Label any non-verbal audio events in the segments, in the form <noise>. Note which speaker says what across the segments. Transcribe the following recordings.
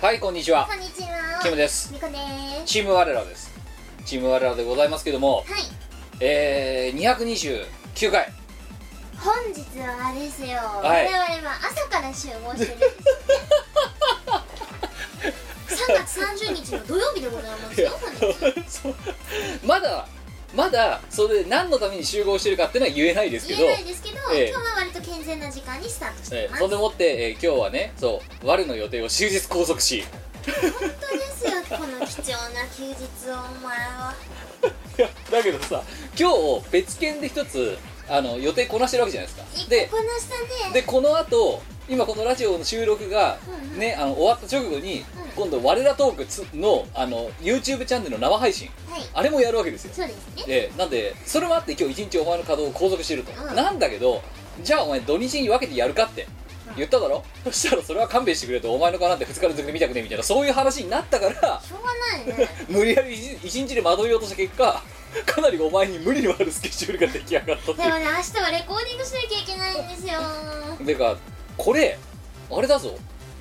Speaker 1: はいこんにちは
Speaker 2: こんにちは。
Speaker 1: キムです
Speaker 2: みこです。
Speaker 1: チーム我らですチーム我らでございますけども
Speaker 2: はい。
Speaker 1: えー、229回
Speaker 2: <laughs> 本日はあれですよ。
Speaker 1: はい
Speaker 2: 我々は朝から集合してるんです。3月30日の土曜日でございますよ。本日
Speaker 1: そうまだまだそれで何のために集合してるかっていうのは言えないですけど
Speaker 2: 言えないですけど、
Speaker 1: ええ
Speaker 2: 今日は割と健全な時間にスタートして
Speaker 1: え
Speaker 2: い
Speaker 1: ー
Speaker 2: ます。
Speaker 1: そんでもって、えー今日はねそう我の予定を終日拘束し
Speaker 2: 本当ですよ。この貴重な休日をお前は。
Speaker 1: いや
Speaker 2: <laughs>
Speaker 1: だけどさ今日別件で一つあの予定こなしてるわけじゃないですか
Speaker 2: 一
Speaker 1: で
Speaker 2: 個こなしたね。
Speaker 1: でこの後今このラジオの収録が
Speaker 2: うんうん
Speaker 1: ねあの終わった直後に
Speaker 2: うん
Speaker 1: 今度「我らトークつ」のあの YouTube チャンネルの生配信
Speaker 2: はい。
Speaker 1: あれもやるわけですよ
Speaker 2: そうですね。
Speaker 1: ええなんでそれもあって今日一日お前の稼働を拘束してると、
Speaker 2: うん
Speaker 1: なんだけどじゃあお前土日に分けてやるかって
Speaker 2: うん
Speaker 1: 言っただろ、そしたらそれは勘弁してくれとお前のかなんて2日連続で見たくねえみたいなそういう話になったから
Speaker 2: しょうがないね。
Speaker 1: 無理やり一日一日でまといようとした結果かなりお前に無理のあるスケジュールが出来上がったって
Speaker 2: で
Speaker 1: い
Speaker 2: もね、明日はレコーディングしなきゃいけないん
Speaker 1: <laughs>
Speaker 2: ですよ。
Speaker 1: うでかこれあれだぞ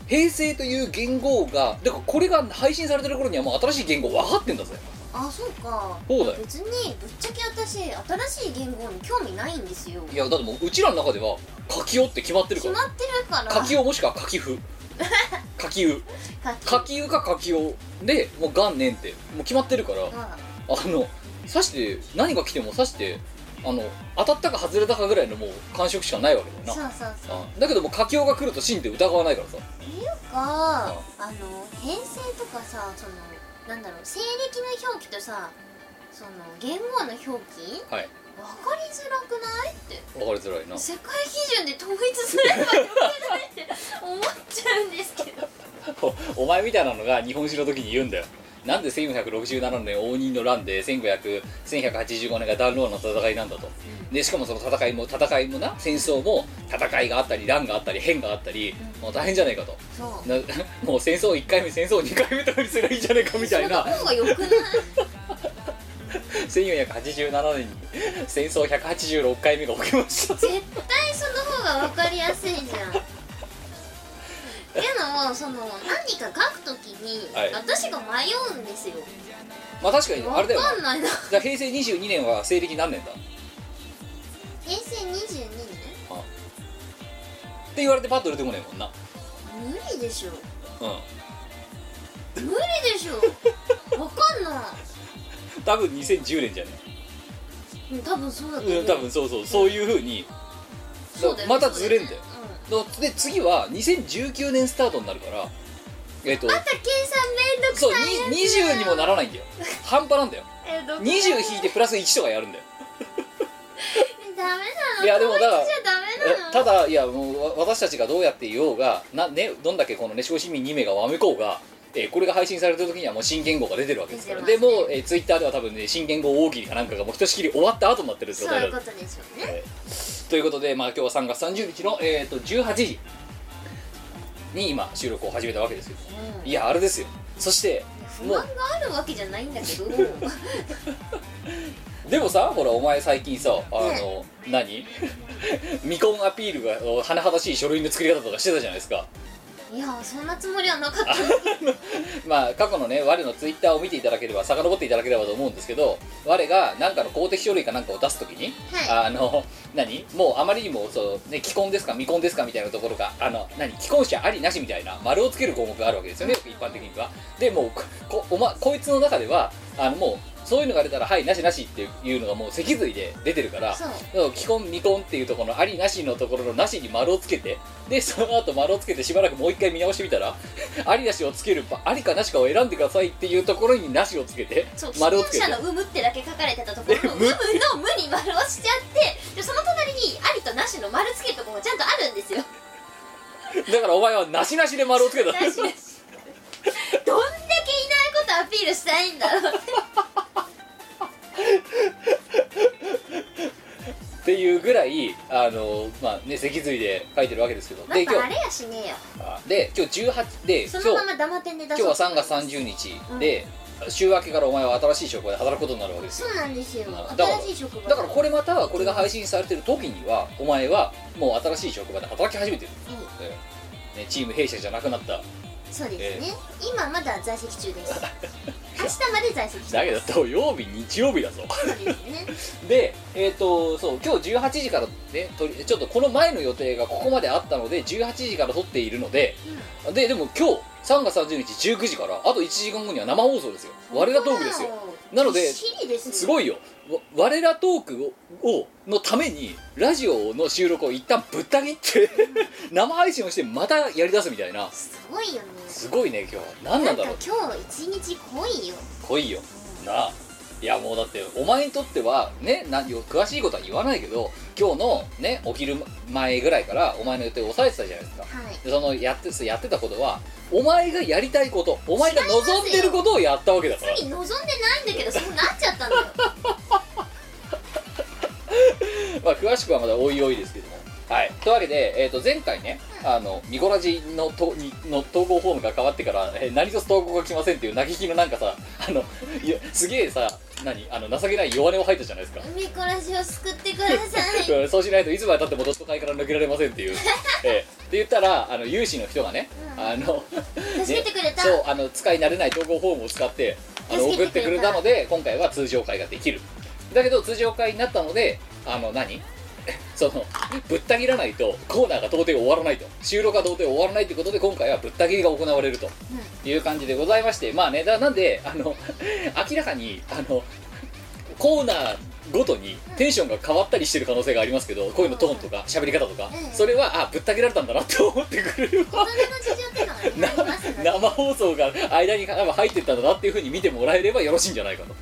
Speaker 1: 平成という言語がでかこれが配信されてる頃にはもう新しい言語分かってんだぜ
Speaker 2: あそうか
Speaker 1: そうだよ
Speaker 2: 別にぶっちゃけ私新しい言語に興味ないんですよ
Speaker 1: いやだってもううちらの中では書きよって決まってる
Speaker 2: 決
Speaker 1: から
Speaker 2: まってるから
Speaker 1: 書きよもしくは書き
Speaker 2: <laughs>
Speaker 1: ふ書きう
Speaker 2: 書
Speaker 1: 書
Speaker 2: き
Speaker 1: き湯か書き湯でもう元年ってもう決まってるから
Speaker 2: うんあ
Speaker 1: あの刺して何が来ても刺してあの当たったか外れたかぐらいのもう感触しかないわけだ
Speaker 2: そう
Speaker 1: よな
Speaker 2: そうそう
Speaker 1: うんだけどもう書き湯が来ると芯って疑わないからさ
Speaker 2: っていうかあの編成とかさそのなんだろう西暦の表記とさその言語の表記分
Speaker 1: はい
Speaker 2: かりづらくないって
Speaker 1: 分かりづらいな
Speaker 2: 世界基準で統一すればよくないって思っちゃうんですけど
Speaker 1: <laughs> おお前みたいなのが日本史の時に言うんだよなんで1467年応仁の乱で1500 1185年がダンローの戦いなんだとでしかもその戦いも戦いもな戦争も戦いがあったり乱があったり変があったり
Speaker 2: うん
Speaker 1: もう大変じゃないかと
Speaker 2: そう
Speaker 1: な <laughs> もう戦争1回目戦争2回目とかにすればいいんじゃないかみたいな
Speaker 2: <laughs> その方がよくない
Speaker 1: 1487年に戦争186回目が起きました <laughs>
Speaker 2: 絶対その方が分かりやすいじゃんっていうのもその何か書くときに、
Speaker 1: はい
Speaker 2: 私が迷うんですよ
Speaker 1: まあ確かにあれ
Speaker 2: 分
Speaker 1: だよな
Speaker 2: かんないな
Speaker 1: だから平成22年は西暦何年だっ
Speaker 2: 平成22
Speaker 1: て言われてパッと出てこないもんな
Speaker 2: 年無理でしょ
Speaker 1: うん
Speaker 2: 無理でしょ分かんな
Speaker 1: 多分2010年じゃない
Speaker 2: いうん多分そうだと思う、
Speaker 1: うん多分そうそうそういうふうに
Speaker 2: そうだよね
Speaker 1: またずれんだよ
Speaker 2: そうよね
Speaker 1: で次は2019年スタートになるからえっと
Speaker 2: うんまた計
Speaker 1: そ
Speaker 2: 算
Speaker 1: う
Speaker 2: めんどくさいや
Speaker 1: に
Speaker 2: つ
Speaker 1: 20にもならないんだよ半端なんだよ
Speaker 2: えどこ
Speaker 1: 20引いてプラス1とかやるんだよ
Speaker 2: ダメなの
Speaker 1: いやでもだから
Speaker 2: こいつじゃダメなの
Speaker 1: ただいやもうわ私たちがどうやって言おうがな、ね、どんだけこのね小市民2名がわめこうが、えーこれが配信された時にはもう新言語が出てるわけですから
Speaker 2: 出
Speaker 1: で
Speaker 2: てますね
Speaker 1: もう、えー、ツイッターでは多分ね新言語大喜利かなんかがもうひとしきり終わった後になってる状
Speaker 2: そう
Speaker 1: 態
Speaker 2: い
Speaker 1: だ
Speaker 2: う
Speaker 1: と
Speaker 2: ことでしょうね
Speaker 1: ということで、まあ、今日は3月30日の、えー、と18時に今収録を始めたわけですよ
Speaker 2: うん
Speaker 1: いやあれですよそして
Speaker 2: 不
Speaker 1: も
Speaker 2: 満が
Speaker 1: う
Speaker 2: あるわけじゃないんだけど
Speaker 1: <laughs> でもさほらお前最近さあの、何 <laughs> 未婚アピールがお甚だしい書類の作り方とかしてたじゃないですか
Speaker 2: いやそんなつもりはなかった
Speaker 1: <laughs> まあ過去のね我のツイッターを見ていただければ遡っていただければと思うんですけど我が何かの公的書類かなんかを出すときに、
Speaker 2: は
Speaker 1: あの何もうあまりにもそう、ね、既婚ですか未婚ですかみたいなところがあの何既婚者ありなしみたいな丸をつける項目があるわけですよねよく一般的にはでもうここお、ま、こいつの中ではあのもうそういうのが出たらはいなしなしっていうのがもう脊髄で出てるから
Speaker 2: そう
Speaker 1: そう既婚未婚っていうところのありなしのところのなしに丸をつけてでその後丸をつけてしばらくもう一回見直してみたら <laughs> ありなしをつけるばありかなしかを選んでくださいっていうところになしをつけて
Speaker 2: そう
Speaker 1: 丸をつけ
Speaker 2: 既婚
Speaker 1: て
Speaker 2: 者の有無ってだけ書かれてたところ
Speaker 1: え
Speaker 2: の
Speaker 1: 無
Speaker 2: 有無の無に丸をしちゃってでその隣にありとなしの丸つけるところがちゃんとある
Speaker 1: <laughs>
Speaker 2: んですよ
Speaker 1: だからお前はなしなしで丸をつけた
Speaker 2: な <laughs> しなしどんだけいないことアピールしたいんだろうって
Speaker 1: っていうぐらいあのまあね脊髄で書いてるわけですけどで
Speaker 2: ま
Speaker 1: 今
Speaker 2: たあ
Speaker 1: 日
Speaker 2: れやしねえよ
Speaker 1: あで今日18で今
Speaker 2: そ
Speaker 1: 日
Speaker 2: のまま黙ってんで出
Speaker 1: 今日
Speaker 2: そ
Speaker 1: は
Speaker 2: う
Speaker 1: 3月30日で、週明けからお前は新しい職場で働くことになるわけですよ
Speaker 2: そうなんですよ
Speaker 1: だから
Speaker 2: 新しい職場
Speaker 1: だからこれまたはこれが配信されてる時にはお前はもう新しい職場で働き始めてる
Speaker 2: うん
Speaker 1: ね、チーム弊社じゃなくなった
Speaker 2: そうですね、今まだ在籍中です
Speaker 1: <laughs>
Speaker 2: 明日まで在籍中
Speaker 1: だけど土曜日日曜日だぞ
Speaker 2: そうですね
Speaker 1: でえっ、とそう今日18時からねとりちょっとこの前の予定がここまであったので18時から撮っているのでででも今日3月30日19時からあと1時間後には生放送ですよ
Speaker 2: うん
Speaker 1: 我らトークですよなので
Speaker 2: ぎっしりですね
Speaker 1: すごいよわ我らトークををのためにラジオの収録を一旦ぶった切って <laughs> 生配信をしてまたやりだすみたいな
Speaker 2: すごいよね
Speaker 1: すごいね今日何なんだろう
Speaker 2: か今日一日濃いよ
Speaker 1: 濃いよなあいやもうだってお前にとってはねな詳しいことは言わないけど今日のねお昼前ぐらいからお前の予定を抑えてたじゃないですか
Speaker 2: はい
Speaker 1: でそのやってやってたことはお前がやりたいことお前が望んでることをやったわけだから
Speaker 2: 別に望んでないんだけどそうなっちゃったんだよ
Speaker 1: まあ、詳しくはまだおいおいですけども。はい、というわけで、えー、と前回ね、あのミコラジのとにの投稿フォームが変わってから、えー何と投稿が来ませんっていう嘆きのなんかさ、あのいやすげえさ、何あの情けない弱音を吐いたじゃないですか。
Speaker 2: ミコラジを救ってくださ
Speaker 1: <laughs>
Speaker 2: い
Speaker 1: うんそうしないといつまでたってもドット会から抜けられませんって
Speaker 2: <laughs>
Speaker 1: いう、えーって言ったらあの有志の人がね、
Speaker 2: うん
Speaker 1: あの
Speaker 2: 助けてくれた、
Speaker 1: そうあの使い慣れない投稿フォームを使ってあの
Speaker 2: 助
Speaker 1: 送
Speaker 2: け
Speaker 1: ってて
Speaker 2: く
Speaker 1: くれ
Speaker 2: れた
Speaker 1: たので今回は通常会ができるだけど通常会になったのであの何 <laughs> そのぶった切らないとコーナーが到底終わらないと収録が到底終わらないということで今回はぶった切りが行われると
Speaker 2: うん
Speaker 1: いう感じでございましてまあねだなんであの <laughs> 明らかにあのコーナーごとにテンションが変わったりしてる可能性がありますけど声のトーンとか喋り方とか
Speaker 2: うん
Speaker 1: それはあぶった切られたんだなって思ってくれるわ
Speaker 2: 大人の事情っていうのがね
Speaker 1: <laughs>
Speaker 2: ありますので、は
Speaker 1: 生放送が間に入ってったんだなっていうふうに見てもらえればよろしいんじゃないかと
Speaker 2: い、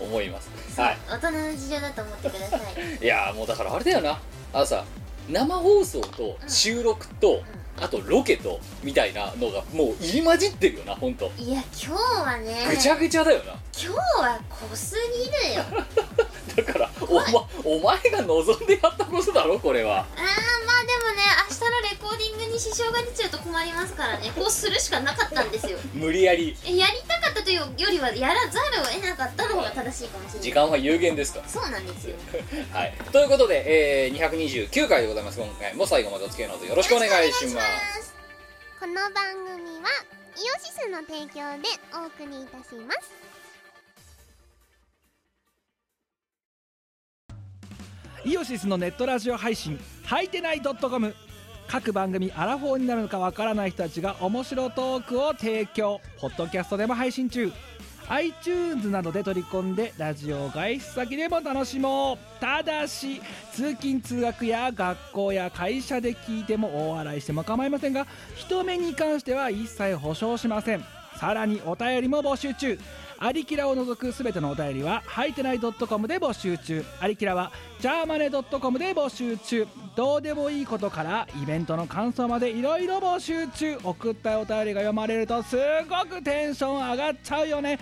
Speaker 1: 思いますはい
Speaker 2: 大人の事情だと思ってくださ
Speaker 1: <laughs>
Speaker 2: い、
Speaker 1: いやーもうだからあれだよなあのさ生放送と収録とあとロケとみたいなのがもう入り混じってるよなほんと
Speaker 2: うん、いや今日はね
Speaker 1: ぐちゃぐちゃだよな
Speaker 2: 今日は濃すぎる
Speaker 1: <laughs>
Speaker 2: よあーまあ
Speaker 1: だからお,、ま、お前が望んでやったことだろこれは
Speaker 2: でもね明日のレコーディングに支障が出ちゃうと困りますからねこうするしかなかったんですよ
Speaker 1: 無理やり
Speaker 2: えやりたかったというよりはやらざるを得なかったの方が正しいかもしれない
Speaker 1: 時間は有限ですから
Speaker 2: そうなんですよ
Speaker 1: <laughs> はいということで、えー、229回でございます今回も最後までお付き合いのほどよろしくお願いします
Speaker 2: す
Speaker 3: この番組はイオシスの提供でお送りいたします
Speaker 4: イオシスのネットラジオ配信「はいてない .com」各番組アラフォーになるのかわからない人たちが面白トークを提供ポッドキャストでも配信中 iTunes などで取り込んでラジオを外出先でも楽しもうただし通勤通学や学校や会社で聞いても大笑いしても構いませんが人目に関しては一切保証しませんさらにお便りも募集中アリキラを除くすべてのお便りは、はいてない .com で募集中。アリキラは、ジャーマネ .com で募集中。どうでもいいことから、イベントの感想までいろいろ募集中。送ったお便りが読まれると、すごくテンション上がっちゃうよね。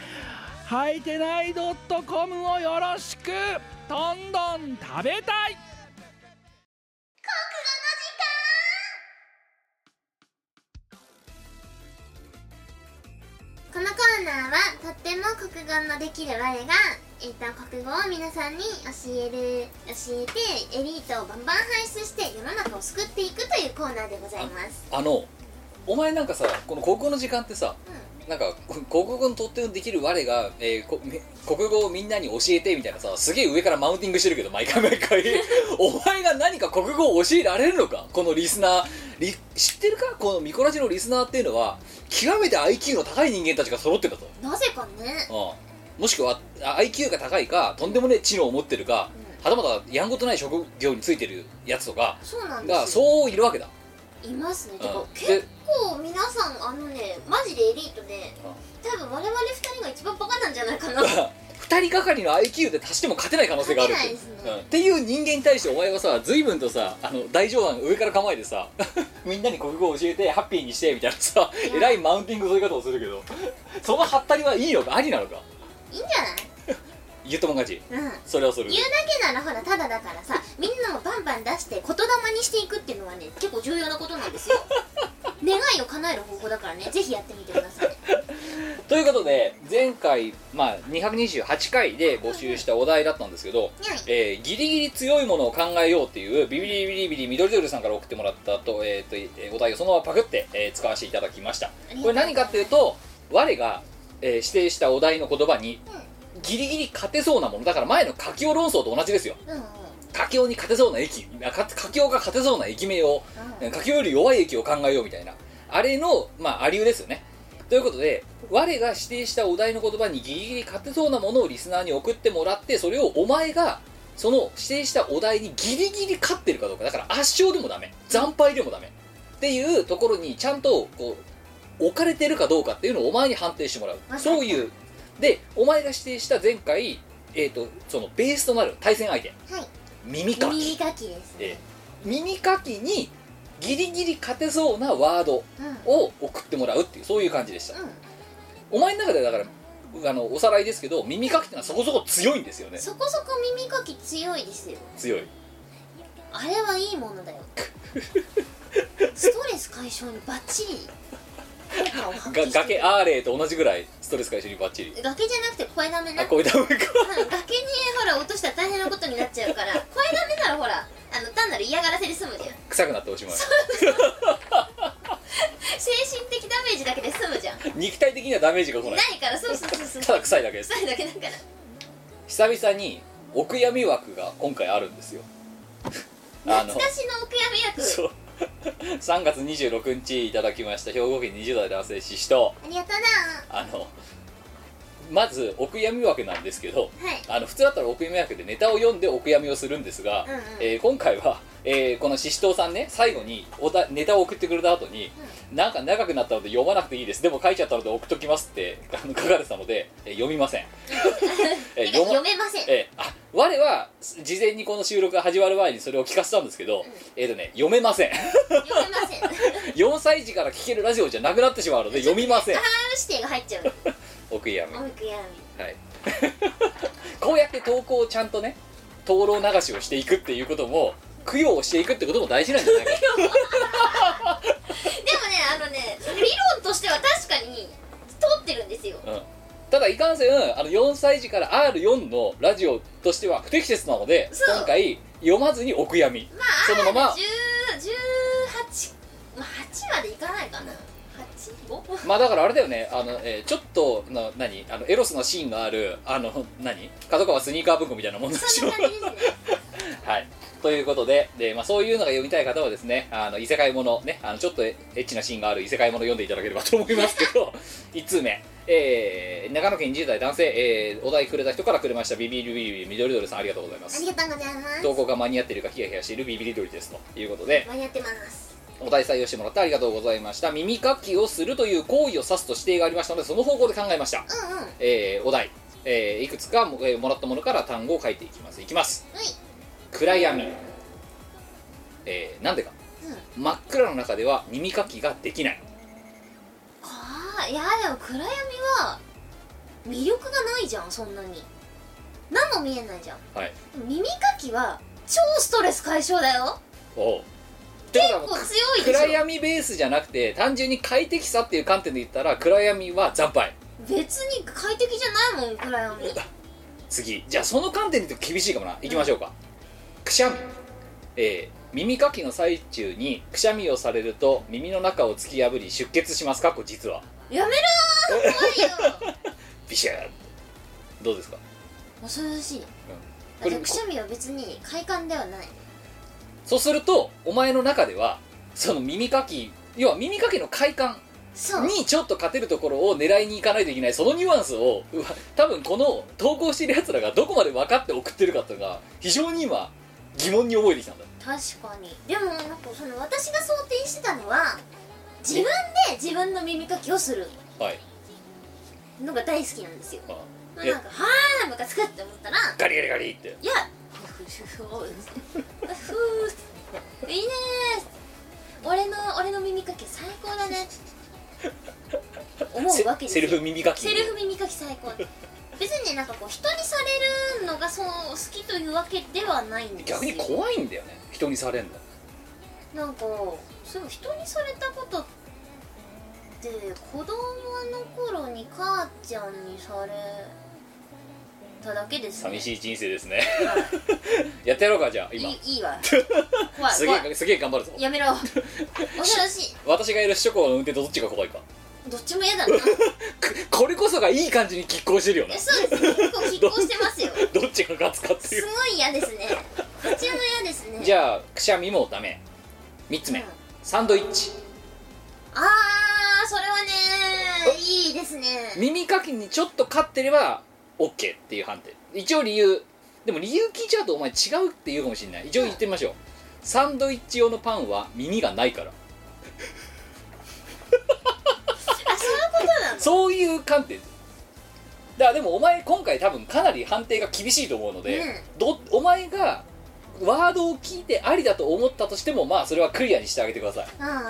Speaker 4: はいてない .com をよろしくどんどん食べたい
Speaker 2: このコーナーはとっても国語のできる我が、えっと国語を皆さんに教える教えてエリートをバンバン輩出して世の中を救っていくというコーナーでございます
Speaker 1: あのお前なんかさこの国語の時間ってさ、なんかこ国語のとってもできる我が、えーこめ国語をみんなに教えてみたいなさすげえ上からマウンティングしてるけど毎回毎 <laughs> 回お前が何か国語を教えられるのかこのリスナーリ知ってるかこのミコラジのリスナーっていうのは極めて IQ の高い人間たちが揃ってたと、
Speaker 2: なぜかね
Speaker 1: うん、もしくはあ IQ が高いかとんでもねえ知能を持ってるか
Speaker 2: う
Speaker 1: はたまたやんごとない職業についてるやつとか
Speaker 2: そうなんで
Speaker 1: が
Speaker 2: すよ
Speaker 1: そういるわけだ
Speaker 2: いますねてか
Speaker 1: うんで
Speaker 2: 結構皆さんあのねマジでエリートで多分我々二人が一番バカなんじゃないか <laughs> な
Speaker 1: 2人がかりの IQ で足しても勝てない可能性があるって,、
Speaker 2: 勝てないですね
Speaker 1: うんっていう人間に対してお前はさ随分とさあの大冗談上から構えてさ <laughs> みんなに国語を教えてハッピーにしてみたいなさ
Speaker 2: いや
Speaker 1: えらいマウンティングそういう方をするけどそのハったりはいいのかありなのか
Speaker 2: いいんじ
Speaker 1: 言ったもん勝ち
Speaker 2: ゃないうん
Speaker 1: それはそれで
Speaker 2: 言うだけならほらただだからさみんなをバンバン出して言霊にしていくっていうのはね結構
Speaker 1: <laughs>
Speaker 2: 重要なことなんですよ願いを叶える方法だからねぜひやってみてください
Speaker 1: ということで前回、まあ、228回で募集したお題だったんですけど、えーギリギリ強いものを考えようっていうビビリビリビリミドリドルさんから送ってもらったと,、えーとえーお題をそのままパクって、えー使わせていただきました
Speaker 2: りがとう
Speaker 1: これ何かっていうと我が、えー指定したお題の言葉に、ギリギリ勝てそうなものだから前の佳境論争と同じですよ
Speaker 2: うんうんうん
Speaker 1: 佳境に勝てそうな駅あか佳境が勝てそうな駅名を佳境より弱い駅を考えようみたいなあれのまあありうですよねということで我が指定したお題の言葉にギリギリ勝てそうなものをリスナーに送ってもらってそれをお前がその指定したお題にギリギリ勝ってるかどうかだから圧勝でもダメ惨敗でもダメっていうところにちゃんとこう置かれてるかどうかっていうのをお前に判定してもら
Speaker 2: わか
Speaker 1: う
Speaker 2: った
Speaker 1: そういうでお前が指定した前回えっ、とそのベースとなる対戦相手
Speaker 2: はい
Speaker 1: 耳かき
Speaker 2: 耳かきです
Speaker 1: え
Speaker 2: ね
Speaker 1: ー耳かきにギリギリ勝てそうなワード
Speaker 2: うんうん
Speaker 1: を送ってもらうっていうそういう感じでしたお前の中ではだからあのおさらいですけど耳かきってのはそこそこ強いんですよね
Speaker 2: そこそこ耳かき強いですよ
Speaker 1: 強い
Speaker 2: あれはいいもの
Speaker 1: <laughs>
Speaker 2: だよストレス解消にバッチリ効果を発
Speaker 1: が
Speaker 2: 揮して
Speaker 1: 崖
Speaker 2: る
Speaker 1: アーレイと同じぐらいストレス解消にバッチリ
Speaker 2: 崖じゃなくて声だめな
Speaker 1: あこういった上か
Speaker 2: うん崖にほら落としたら大変なことになっちゃうから声ダメならほらあの単なる嫌がらせで済むじゃん
Speaker 1: 臭くなっておしまい
Speaker 2: 精神的ダメージだけで済むじゃん
Speaker 1: 肉体的にはダメージが来ない
Speaker 2: ないからそうそうそうそう
Speaker 1: ただ臭いだけです
Speaker 2: それだけだから
Speaker 1: 久々にお悔やみ枠が今回あるんですよあの
Speaker 2: 懐かしのお悔やみ役
Speaker 1: そう3月26日いただきました兵庫県20代男性ししと
Speaker 2: ありがとう
Speaker 1: あのまずお悔やみ枠なんですけど
Speaker 2: なはい
Speaker 1: あの普通だったらお悔やみ枠でネタを読んでお悔やみをするんですが、
Speaker 2: うんうん
Speaker 1: えー今回は、えーこのししとうさんね最後におだネタを送ってくれた後に、なんか長くなったので読まなくていいですでも書いちゃったので送っときますって <laughs> あの書かれてたので、えー読みま
Speaker 2: <laughs>
Speaker 1: せん、えー
Speaker 2: てか
Speaker 1: 読ま
Speaker 2: 読めません
Speaker 1: えーあ我は事前にこの収録が始まる前にそれを聞かせたんですけど、えっ、とね読めません <laughs>
Speaker 2: 読めません R
Speaker 1: 4歳児から聞けるラジオじゃなくなってしまうので読みま <laughs>
Speaker 2: <laughs>
Speaker 1: せん
Speaker 2: 指定が入っちゃうの
Speaker 1: お悔やみ
Speaker 2: お悔や
Speaker 1: はい <laughs> こうやって投稿をちゃんとね灯籠流しをしていくっていうことも供養をしていくってことも大事なんじゃないかと
Speaker 2: みでもねあのね理論としては確かに通ってるんですよ
Speaker 1: うんただいかんせんあの4歳児から R4 のラジオとしては不適切なので
Speaker 2: そう
Speaker 1: 今回読まずにお悔やみ、そのまま
Speaker 2: 1018まあ8までいかないかな
Speaker 1: <laughs>
Speaker 2: 85?
Speaker 1: まあだからあれだよねあの、えーちょっとの何あのエロスのシーンがあるあの何角川スニーカー文庫みたいなもんでし
Speaker 2: そ
Speaker 1: ょ
Speaker 2: んな感じですね
Speaker 1: はい、ということでで、まあ、そういうのが読みたい方はですねあの異世界もの、ね、あのちょっとエッチなシーンがある異世界もの読んでいただければと思いますけど <laughs> 1通目、えー長野県20代男性、えーお題くれた人からくれましたビビリビリビリミドリドルさんありがとうございま
Speaker 2: あ
Speaker 1: す
Speaker 2: りがとうございます
Speaker 1: 投稿が間に合っているかヒヤヒヤしているビビリドリですということで
Speaker 2: 間に合ってます
Speaker 1: お題採用してもらってありがとうございました耳かきをするという行為を指すと指定がありましたのでその方向で考えました、
Speaker 2: うんうんはい
Speaker 1: えーお題、えーいくつかも,、えーもらったものから単語を書いていきますいきます暗闇、えーなんでか、真っ暗の中では耳かきができない
Speaker 2: ああいやでも暗闇は魅力がないじゃんそんなに何も見えないじゃん
Speaker 1: はい
Speaker 2: 耳かきは超ストレス解消だよ
Speaker 1: おうってことはもう
Speaker 2: 結構強いでしょ
Speaker 1: 暗闇ベースじゃなくて単純に快適さっていう観点で言ったら暗闇は惨敗
Speaker 2: 別に快適じゃないもん暗闇
Speaker 1: 次じゃあその観点で言うと厳しいかもな行きましょうか、くしゃみえー耳かきの最中にくしゃみをされると耳の中を突き破り出血しますかっこ実は
Speaker 2: やめろー怖い
Speaker 1: <laughs>
Speaker 2: よ
Speaker 1: ビシューってどうですか
Speaker 2: 恐ろしい
Speaker 1: こ
Speaker 2: だっ
Speaker 1: れ
Speaker 2: てくしゃみは別に快感ではない
Speaker 1: そうするとお前の中ではその耳かき要は耳かきの快感
Speaker 2: そう
Speaker 1: にちょっと勝てるところを狙いに行かないといけないそのニュアンスをうわ多分この投稿しているやつらがどこまで分かって送ってるかっていうのが非常に今疑問に思えてきたんだ
Speaker 2: 確かにでもなんかその私が想定してたのは自分で自分の耳かきをする
Speaker 1: はい
Speaker 2: のが大好きなんですよ
Speaker 1: あ
Speaker 2: まあ
Speaker 1: え
Speaker 2: なんかはームカつくって思ったら
Speaker 1: ガリガリガリって
Speaker 2: いやふふふふいいねー俺の俺の耳かき最高だね思
Speaker 1: せ
Speaker 2: うわけです
Speaker 1: セル
Speaker 2: よ
Speaker 1: フ耳かき
Speaker 2: セルフ耳かき最高別になんかこう人にされるのがそう好きというわけではないんですよ
Speaker 1: 逆に怖いんだよね人にされんの
Speaker 2: なんかそう人にされたことって子供の頃に母ちゃんにされただけですね
Speaker 1: <laughs> 寂
Speaker 2: い
Speaker 1: しい人生ですね <laughs> やってやろうかじゃあ今
Speaker 2: <laughs> いい
Speaker 1: <laughs>
Speaker 2: いわ怖い
Speaker 1: すげ
Speaker 2: 怖い
Speaker 1: えすげえ頑張るぞ
Speaker 2: やめろ恐ろし
Speaker 1: 私がいる首都高の運転とどっちが怖いか
Speaker 2: いどっちも嫌だな
Speaker 1: <laughs> く <laughs> これこそがいい感じに拮抗してるよな
Speaker 2: えそうですね結構拮抗し
Speaker 1: <laughs>
Speaker 2: てますよ
Speaker 1: どっちが勝つかってい
Speaker 2: す
Speaker 1: う
Speaker 2: ごい嫌ですねこっちも嫌ですね
Speaker 1: じゃ
Speaker 2: ゃ
Speaker 1: あくしゃみもダメ3つ目サンドイッチ
Speaker 2: あーそれはねいいですね
Speaker 1: 耳かきにちょっと勝ってれば OK っていう判定一応理由でも理由聞いちゃうとお前違うって言うかもしれない一応言ってみましょうサンドイッチ用のパンは耳がないから
Speaker 2: あそういうことなの
Speaker 1: そういう観点ですだからでもお前今回多分かなり判定が厳しいと思うので、どお前がワードを聞いてありだと思ったとしてもまあそれはクリアにしてあげてください、
Speaker 2: うんうん
Speaker 1: うん、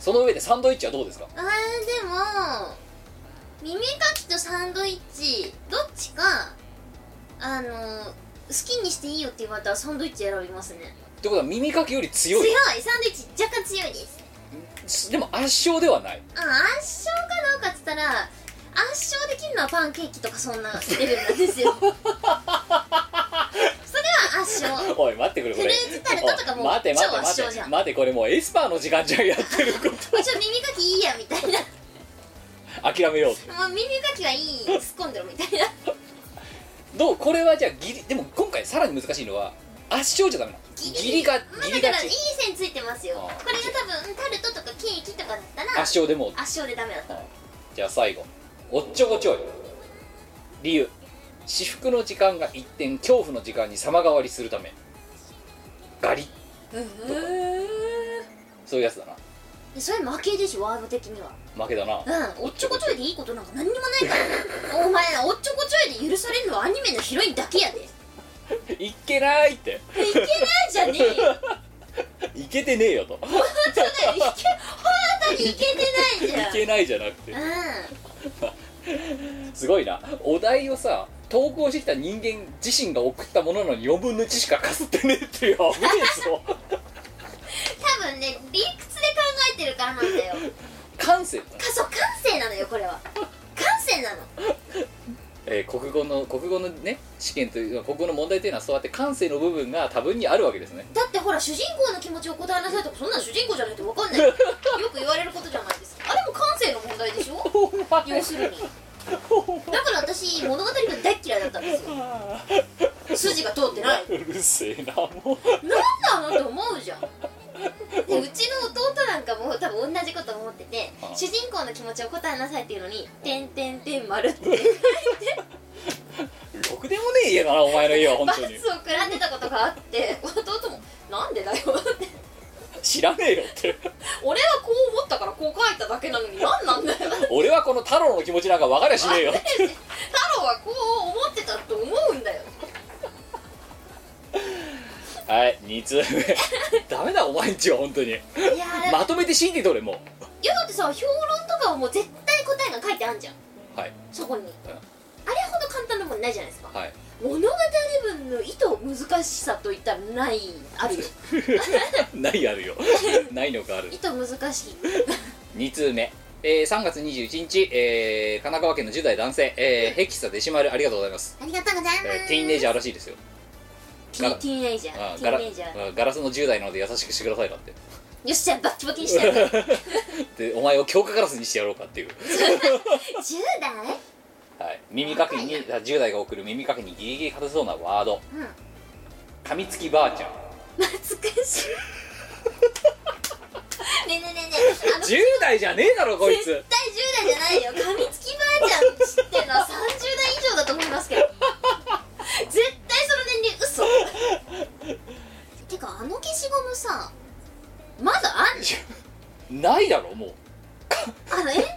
Speaker 1: その上でサンドイッチはどうですか
Speaker 2: あーでも耳かきとサンドイッチどっちかあの好きにしていいよって言われたらサンドイッチ選びます
Speaker 1: っ
Speaker 2: ね
Speaker 1: てことは耳かきより強
Speaker 2: 強
Speaker 1: い
Speaker 2: いサンドイッチ若干強いです
Speaker 1: でも圧勝ではない
Speaker 2: あ圧勝かどうかっつったら圧勝できるのはパンケーキとかそんなレベルなんですよそれは圧勝
Speaker 1: おい待ってくれこれ
Speaker 2: フルーツタルトとかもう
Speaker 1: おい待て待て
Speaker 2: 超圧
Speaker 1: 待
Speaker 2: 勝
Speaker 1: て
Speaker 2: じゃん
Speaker 1: 待てこれもうエスパーの時間じゃんやってること
Speaker 2: <laughs> もうちょっと耳かきいいやみたいな
Speaker 1: 諦めよう
Speaker 2: もう耳かきはいい突っ込んでるみたいな
Speaker 1: どうこれはじゃあギリでも今回さらに難しいのは圧勝じゃダメなの
Speaker 2: ギリ
Speaker 1: ギリが
Speaker 2: まあ
Speaker 1: ギ
Speaker 2: だ
Speaker 1: リ
Speaker 2: からい
Speaker 1: 勝
Speaker 2: い
Speaker 1: ち
Speaker 2: 線ついてますよこ
Speaker 1: あー
Speaker 2: れが多分タルトとかケーキとかだったら
Speaker 1: 圧
Speaker 2: 圧
Speaker 1: 勝でもう
Speaker 2: 勝でダメだった
Speaker 1: じゃあ最後おっちょこちょい理由私服の時間が一点恐怖の時間に様変わりするためガリッそういうやつだな
Speaker 2: でそれ負けでしょワード的には
Speaker 1: 負けだな
Speaker 2: うんおっちょこちょいでいいことなんか何にもないか
Speaker 1: <laughs>
Speaker 2: らねお前おっちょこちょいで許されるのはアニメのヒロインだけやでい
Speaker 1: いっけないって
Speaker 2: けないじゃねえよ
Speaker 1: いけてねえよと
Speaker 2: 本当だよいけ本当にいけてない
Speaker 1: い
Speaker 2: じ
Speaker 1: けないじゃなくて
Speaker 2: ゃん
Speaker 1: すごいなお題をさ投稿してきた人間自身が送ったものなのに4分の1しかかすってねえっていう危ねえぞ
Speaker 2: うん多分ね理屈で考えてるからなんだよ
Speaker 1: 感性だな
Speaker 2: かそう感性なのよこれは感性なの
Speaker 1: えー国語の国語のね試験というか国語の問題というのはそうやって感性の部分が多分にあるわけですね
Speaker 2: だってほら主人公の気持ちを答えなさいとかそんなの主人公じゃないと分かんない
Speaker 1: <laughs>
Speaker 2: よく言われることじゃないですかあれも感性の問題でしょ
Speaker 1: お前
Speaker 2: 要するにだから私物語が大っ嫌いだったんですよ筋が通ってないう
Speaker 1: るせえなも
Speaker 2: なんだろうって思うじゃんでうちの弟なんかも多分同じこと思ってて
Speaker 1: あ
Speaker 2: 主人公の気持ちを答えなさいっていうのに「てんてんてん丸」って
Speaker 1: うろくでもねえ家だなお前の家は本
Speaker 2: 罰
Speaker 1: 当
Speaker 2: を
Speaker 1: に
Speaker 2: 食らってたことがあって弟も「なんでだよ」って
Speaker 1: 知らねえよって
Speaker 2: 「俺はこう思ったからこう書いただけなのに何なんだよ」
Speaker 1: 俺はこの太郎の気持ちなんか分かりゃしねえよって
Speaker 2: 太郎はこう思ってたと思うんだよ
Speaker 1: はい2通目ダメだお前んちは本当に
Speaker 2: いやー、
Speaker 1: まとめて死んでどれも
Speaker 2: いやだってさ評論とかはもう絶対答えが書いてあんじゃん
Speaker 1: うはい
Speaker 2: そこに、あれほど簡単なもんないじゃないですか
Speaker 1: はい
Speaker 2: 物語文の意図難しさといったらないあるよ
Speaker 1: ないある
Speaker 2: <laughs>
Speaker 1: よないのかある
Speaker 2: 意図難 <laughs> しい
Speaker 1: 2通目、えー、3月21日、えー神奈川県の10代男性、えー、ヘキサデシマルありがとうございます、
Speaker 2: ありがとうござい
Speaker 1: えーティーンネイジャーらしいですよ
Speaker 2: ティーティーンエイジャ
Speaker 1: あ
Speaker 2: ー
Speaker 1: ー
Speaker 2: ティ
Speaker 1: ガ
Speaker 2: ー
Speaker 1: ラ
Speaker 2: ンエイジャーよ
Speaker 1: あーガラスの10代なので優しくしてくださいだって
Speaker 2: っしゃバッキバキにしてやる
Speaker 1: <laughs> でお前を強化ガラスにしてやろうかっていう、
Speaker 2: 10代
Speaker 1: はい、耳かきにあ10代が送る耳かきにギリギリ勝てそうなワード
Speaker 2: うん <laughs>
Speaker 1: 噛みつきばあちゃん
Speaker 2: 懐かしいねえねえねえねえあ <laughs> の
Speaker 1: 10代じゃねえだろこいつ
Speaker 2: 絶対10代じゃないよ噛みつきばあちゃん知ってるのは30代以上だと思いますけど絶対その年齢嘘てかあの消しゴムさまだあんの
Speaker 1: ないだろもう
Speaker 2: あの鉛筆に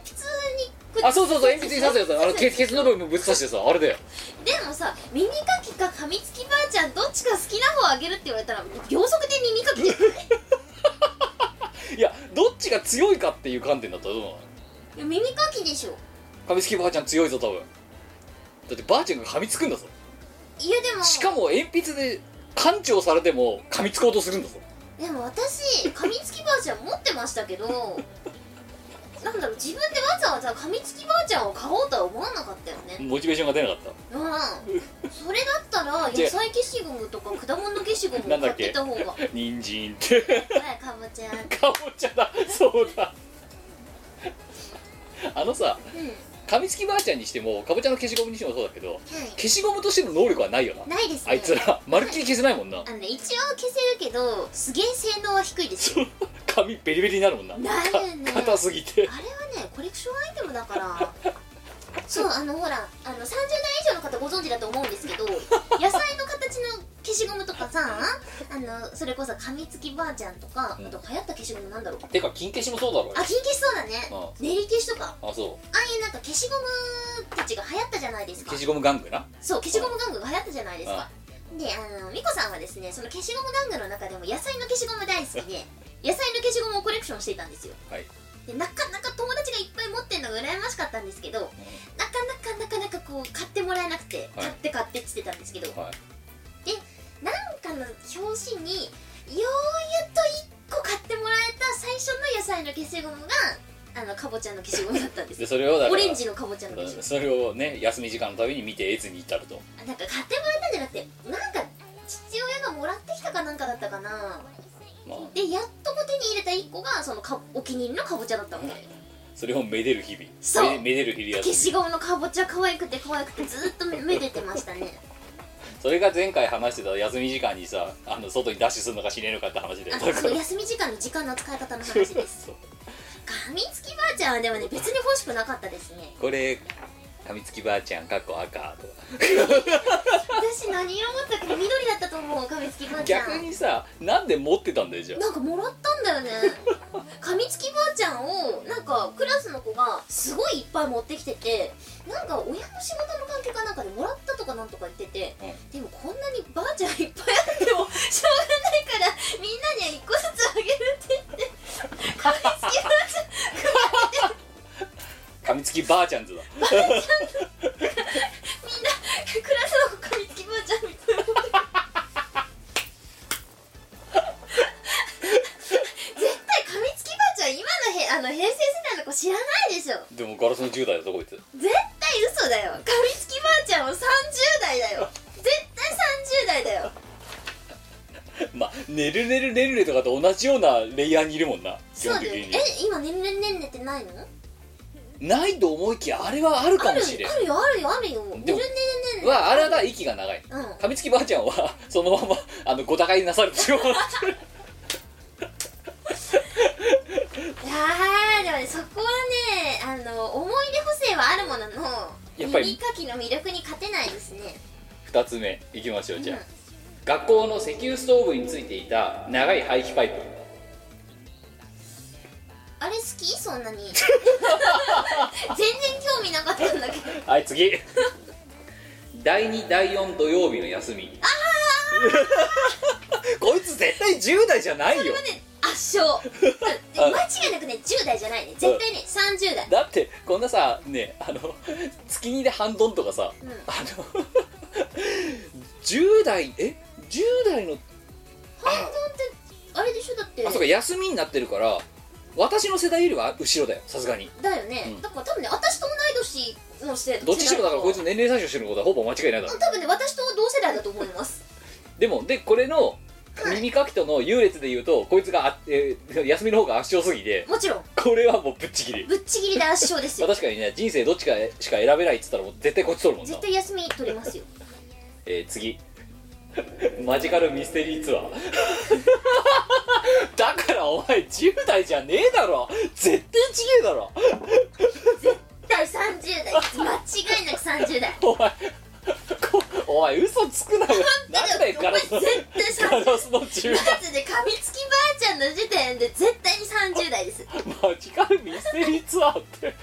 Speaker 2: くっ
Speaker 1: あそうそうそう鉛筆に刺すやつあのケツケツの部分ぶっ刺してさあれだよ
Speaker 2: でもさ耳かきか噛みつきばあちゃんどっちか好きな方あげるって言われたら秒速で耳かきじゃない
Speaker 1: いやどっちが強いかっていう観点だったらどうなの
Speaker 2: いや耳かきでしょ
Speaker 1: 噛みつきばあちゃん強いぞ多分だってばあちゃんが噛みつくんだぞ
Speaker 2: いやでも
Speaker 1: しかも鉛筆で勘定されても噛みつこうとするんだぞ <laughs>
Speaker 2: でも私噛みつきバージョン持ってましたけどなんだろう自分でわざ噛みつきばあちゃんを買おうとは思わなかったよね
Speaker 1: モチベーションが出なかった
Speaker 2: うんそれだったら野菜消しゴムとか果物消しゴム
Speaker 1: なんだ
Speaker 2: 買
Speaker 1: っ
Speaker 2: っ
Speaker 1: け
Speaker 2: てた方がはい
Speaker 1: 人参って <laughs>
Speaker 2: かぼちゃ
Speaker 1: かぼちゃだそうだあのさ
Speaker 2: うんは
Speaker 1: 噛みつきばあちゃんにしてもかぼちゃの消しゴムにしてもそうだけど <laughs>
Speaker 2: い
Speaker 1: 消しゴムとしての能力はないよな
Speaker 2: ないですね
Speaker 1: あいつらまるっきり消せないも
Speaker 2: <laughs>
Speaker 1: んな
Speaker 2: あのね一応消せるけどすげえ性能は低いですよ
Speaker 1: 髪ベリベリになるもんな
Speaker 2: なるね
Speaker 1: か硬すぎて
Speaker 2: あれはねコレクションアイテムだからそうあのほらあの30代以上の方ご存知だと思うんで
Speaker 1: <laughs>
Speaker 2: すけど野菜の形の消しゴムとかさあのそれこそ噛みつきばあちゃんとか、
Speaker 1: うん
Speaker 2: あと流行った消しゴムなんだろう
Speaker 1: てか金消しもそうだろ
Speaker 2: あ金消しそうだね
Speaker 1: あ
Speaker 2: 練り消しとか
Speaker 1: あそ
Speaker 2: ああいうなんか消しゴムたちが流行ったじゃないです
Speaker 1: う
Speaker 2: か
Speaker 1: 消しゴム玩具な
Speaker 2: そう消しゴム玩具が流行ったじゃないですかであの美子さんはですねその消しゴム玩具の中でも野菜の消しゴム大好きで野菜の消しゴムをコレクションしていたんですよ
Speaker 1: はい
Speaker 2: でなかなか友達がいっぱい持ってるのが羨ましかったんですけど、なかなかなかなかこう買ってもらえなくて、
Speaker 1: はい
Speaker 2: 買って買ってって言ってたんですけどなん
Speaker 1: はい
Speaker 2: かの表紙にようやっと1個買ってもらえた最初の野菜の消しゴムがあのかぼちゃの消しゴムだった
Speaker 1: <laughs>
Speaker 2: んです
Speaker 1: で
Speaker 2: よ
Speaker 1: それをだから
Speaker 2: オレンジのかぼちゃの消しゴム
Speaker 1: それをね休み時間のたびに見て越に行ったると
Speaker 2: あなんか買ってもらったんじゃなくてなんか父親がもらってきたかなんかだったかな
Speaker 1: まあ
Speaker 2: でやっとこう手に入れた1個がそのかお気に入りのかぼちゃだったので
Speaker 1: それをめでる日々
Speaker 2: そう
Speaker 1: めめでる日々
Speaker 2: 消し
Speaker 1: 休み
Speaker 2: ゴムのかぼちゃ可愛くて可愛くてずっとめ <laughs> めでてましたね
Speaker 1: それが前回話してた休み時間にさあの外にダッシュするのかしねえのかって話で
Speaker 2: あ
Speaker 1: だ
Speaker 2: とそ
Speaker 1: か
Speaker 2: の
Speaker 1: ら
Speaker 2: 休み時間の時間の使い方の話です
Speaker 1: そう
Speaker 2: 噛みつきばあちゃんはでもね別に欲しくなかったですね
Speaker 1: これ噛みつきばあちゃんかっこ赤とか
Speaker 2: 私何色持ったっけ緑だったと思う噛みつきばあちゃん
Speaker 1: 逆にさなんで持ってたんだよじゃあ
Speaker 2: なんかもらったんだよね噛みつきばあちゃんをなんかクラスの子がすごいいっぱい持ってきててなんか親の仕事の関係かなんかでもらったとかなんとか言ってて、
Speaker 1: うん
Speaker 2: でもこんなにばあちゃんいっぱいあってもしょうがないからみんなには1個ずつあげるって言って噛みつきばあちゃ
Speaker 1: 噛
Speaker 2: ん
Speaker 1: みつきばあちゃんズだ
Speaker 2: みんなクラスの子噛みつきばあちゃんみたいな絶対噛みつきばあちゃん今のへあの平成世代の子知らないでしょ
Speaker 1: でもガラスの10代だぞこいつ
Speaker 2: 絶対嘘だよ噛みつきばあちゃんは30代だよ絶対30代だよ
Speaker 1: まあ「ねるねるねるね」とかと同じようなレイヤーにいるもんな基
Speaker 2: そう
Speaker 1: 本
Speaker 2: だ
Speaker 1: 的
Speaker 2: よ
Speaker 1: に
Speaker 2: ねえ今年々ねんねってないの
Speaker 1: ないと思いきやあれはあるか
Speaker 2: あ
Speaker 1: も
Speaker 2: る
Speaker 1: しれん
Speaker 2: あるよあるよあるよねるね
Speaker 1: でも
Speaker 2: んねんね
Speaker 1: はあれはだ息が長い
Speaker 2: うん
Speaker 1: 噛みつきばあちゃんはそのままあのご高いなさるっていう
Speaker 2: <laughs> いやーでもねそこはねあの思い出補正はあるものの
Speaker 1: やっぱり
Speaker 2: 耳かきの魅力に勝てないですね
Speaker 1: 2つ目いきましょうじゃあ、
Speaker 2: うん
Speaker 1: 学校の石油ストーブについていた長い排気パイプ
Speaker 2: あれ好きそ
Speaker 1: <laughs>
Speaker 2: んなに全然興味なかったんだけど
Speaker 1: はい
Speaker 2: <laughs>
Speaker 1: 次第2第4土曜日の休み <laughs> こいつ絶対10代じゃないよ
Speaker 2: ね圧
Speaker 1: <laughs>
Speaker 2: 勝間違いなくね10代じゃないね絶対ね30代
Speaker 1: だってこんなさねあの月にで半ドンとかさ、
Speaker 2: うん
Speaker 1: あの <laughs> 10代え10代の
Speaker 2: 半分ってあれでしょだって
Speaker 1: あそうか休みになってるから私の世代よりは後ろだよさすがに
Speaker 2: だよね、
Speaker 1: うん
Speaker 2: だから多分ね私と同い年の世代
Speaker 1: どっちにしろだからこいつ
Speaker 2: う
Speaker 1: 年齢詐称してることはほぼ間違いないだろうん
Speaker 2: 多分ね私と同世代だと思います
Speaker 1: でもでこれの耳かきとの優劣で言うとこいつがあ、えー休みの方が圧勝すぎて
Speaker 2: もちろん
Speaker 1: これはもうぶっちぎり
Speaker 2: ぶっちぎりで圧勝で
Speaker 1: <laughs>
Speaker 2: す
Speaker 1: まあ
Speaker 2: よ
Speaker 1: 確かにね人生どっちかしか選べないっつったらもう絶対こっち取るもんな
Speaker 2: 絶、対休み取りますよ
Speaker 1: えー次マジカルミステリーツアー <laughs> だからお前10代じゃねえだろ絶対ちげえだろ
Speaker 2: 第30代間違いなく30代
Speaker 1: お前こお前嘘つくなよ <laughs> なんだよ
Speaker 2: お
Speaker 1: ガ
Speaker 2: 前
Speaker 1: ラス
Speaker 2: 絶
Speaker 1: の
Speaker 2: 対
Speaker 1: ガ
Speaker 2: 30代
Speaker 1: ラスの10代
Speaker 2: まずね噛みつきばあちゃんの時点で絶対に30代です
Speaker 1: マジカルミステリーツアーって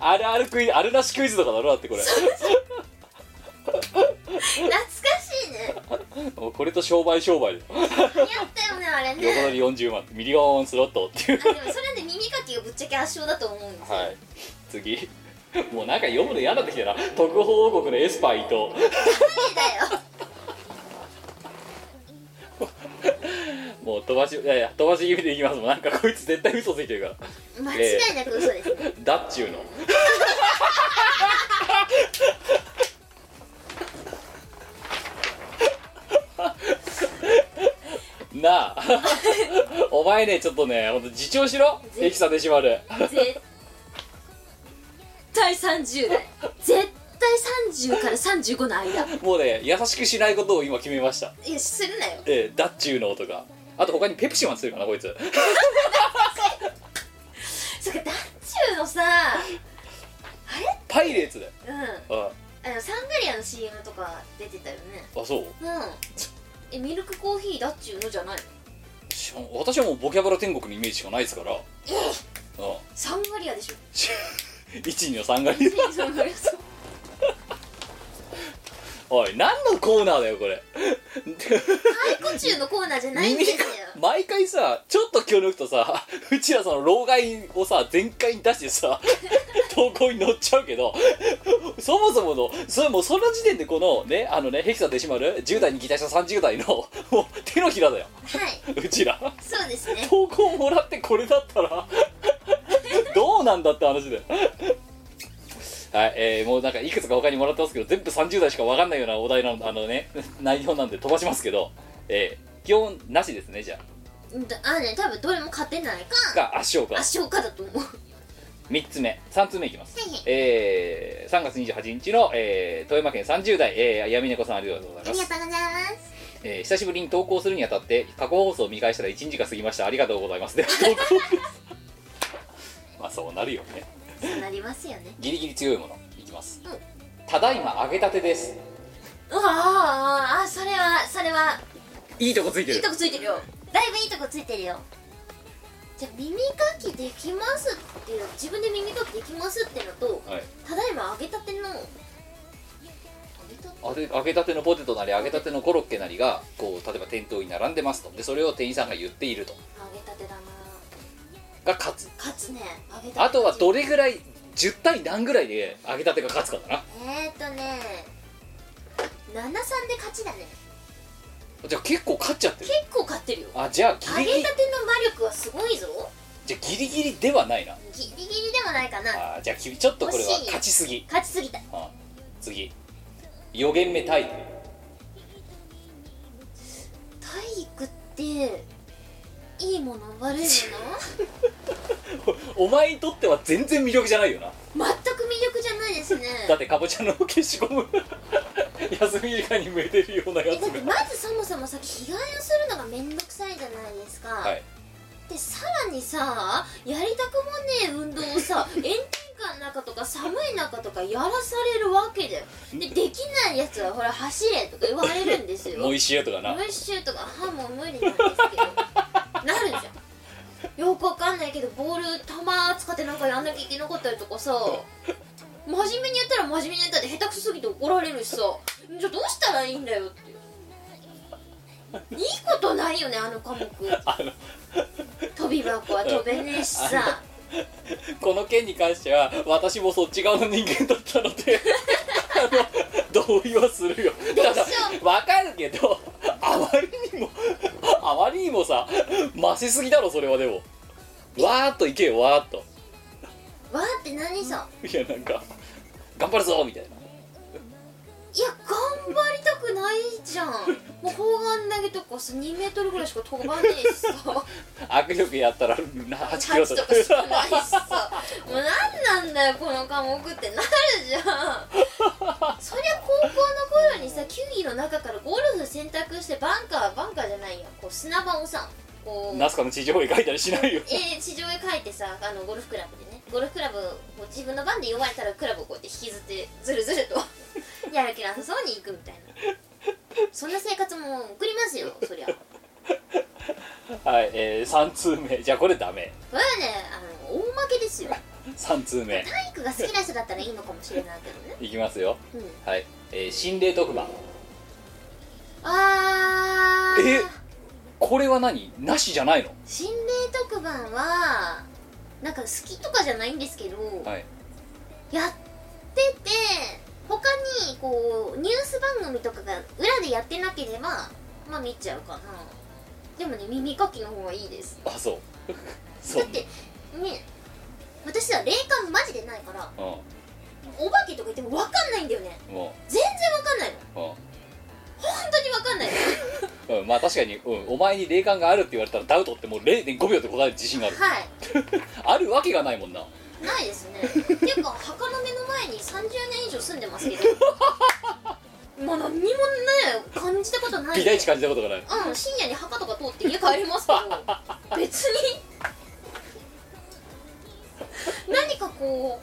Speaker 1: あるあるクイズあるなしクイズとかだろだってこれ
Speaker 2: 懐かしいね
Speaker 1: もうこれと商売商売で
Speaker 2: やったよねあれ
Speaker 1: 横取
Speaker 2: ね
Speaker 1: り40万ミリオンスロットっていう
Speaker 2: あでもそれで耳かきがぶっちゃけ圧勝だと思うんですよ、
Speaker 1: はい次もうなんか読むの嫌になってきたな特報王国のエスパー伊藤
Speaker 2: 誰だよ
Speaker 1: ももう飛ばしいやいや飛ばし気味でいきますもんなんかこいつ絶対嘘ついてるから
Speaker 5: 間違いなく嘘ですね、
Speaker 1: だっちゅうのなあお前ねちょっとねほんと自重しろエキサデシマル
Speaker 2: 絶対30代絶対30から35の間
Speaker 1: もうね優しくしないことを今決めました
Speaker 2: いやするなよ
Speaker 1: ええだっちゅうのとかあと他にペプシマンするかなこいつ
Speaker 2: そっかだっちゅうのさ
Speaker 1: パイレーツだよ
Speaker 2: うん
Speaker 1: あ
Speaker 2: あのサンガリアの CM とか出てたよね
Speaker 1: あそう
Speaker 2: うんえミルクコーヒーだっちゅうのじゃないの
Speaker 1: しかも私はもうボキャブラ天国のイメージしかないですからうん
Speaker 2: サンガリアでしょ
Speaker 1: <laughs> 一二の三がり
Speaker 2: サンガリアそう
Speaker 1: おい何のコーナーだよこれ <laughs>
Speaker 2: 太鼓中のコーナーじゃないんで
Speaker 1: 耳か
Speaker 2: すよ
Speaker 1: 毎回さちょっと気を抜くとさうちらその老害をさ全開に出してさ <laughs> 投稿に乗っちゃうけどそもそものそれもうその時点でこのねあのねヘキサデシマル10代に擬態した30代のもう手のひらだよ
Speaker 5: はいう
Speaker 1: ちら
Speaker 2: そうですね
Speaker 1: 投稿もらってこれだっ
Speaker 5: <laughs>
Speaker 1: たらどうなんだって話ではいえーもうなんかいくつか他にもらってますけど全部30代しか分かんないようなお題なのあのね内容なんで飛ばしますけど、えー基本なしですねじゃ
Speaker 2: うんだあね多分どれも勝てない
Speaker 1: あ
Speaker 2: か
Speaker 1: が圧勝か
Speaker 2: 圧勝かだと思う
Speaker 1: 3つ目3つ目いきます、
Speaker 5: はいはい
Speaker 1: えー3月28日の、えー富山県30代、えー闇猫さんありがとうござい
Speaker 5: あ
Speaker 1: ま
Speaker 5: りが
Speaker 1: す
Speaker 5: とうございます
Speaker 1: えー久しぶりに投稿するにあたって過去放送を見返したら1日が過ぎましたありがとうございますで投稿です <laughs> まあそうなるよね
Speaker 2: そうなりますよね
Speaker 1: ギリギリ強いものいきます、ただいま揚げたてです
Speaker 2: うわああそれはそれはい
Speaker 1: いとこついて
Speaker 2: いい
Speaker 1: る
Speaker 2: とこついてるよ
Speaker 5: だいぶいいとこついてるよ
Speaker 2: じゃあ耳かきできますっていうの自分で耳かきできますってのと
Speaker 1: はい、
Speaker 2: ただいま揚げたての揚げたて
Speaker 1: 揚げ揚げたてのポテトなり揚げたてのコロッケなりがこう例えば店頭に並んでますとでそれを店員さんが言っていると
Speaker 2: 揚げたてだな
Speaker 1: が勝つ
Speaker 2: 勝つね揚げたて
Speaker 1: あとはどれぐらい10対何ぐらいで揚げたてが勝つかだ
Speaker 2: えー、っとね
Speaker 5: 73で勝ちだね
Speaker 1: なじゃあ結構勝っちゃってる
Speaker 2: 結構勝ってるよ
Speaker 1: あじゃあ
Speaker 2: 揚
Speaker 1: ギリギ
Speaker 2: げ
Speaker 1: リ
Speaker 2: たての魔力はすごいぞ
Speaker 1: じゃあギリギリではないな
Speaker 5: ギリギリでもないかな
Speaker 1: あーじゃあきちょっとこれは
Speaker 5: 惜しい
Speaker 1: 勝ちすぎ
Speaker 5: 勝ちすぎた
Speaker 1: あ次4限目タイ
Speaker 2: 体育っていいもの悪いもの
Speaker 1: お前にとっては全然魅力じゃないよな
Speaker 2: 全く魅力じゃないですね
Speaker 1: だってかぼちゃの消しゴム <laughs> 休み時間に向いてるようなや
Speaker 2: え
Speaker 1: つ
Speaker 2: だって
Speaker 1: が
Speaker 2: まずそもそもさ着替えをするのがめんどくさいじゃないですか、
Speaker 1: はい
Speaker 2: でさらにさやりたくもねえ運動
Speaker 1: <laughs>
Speaker 2: をさ炎天下の中とか寒い中とかやらされるわけだよでできないやつはほら走れとか言われるんですよ
Speaker 1: もう一周とかな
Speaker 2: 無視シュートが歯もう無理なんですけどなるじゃんよくわかんないけどボール球使ってなんかやんなきゃいけなかったりとかさ真面目にやったら真面目にやったで下手くそすぎて怒られるしさじゃあどうしたらいいんだよっていいことないよねあの科目
Speaker 1: あの
Speaker 2: 飛び箱は飛べねえしさ
Speaker 1: この件に関しては私もそっち側の人間だったのであの同意はするよただわかるけどあまりにもあまりにもさ増しすぎだろそれはでもわーっといけよわーっと
Speaker 5: わーって何さ
Speaker 1: いやなんか頑張るぞみたいない
Speaker 2: や頑張りたくないじゃんもう砲丸投げとかさ2メートルぐらいしか飛ばねえしさ
Speaker 1: 握力やったらな8キロ
Speaker 2: チ
Speaker 1: とか
Speaker 2: とかしかないしさもう何なんだよこの科目ってなるじゃんそりゃ高校の頃にさ球技の中からゴルフ選択してバンカーバンカーじゃないやこう砂場をさこ
Speaker 1: <laughs>
Speaker 2: う
Speaker 1: ナスカの地上絵描いたりしないよ
Speaker 2: えー地上へ書いてさあのゴルフクラブでねゴルフクラブを自分の番で呼ばれたらクラブをこうやって引きずってずるずるとやる気なさそうに行くみたいなそんな生活も送りますよそりゃ
Speaker 1: はい、えー、3通目じゃあこれダメ
Speaker 2: これはねあの大負けですよ
Speaker 1: 3通目
Speaker 2: 体育が好きな人だったらいいのかもしれないけどね
Speaker 1: いきますよ、
Speaker 2: う
Speaker 1: はい、えー、心霊特番
Speaker 2: あー
Speaker 1: えこれは何なしじゃないの
Speaker 2: 心霊特番はなんか好きとかじゃないんですけど、
Speaker 1: はい
Speaker 2: やってて他にこうニュース番組とかが裏でやってなければまあ見ちゃうかな
Speaker 6: でもね耳かきの方がいいです
Speaker 1: あ
Speaker 2: <laughs>
Speaker 1: そうそ
Speaker 2: だ
Speaker 1: う
Speaker 2: ってね私は霊感マジでないから
Speaker 1: うん
Speaker 2: お化けとか言っても分かんないんだよね
Speaker 1: も
Speaker 2: 全然分かんないの
Speaker 1: う、うん
Speaker 2: 本当に分かんないの
Speaker 1: うん、まあ確かに、うん、お前に霊感があるって言われたらダウトってもう0.5秒で答える自信がある <laughs>
Speaker 2: はい
Speaker 1: あるわけがないもんな
Speaker 2: ないですねっていうか墓の目の前に30年以上住んでま
Speaker 1: <laughs>
Speaker 2: すけどまあ何にもね感じたことない
Speaker 1: 美大値感じたことがない <laughs>
Speaker 2: うん深夜に墓とか通って家帰りますけど別に何かこ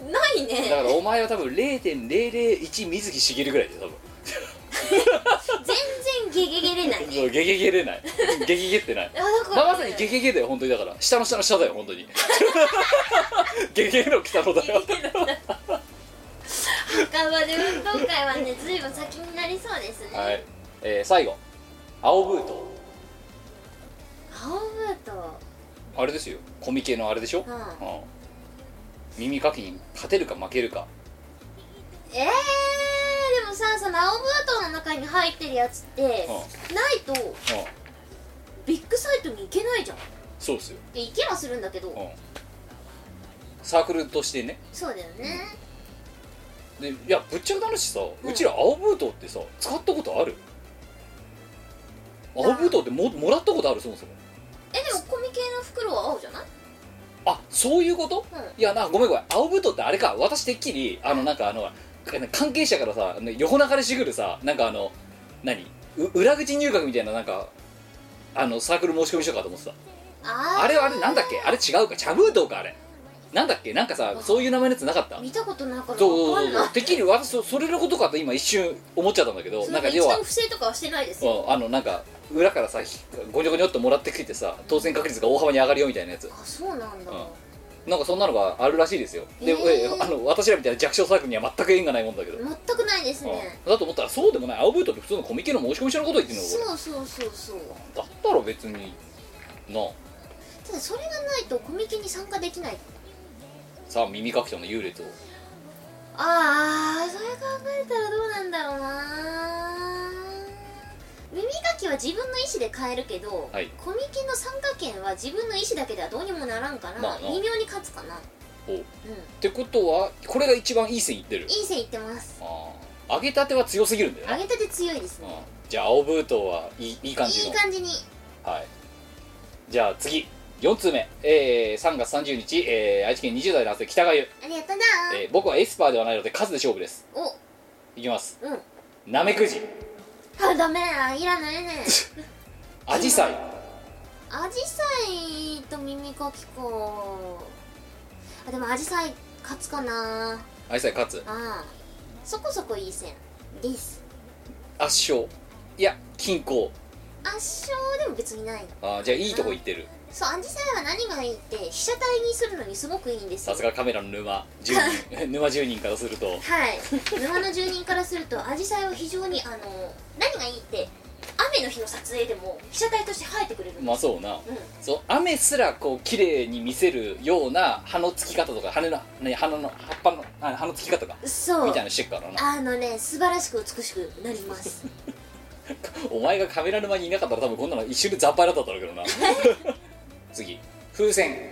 Speaker 2: うない
Speaker 1: だか
Speaker 2: ね
Speaker 1: らお前は多分0.001水木しげるぐらいで多分
Speaker 2: 全然ゲゲゲれ <laughs> ない
Speaker 1: <laughs> そうゲゲゲれないゲゲゲってない
Speaker 2: あだから
Speaker 1: まさにゲゲゲだよ本当にだから下の下の下だよ本 <laughs> 当にゲゲゲの北野だよ
Speaker 2: 墓場で運動会はねずいぶん先になりそうですね、
Speaker 1: はい、えー、最後青ブート
Speaker 2: 青ブート
Speaker 1: あれですよコミケのあれでしょ、
Speaker 2: うん
Speaker 1: うん耳かきに勝てるか負けるか
Speaker 2: えー、でもさその青ブートの中に入ってるやつってないと
Speaker 1: うん
Speaker 2: ビッグサイトに行けないじゃんい
Speaker 1: そうっすよ、
Speaker 2: や行けはするんだけど、
Speaker 1: うん、サークルとしてね
Speaker 2: そうだよね
Speaker 1: でいやぶっちゃけた話さ、うんちら青ブートってさ使ったことある青ブートってももらったことあるそもそも
Speaker 2: えでもコミケの袋は青じゃない
Speaker 1: あそういうこと、
Speaker 2: うん
Speaker 1: いやなんかごめんごめん青ブートってあれか私てっきりあのなんかあの関係者からさあの横流れしてくるさなんかあの何う裏口入学みたいななんかあのサークル申し込み書かと思ってた
Speaker 2: あー
Speaker 1: あれはあれなんだっけあれ違うか茶ブートかあれなんだっけなんかさそういう名前のやつなかった
Speaker 2: 見たことないから
Speaker 1: どう
Speaker 2: 分
Speaker 1: ど
Speaker 2: か
Speaker 1: うん
Speaker 2: な
Speaker 1: ど
Speaker 2: いう
Speaker 1: てっきり私そそれのことかと今一瞬思っちゃったんだけど
Speaker 2: そ
Speaker 1: な
Speaker 2: の
Speaker 1: んか
Speaker 2: 一
Speaker 1: 要は
Speaker 2: 度不正とかはしてないですよ
Speaker 1: うんあのなんか裏からさひゴニョゴニョっともらってきてさ当選確率が大幅に上がるよみたいなやつ
Speaker 2: あそうなんだ、
Speaker 1: うんなんかそんなのがあるらしいですよで、
Speaker 2: へー
Speaker 1: えあの私らみたいな弱小サークルには全く縁がないもんだけど、うん
Speaker 2: 全くないですね、
Speaker 1: だと思ったらそうでもない青ブートって普通のコミケの申し込み書のこと言ってんのこ
Speaker 2: そうそうそうそう
Speaker 1: れだったら別になあ
Speaker 2: ただそれがないとコミケに参加できない
Speaker 1: さあ耳かきとの優劣を
Speaker 2: ああそれ考えたらどうなんだろうな耳かきは自分の意思で変えるけど、
Speaker 1: はい
Speaker 2: コミケの参加権は自分の意思だけではどうにもならんから、
Speaker 1: まあな
Speaker 2: 微妙に勝つかな
Speaker 1: おうっ
Speaker 2: うん
Speaker 1: てことはこれが一番いい線いってる
Speaker 2: いい線いってます
Speaker 1: ああ揚げたては強すぎるんだよ
Speaker 2: 揚
Speaker 1: ね、
Speaker 2: げたて強いです
Speaker 1: う
Speaker 2: ね
Speaker 1: ん、じゃあ青ブートはいいいい感じの
Speaker 2: いい感じに
Speaker 1: はいじゃあ次4通目、えー、3月30日、えー愛知県20代男性北川優、
Speaker 2: ありがとうな
Speaker 1: えー僕はエスパーではないので数で勝負です
Speaker 2: お
Speaker 1: いきます
Speaker 2: うん
Speaker 1: なめくじ
Speaker 2: あダメだいらないね
Speaker 1: アジサイ
Speaker 2: アジサイと耳かきかあでもアジサイ勝つかな
Speaker 1: アジサイ勝つ
Speaker 2: ああそこそこいい線です
Speaker 1: 圧勝いや均衡
Speaker 2: 圧勝でも別にない
Speaker 1: あーじゃあいいとこ行ってる
Speaker 2: そうアジサイは何がいいって被写体にするのにすごくいいんです
Speaker 1: さ
Speaker 2: よ
Speaker 1: すがカメラの沼10人
Speaker 2: <laughs>
Speaker 1: 沼10人からすると
Speaker 2: はい沼の住人からするとアジサイは非常にあの何がいいって雨の日の撮影でも被写体として生えてくれるん
Speaker 1: ま
Speaker 2: で
Speaker 1: あ
Speaker 2: す
Speaker 1: そうな
Speaker 2: うん
Speaker 1: そう雨すらこう綺麗に見せるような葉のつき方とか羽の何花の葉っぱのあ葉のつき方か
Speaker 2: そう
Speaker 1: みたいなのしてっからな
Speaker 2: あのね素晴らしく美しくなります
Speaker 1: お前がカメラ沼にいなかったら多分こんなの一瞬で惨敗だったんだろうけ
Speaker 2: <laughs>
Speaker 1: どな次風船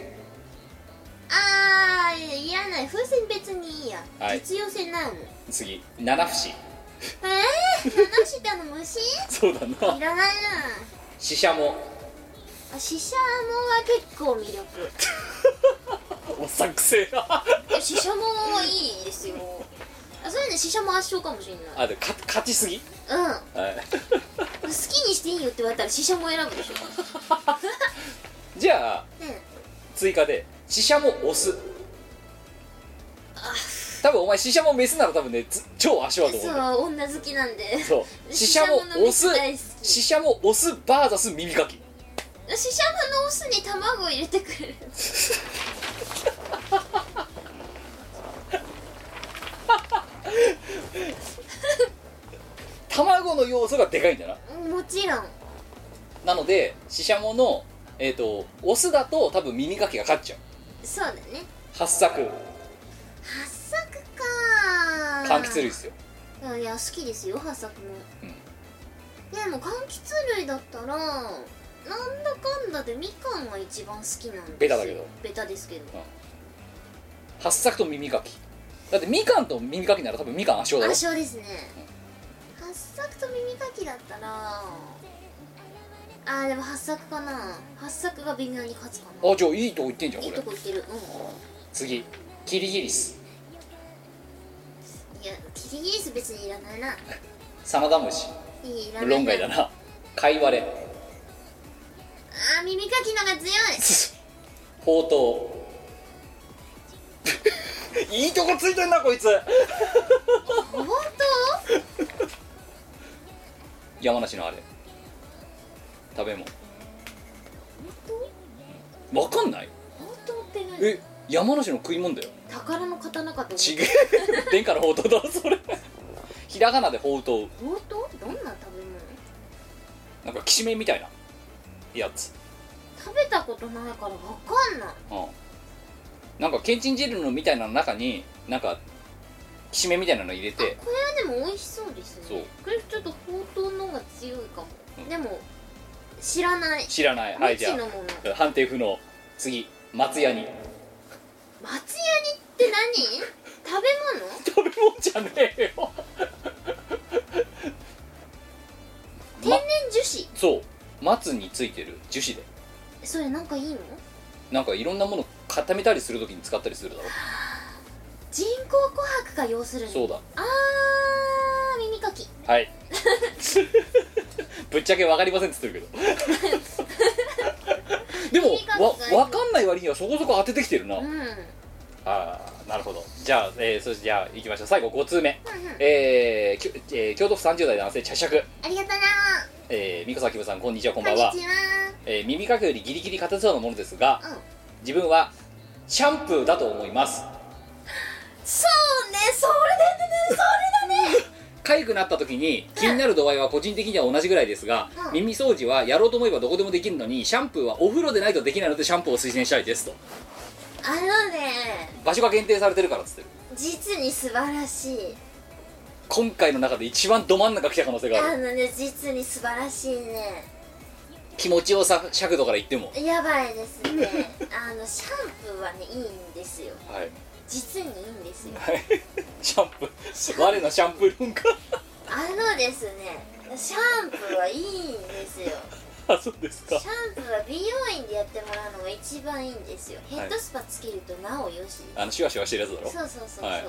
Speaker 2: あーいらない風船別にいいや、
Speaker 1: はい
Speaker 2: 実用性ないもんえ
Speaker 1: 次七節
Speaker 2: えー、七下の虫
Speaker 1: そうだ
Speaker 2: い
Speaker 1: な
Speaker 2: らないな
Speaker 1: 死者も
Speaker 2: あシシャモは結構魅力
Speaker 1: お作戦
Speaker 2: えシシャモはいいですよあそれねシシャモ圧勝かもしれない
Speaker 1: あでか勝ちすぎ、
Speaker 2: うん
Speaker 1: はい、
Speaker 2: 好きにしていいよって言われたらシシャモ選ぶでしょ
Speaker 1: じゃあ
Speaker 2: ね
Speaker 1: 追加で死者もオス多分お前死者もメスなら多分ねつ超足はと思う
Speaker 2: そう女好きなんで
Speaker 1: そう死者もオス
Speaker 2: シシャモの蜜大好き
Speaker 1: 死者もオスバーザス耳かき
Speaker 2: シシャモのオスに卵を入れてくれる
Speaker 1: 卵の要素がでかいんだな
Speaker 2: もちろん
Speaker 1: なので死者ものえっ、とオスだと多分耳かきが勝っちゃう
Speaker 2: そうだね
Speaker 1: 八作
Speaker 2: 八作か
Speaker 1: 柑橘類ですよ
Speaker 2: いやいや好きですよ八作も、
Speaker 1: うん
Speaker 2: いやもう柑橘類だったらなんだかんだでみかんが一番好きなんですよ
Speaker 1: ベタだけど
Speaker 2: ベタですけど
Speaker 1: 八作と耳かきだってみかんと耳かきなら多分みかん圧勝だろ
Speaker 2: 圧勝ですね八作と耳かきだったらあーでも八作かな八作が微妙に勝つかな
Speaker 1: あじゃあいいとこ行ってんじゃん
Speaker 2: い
Speaker 1: こ
Speaker 2: い
Speaker 1: れ
Speaker 2: とこいってるうん
Speaker 1: 次キリギリス
Speaker 2: いやキリギリス別にいらないな
Speaker 1: サナダムシ
Speaker 2: いいいらない
Speaker 1: 論外だなカイワレ
Speaker 2: あー耳かきのが強い
Speaker 1: ほうとう <laughs> いいとこついてんなこいつ
Speaker 2: 本
Speaker 1: 山梨のあれ食べ物わかんない
Speaker 2: 当本当って何
Speaker 1: え山梨の食い物だよ
Speaker 2: 宝の刀かと思
Speaker 1: ち <laughs>
Speaker 2: っ
Speaker 1: げえ殿下のほうとうだそれひらがなでほうとう
Speaker 2: た本当どんな食べ物
Speaker 1: なんかきしめんみたいなやつ
Speaker 2: 食べたことないからわかんない
Speaker 1: うんなんかけんちん汁のみたいなの中になんかきしめんみたいなの入れて
Speaker 2: これはでも美味しそうですね
Speaker 1: そう
Speaker 2: これちょっとほうとうの方が強いかも、
Speaker 1: うん
Speaker 2: でも知らない
Speaker 1: 知らないはいじ
Speaker 2: 未
Speaker 1: ゃ
Speaker 2: 知のもの
Speaker 1: あ判定不能次松屋に
Speaker 2: 松屋にって何食べ物
Speaker 1: 食べ物じゃねえよ
Speaker 2: 天然樹脂
Speaker 1: そう松についてる樹脂で
Speaker 2: それなんかいいの
Speaker 1: なんかいろんなもの固めたりするときに使ったりするだろ
Speaker 2: 人工琥珀か要するに
Speaker 1: そうだ
Speaker 2: あー耳かき
Speaker 1: はい
Speaker 2: <laughs>
Speaker 1: ぶっちゃけわかりませんっつってるけど
Speaker 2: <laughs>
Speaker 1: でもわわかんない割にはそこそこ当ててきてるな、
Speaker 2: うんうん
Speaker 1: ああなるほどじゃあ、えー、そしてじゃあ行きましょう最後5通目
Speaker 2: うん
Speaker 1: えーきょえー京都府30代男性茶尺
Speaker 2: ありがとうな
Speaker 1: えー、美子さんきむさんこんにちはこんばん
Speaker 2: こ
Speaker 1: は
Speaker 2: んにちは
Speaker 1: えー耳かきよりギリギリ勝てそうなものですが、
Speaker 2: うん
Speaker 1: 自分はシャンプーだと思います
Speaker 2: そうねそれだねそれだね
Speaker 1: <laughs> かゆくなった時に気になる度合いは個人的には同じぐらいですが、
Speaker 2: うん
Speaker 1: 耳掃除はやろうと思えばどこでもできるのにシャンプーはお風呂でないとできないのでシャンプーを推薦したいですと
Speaker 2: あのね
Speaker 1: 場所が限定されてるからっつってる
Speaker 2: 実に素晴らしい
Speaker 1: 今回の中で一番ど真ん中来た可能性があ
Speaker 2: あ
Speaker 1: る
Speaker 2: のね実に素晴らしいね
Speaker 1: 気持ちよさ尺度から言っても
Speaker 2: やばいです
Speaker 1: <laughs>
Speaker 2: ねあのシャンプーはねいいんですよ
Speaker 1: はい
Speaker 2: 実にいいんですよ
Speaker 1: はい <laughs> シャンプー我のシャンプー論か
Speaker 2: あのですねシャンプーはいいんですよ
Speaker 1: <laughs> あそうです
Speaker 2: シ
Speaker 1: か
Speaker 2: ャンプーは美容院でやってもらうのが一番いいんですよヘッドスパつけるとなおよし
Speaker 1: あのシュワシュワしてるやつだろ
Speaker 2: そうそうそうそう、
Speaker 1: はい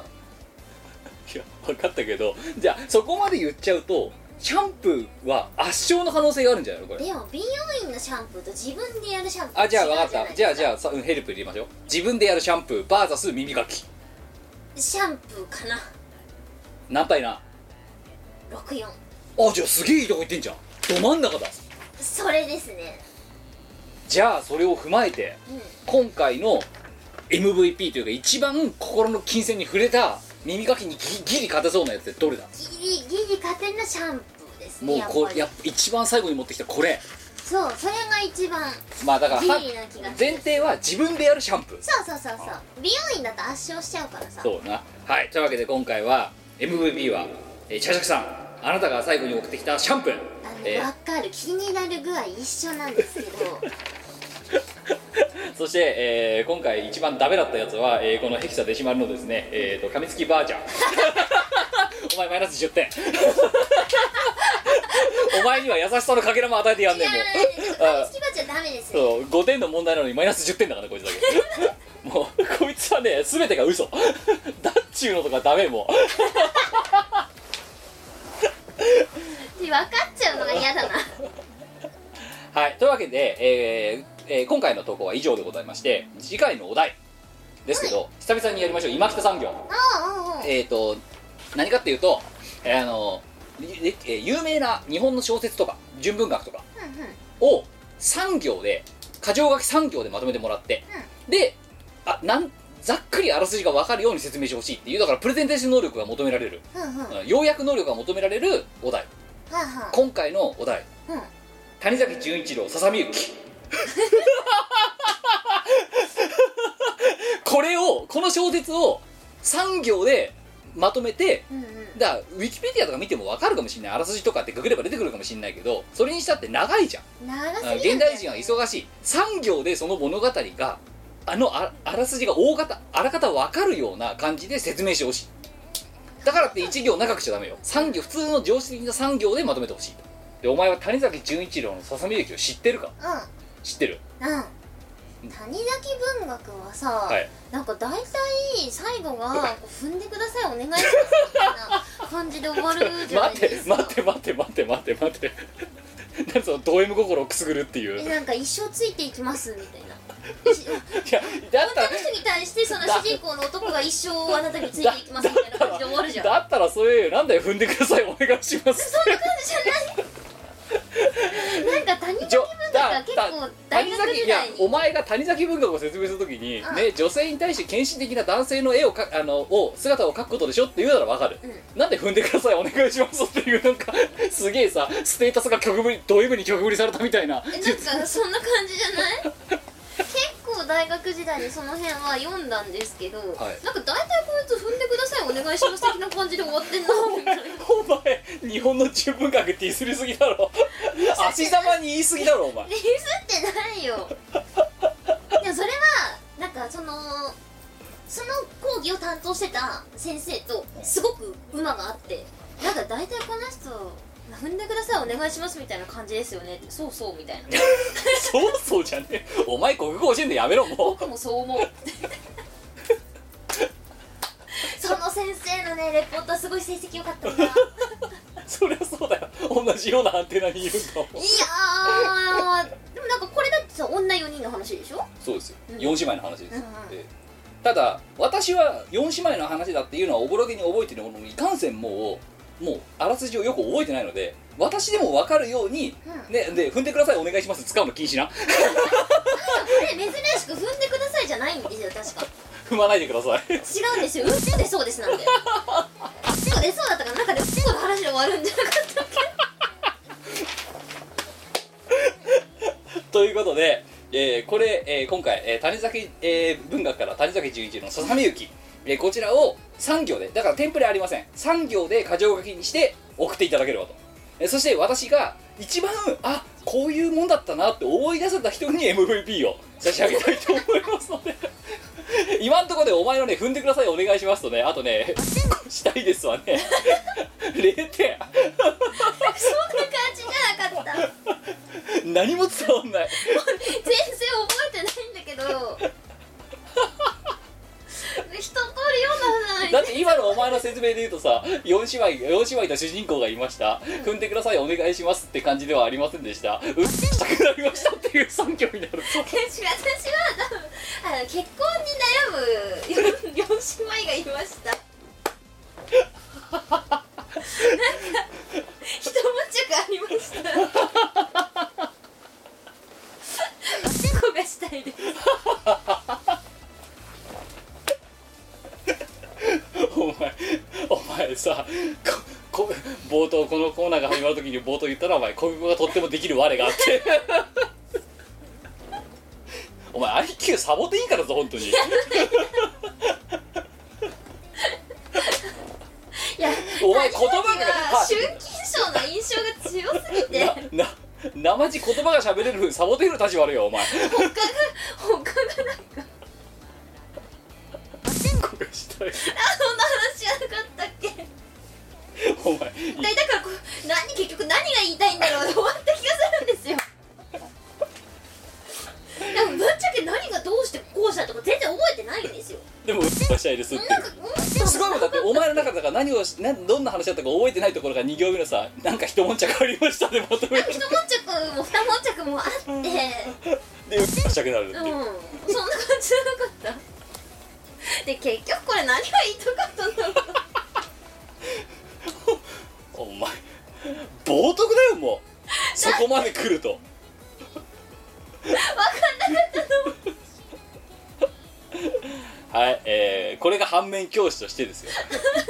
Speaker 1: いや分かったけどじゃあそこまで言っちゃうとシャンプーは圧勝の可能性があるんじゃないのこれ
Speaker 2: でも美容院のシャンプーと自分でやるシャンプー
Speaker 1: あじゃあ分か
Speaker 2: 違う
Speaker 1: った
Speaker 2: い
Speaker 1: じゃあじゃあさうんヘルプ入れましょう自分でやるシャンプー VS 耳かき
Speaker 2: シャンプーかな
Speaker 1: 何対なあ
Speaker 2: 64
Speaker 1: じゃあすげえいいとこ行ってんじゃんど真ん中だ
Speaker 2: それですね
Speaker 1: じゃあそれを踏まえて
Speaker 2: うん
Speaker 1: 今回の MVP というか一番心の金銭に触れた耳かきにギギリ勝てそうなやつってどれだ
Speaker 2: ギリギリ勝てんのシャンプーです
Speaker 1: も
Speaker 2: ね
Speaker 1: う
Speaker 2: やっ
Speaker 1: こ
Speaker 2: ぱ
Speaker 1: うや
Speaker 2: り
Speaker 1: っぱ一番最後に持ってきたこれ
Speaker 2: そうそれが一番
Speaker 1: まあだからは
Speaker 2: ギリな気がする
Speaker 1: 前提は自分でやるシャンプー
Speaker 2: そうそうそうそう美容院だと圧勝しちゃうからさ
Speaker 1: そうなはいというわけで今回は MVP はえー茶々木さんあなたが最後に送ってきたシャンプー
Speaker 2: あの、
Speaker 1: えー
Speaker 2: わかる気になる具合一緒なんですけ
Speaker 1: <laughs>
Speaker 2: ど <laughs>
Speaker 1: そして、えー今回一番ダメだったやつは、えーこのヘキサデシマルのですね、えー、と噛みつきばあちゃんお前マイナス10点 <laughs> お前には優しさのかけらも与えてやんねんもう
Speaker 2: ちょっと紙付きばちゃダメですね
Speaker 1: そう5点の問題なのにマイナス10点だからこいつだけもうこいつはね全てが嘘 <laughs> だっちゅうのとかダメもう
Speaker 2: で分かっちゃうのが嫌だな
Speaker 1: はい、というわけで、えーえー今回の投稿は以上でございまして次回のお題ですけど、久々にやりましょう今北産業
Speaker 2: おうおうおう
Speaker 1: えー、と何かっていうと、えーあのええ有名な日本の小説とか純文学とか
Speaker 2: うんうん
Speaker 1: を産行で箇条書き産行でまとめてもらって、であなんざっくりあらすじが分かるように説明してほしいっていうだからプレゼンテーション能力が求められる、
Speaker 2: うんうんは
Speaker 1: うん要約能力が求められるお題
Speaker 2: あは
Speaker 1: 今回のお題、
Speaker 2: うん
Speaker 1: 谷崎潤一郎ささみゆき <laughs> これをこの小説を3行でまとめて
Speaker 2: うんうん
Speaker 1: だからウィキペディアとか見ても分かるかもしれないあらすじとかってググれば出てくるかもしれないけどそれにしたって長いじゃん
Speaker 2: 長すぎ
Speaker 1: あの
Speaker 2: るん
Speaker 1: 現
Speaker 2: だよ
Speaker 1: 代人は忙しい産業でその物語があのああらすじが大方あらかた分かるような感じで説明してほしいだからって一行長くしちゃダメよ産業普通の常識的な産業でまとめてほしいでお前は谷崎潤一郎のささみ劇を知ってるか知ってる
Speaker 2: うんうん谷崎文学はさ、
Speaker 1: はい
Speaker 2: なんか大体最後
Speaker 1: <laughs>
Speaker 2: が「こう踏んでくださいお願いします」みたいな感じで終わるじゃない
Speaker 1: 待っ
Speaker 2: で
Speaker 1: て
Speaker 2: すか
Speaker 1: 待って待って待って待って待って何そのド M 心をくすぐるっていうい
Speaker 2: えなんか一生ついていきますみたいな一生
Speaker 1: やだったら
Speaker 2: 女の人に対してその主人公の男が一生あなたについていきますみたいな感じで終わるじゃん
Speaker 1: だったらそういうなんだよ踏んでくださいお願いします
Speaker 2: そんな感じじゃないなんか谷崎
Speaker 1: じょ
Speaker 2: 文学は結構
Speaker 1: た
Speaker 2: 大
Speaker 1: 谷
Speaker 2: 学
Speaker 1: 崎
Speaker 2: 時
Speaker 1: いや
Speaker 2: 代
Speaker 1: お
Speaker 2: に
Speaker 1: 前が谷崎文学を説明するときに、
Speaker 2: うん
Speaker 1: ね、女性に対して献身的な男性の絵をかあのを姿を描くことでしょって言うならわかる、
Speaker 2: う
Speaker 1: なんで踏んでくださいお願いしますっていうなん <laughs> かすげえさステータスが曲ぶりどういうふうに曲ぶりされたみたいな
Speaker 2: えなんかそんな感じじゃない結構大学時代にその辺は読んだんですけど、
Speaker 1: はい
Speaker 2: なんか大体こいつ踏んでくださいお願いします的な感じで終わってんなみたいな
Speaker 1: お前日本の中文学ディスりすぎだろ足ざまに言いすぎだろお前
Speaker 2: リスってないよいやそれはなんかそのその講義を担当してた先生とすごく馬があってなんか大体この人踏んでくださいお願いしますみたいな感じですよねってそうそうみたいな
Speaker 1: そうそうじゃねえお前国語教えんのやめろもう
Speaker 2: 僕もそう思うその先生のねレポートはすごい成績良かったんだいや
Speaker 1: そりゃそうだよ同じようなアンテナにいるんだもん
Speaker 2: ーでもなんかこれだってさ女4人の話でしょ
Speaker 1: そうですよ、
Speaker 2: うん
Speaker 1: 4姉妹の話ですよ、
Speaker 2: うんうん
Speaker 1: でただ私は4姉妹の話だっていうのはおぼろげに覚えてるもののいかんせんもうもうあらすじをよく覚えてないので私でも分かるように、
Speaker 2: う
Speaker 1: ね、で踏んでくださいお願いします使うの禁止な <laughs>
Speaker 2: これ珍しく踏んでくださいじゃないんですよ確か
Speaker 1: 踏まないでください
Speaker 2: 違うんですようんち出そうですなんでうんこ出そうだったから中でうんこの話で終わるんじゃなかったっ
Speaker 1: <laughs> ということで、えーこれ、えー今回、えー谷崎、えー文学から谷崎潤一郎の「ささみゆき」えーこちらを3行でだからテンプレありません3行で箇条書きにして送っていただければと、えーそして私が一番あこういうもんだったなって思い出せた人に MVP を差し上げたいと思いますので <laughs> 今んところでお前のね踏んでくださいお願いしますとねあとね「したいです」わね <laughs> 0点
Speaker 2: けそんな感じじゃなかった
Speaker 1: 何も伝わんない
Speaker 2: 全然覚えてないんだけど一通り読んだじゃな
Speaker 1: <laughs> だ
Speaker 2: い
Speaker 1: って今のお前の説明で言うとさ4姉妹4姉妹と主人公がいました踏んでくださいお願いしますって感じではありませんでしたうっしたくなりましたっていう産業になる
Speaker 2: 私は多分あの結婚に悩むよ四姉妹がいましたなんか一文着ありましたうんこがしたいです
Speaker 1: お前お前さここ冒頭このコーナーが始まる時に冒頭言ったらお前国語がとってもできる我があって <laughs> お前 IQ サボっていいからぞ本当に
Speaker 2: いや
Speaker 1: お前言葉が
Speaker 2: が春金賞の印象が強すぎて
Speaker 1: なな生地言葉が喋れるサボっている立場あるよお前
Speaker 2: 他がなんか
Speaker 1: 国語したい
Speaker 2: そんな話じゃなかったっけ
Speaker 1: お前
Speaker 2: 一体だからこう何結局何が言いたいんだろうって終わった気がするんですよでもぶっちゃけ何がどうしてこうしたとか全然覚えてないんですよ
Speaker 1: でもうっしたいですって
Speaker 2: なんかもうちょっと
Speaker 1: すごいことだってお前の中だから何をしな <laughs> どんな話だったか覚えてないところが2行目のさなんか一悶着ありましたで <laughs> まとめて
Speaker 2: 一文着も二文着もあってうん
Speaker 1: でうっしたくなるって
Speaker 2: そんな
Speaker 1: いう、
Speaker 2: 感じじゃなかったで結局これ何が言いたかったんだろう
Speaker 1: お前冒涜だよもうそこまで来ると分かんなかったのはいえーこれが反面教師としてですよ、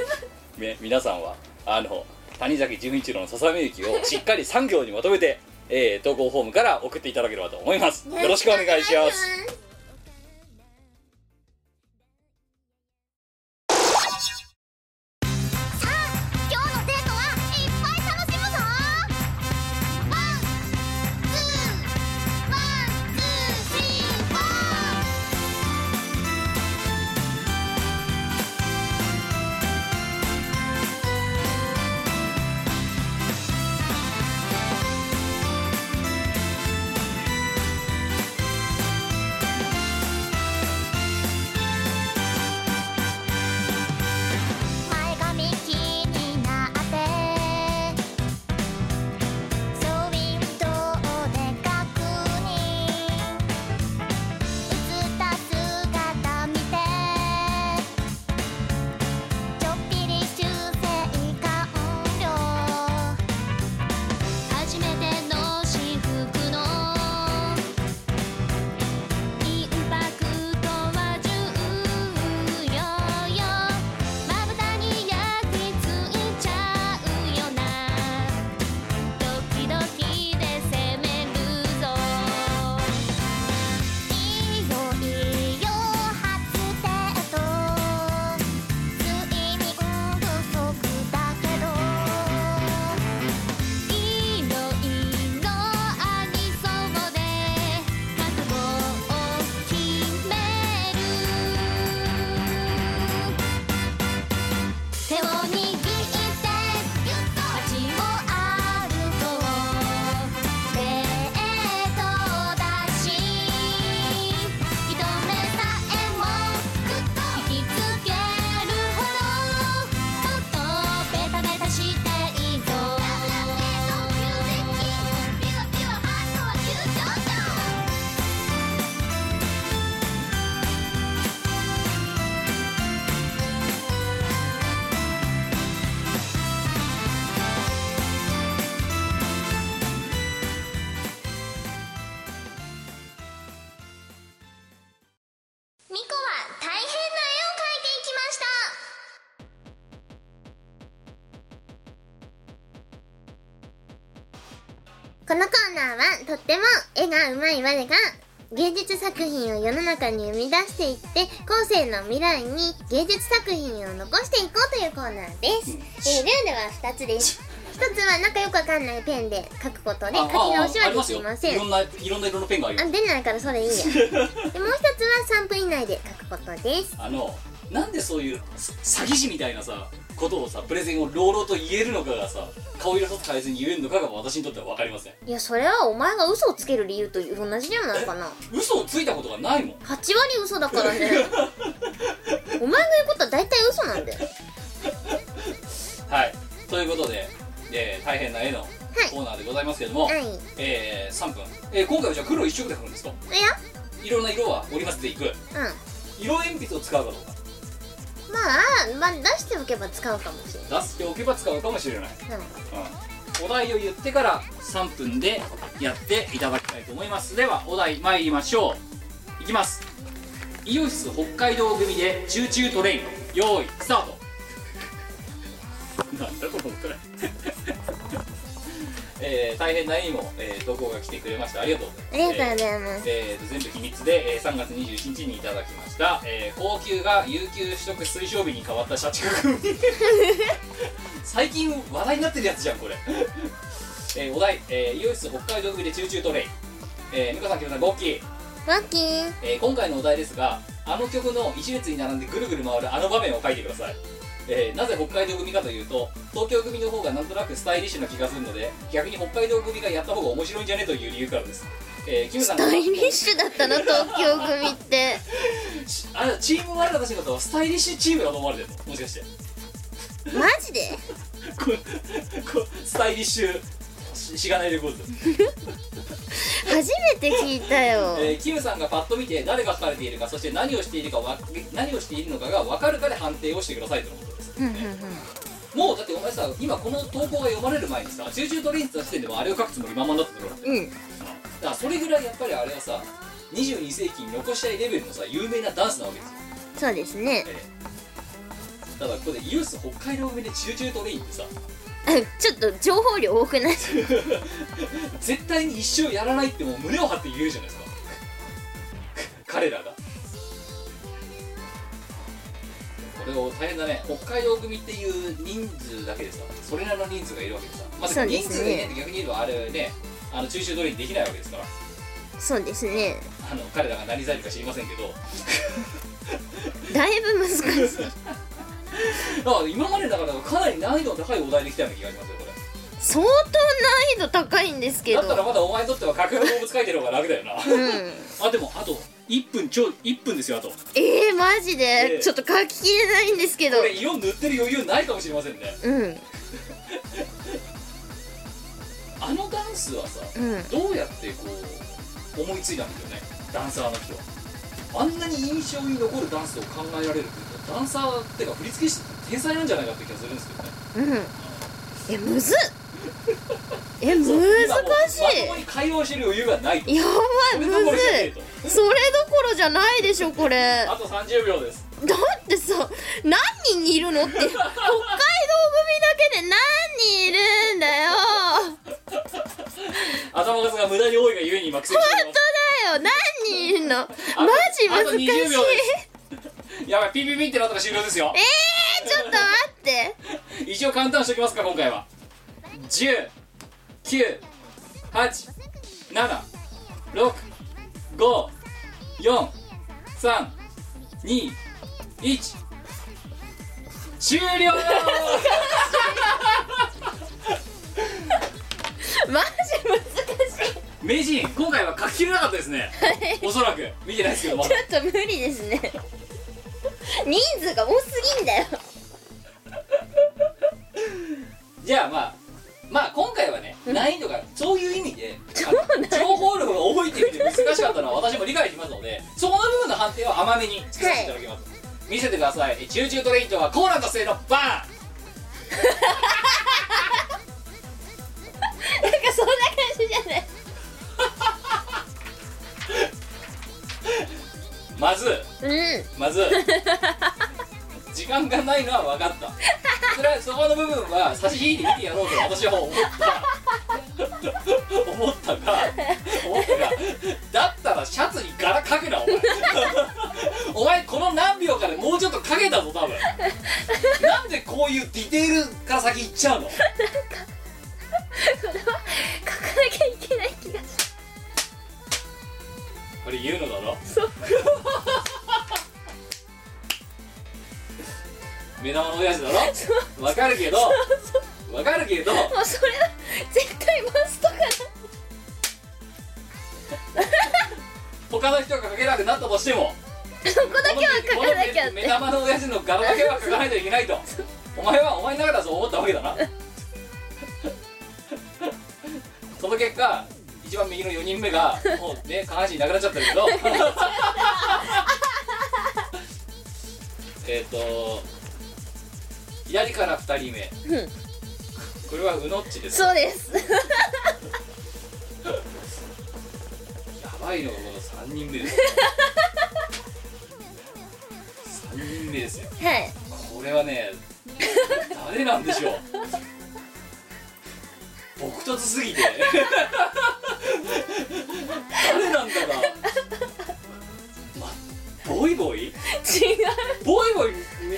Speaker 1: <laughs> ね、皆さんはあの谷崎潤一郎のささめゆきをしっかり3行にまとめて、えー投稿フォームから送っていただければと思いますよろしくお願いします
Speaker 2: このコーナーはとっても絵が上手い我が芸術作品を世の中に生み出していって後世の未来に芸術作品を残していこうというコーナーです、えールールは2つです1つはなんかよくわかんないペンで書くことで書き直しはできま
Speaker 1: あ
Speaker 2: せん
Speaker 1: りますよいろんないろんな色のペンがある
Speaker 2: あ
Speaker 1: よ
Speaker 2: 出ないからそれいい
Speaker 1: <laughs>
Speaker 2: やでもう一つは3分以内で書くことです
Speaker 1: あのなんでそういう詐詐欺師みたいなさことをさプレゼンを朗々と言えるのかがさ顔色一つ変えずに言えるのかが私にとっては分かりません
Speaker 2: いやそれはお前が嘘をつける理由と同じじゃないかな
Speaker 1: 嘘をついたことがないもん
Speaker 2: 8割嘘
Speaker 1: <laughs>
Speaker 2: だからねお前の言うことは大体嘘なんだよ
Speaker 1: はいということで、えー大変な絵のコーナーでございますけれども、
Speaker 2: はいい
Speaker 1: えー、3分、えー今回はじゃあ黒一色で描くんですか
Speaker 2: や
Speaker 1: いろんな色は織り交ぜていく
Speaker 2: うん
Speaker 1: 色鉛筆を使うかどう
Speaker 2: まあ、まあ、出しておけば使うかもしれない。
Speaker 1: か出しておけば使うかもしれない、
Speaker 2: うん、
Speaker 1: うん、お題を言ってから3分でやっていただきたいと思いますではお題参りましょういきますイオシス北海道組でチューチュートレイン用意スタート <laughs> なんだこのくらい <laughs> えー、大変な絵にも、えー、投稿が来てくれましたありがとうございます
Speaker 2: ありがとうございます。
Speaker 1: えーと全部秘密で、えー3月27日にいただきました、えー高級が有給取得推奨日に変わった社畜組 <laughs> 最近話題になってるやつじゃんこれ、 <laughs> えーお題、えー、イオシス北海道組でチューチュートレイン、えー、美香さん木村さんゴッキー、
Speaker 2: ワッキー、
Speaker 1: えー今回のお題ですがあの曲の一列に並んでぐるぐる回るあの場面を書いてください、えーなぜ北海道組かというと東京組の方がなんとなくスタイリッシュな気がするので逆に北海道組がやった方が面白いんじゃねという理由からです、えーキムさんが
Speaker 2: スタイリッシュだったの、東京組って。
Speaker 1: あれチーム我らたちのことはスタイリッシュチームだと思われてるのもしかして
Speaker 2: マジで
Speaker 1: こ <laughs> こスタイリッシュししがないレコード、
Speaker 2: 初めて聞いたよ。
Speaker 1: えーキムさんがパッと見て誰が書かれているかそして何をしているかわ何をしているのかが分かるかで判定をしてくださいとのことです
Speaker 2: うんうんうん
Speaker 1: もうだってお前さ今この投稿が読まれる前にさ中々トレインズの時点でもあれを書くつもりまんまだったところなんだよ
Speaker 2: うん。
Speaker 1: だからそれぐらいやっぱりあれはさ22世紀に残したいレベルのさ有名なダンスなわけですよ
Speaker 2: そうですね。
Speaker 1: ええただここでユース北海道組で中々トレインってさ
Speaker 2: あちょっと情報量多くない
Speaker 1: <laughs> 絶対に一生やらないってもう胸を張って言えるじゃないですか彼らがこれを大変だね北海道組っていう人数だけでさそれなりの人数がいるわけでさ、まあ、
Speaker 2: そうで
Speaker 1: 人数
Speaker 2: すね
Speaker 1: がいないと逆に言えばあれねあの中秋取りできないわけですから
Speaker 2: そうですね。
Speaker 1: あの彼らが何歳か知りませんけど
Speaker 2: だいぶ難しい。
Speaker 1: だから今までだからかなり難易度の高いお題できたような気がしますよこれ
Speaker 2: 相当難易度高いんですけど。
Speaker 1: だったらまだお前にとっては架空の動物書いてる方が楽だよな <laughs>
Speaker 2: うん。
Speaker 1: あでもあと1分ちょ1分ですよあと
Speaker 2: えー、マジ
Speaker 1: え
Speaker 2: で、
Speaker 1: え
Speaker 2: ちょっと書ききれないんですけど
Speaker 1: こ。れ色塗ってる余裕ないかもしれませんね
Speaker 2: うん。
Speaker 1: あのダンスはさ、
Speaker 2: うん。
Speaker 1: どうやってこう思いついたんだよねダンサーの人はあんなに印象に残るダンスを考えられるってことはダンサーっていうか振り付け師って天才なんじゃないかって気がするんですけどね
Speaker 2: うん。え、むずっえ、難し
Speaker 1: 今もうまともに会話してる余裕がないと
Speaker 2: い。やばい、
Speaker 1: それ
Speaker 2: む
Speaker 1: どころ
Speaker 2: ず
Speaker 1: じゃねえ
Speaker 2: い。
Speaker 1: と
Speaker 2: それどころじゃないでしょ、これ。だ
Speaker 1: あと30秒です <laughs>
Speaker 2: ってさ、何人いるのって、北海道組だけで何人いるんだよ。
Speaker 1: 頭数が無駄に多いがゆえに今苦戦してます
Speaker 2: だよ、何人いるの。マ
Speaker 1: あと
Speaker 2: ジ難しい。
Speaker 1: あと20秒ですやばいピピピってなったら終了ですよ
Speaker 2: えー、ちょっと待って。
Speaker 1: 一応カウンターンしておきますか今回は1 0 9 8 7 6 5 4 3 2 1終了
Speaker 2: マジむず
Speaker 1: <laughs> 名人今回は書ききれなかったですね <laughs> おそらく見てないですけどまだ
Speaker 2: ちょっと無理ですね。人数が多すぎんだよ。
Speaker 1: じゃあまあまあ今回はね難易度がそういう意味であの情報量が多いっていう意味で難しかったのは私も理解しますのでそこの部分の判定は甘めにつけさせていただきます、見せてくださいチューチュートレインとはコーラ達成のバーン
Speaker 2: なんかそんな感じじゃない。
Speaker 1: まず
Speaker 2: うん。
Speaker 1: まず時間がないのは分かったそれはそこの部分は差し引いて見てやろうと私は思った思ったが思ったがだったらシャツに柄かけなお前お前この何秒かでもうちょっとかけたぞ多分なんでこういうディテールから先行っちゃうの
Speaker 2: 書かなきゃいけない気がす
Speaker 1: これ言うのだろ
Speaker 2: そう
Speaker 1: 目玉の親父だろわかるけどわかるけど
Speaker 2: るもうそれは絶対マストかな
Speaker 1: 他の人が書けなくなったとしても
Speaker 2: そこだけは書かなきゃ
Speaker 1: こ
Speaker 2: っ
Speaker 1: の目
Speaker 2: て
Speaker 1: 目玉の親父の柄だけは書かないといけないとお前はお前の中だそう思ったわけだなその結果一番右の4人目がもうね下半身なくなっちゃったけどえっと左から2人目
Speaker 2: うん
Speaker 1: これはうのっちです
Speaker 2: そうです
Speaker 1: やばいのがこの3人目です3人目ですよ
Speaker 2: はい
Speaker 1: これはね誰なんでしょう朴突すぎて誰なんだか、ま、ボイボイ
Speaker 2: 違う
Speaker 1: ボイボイ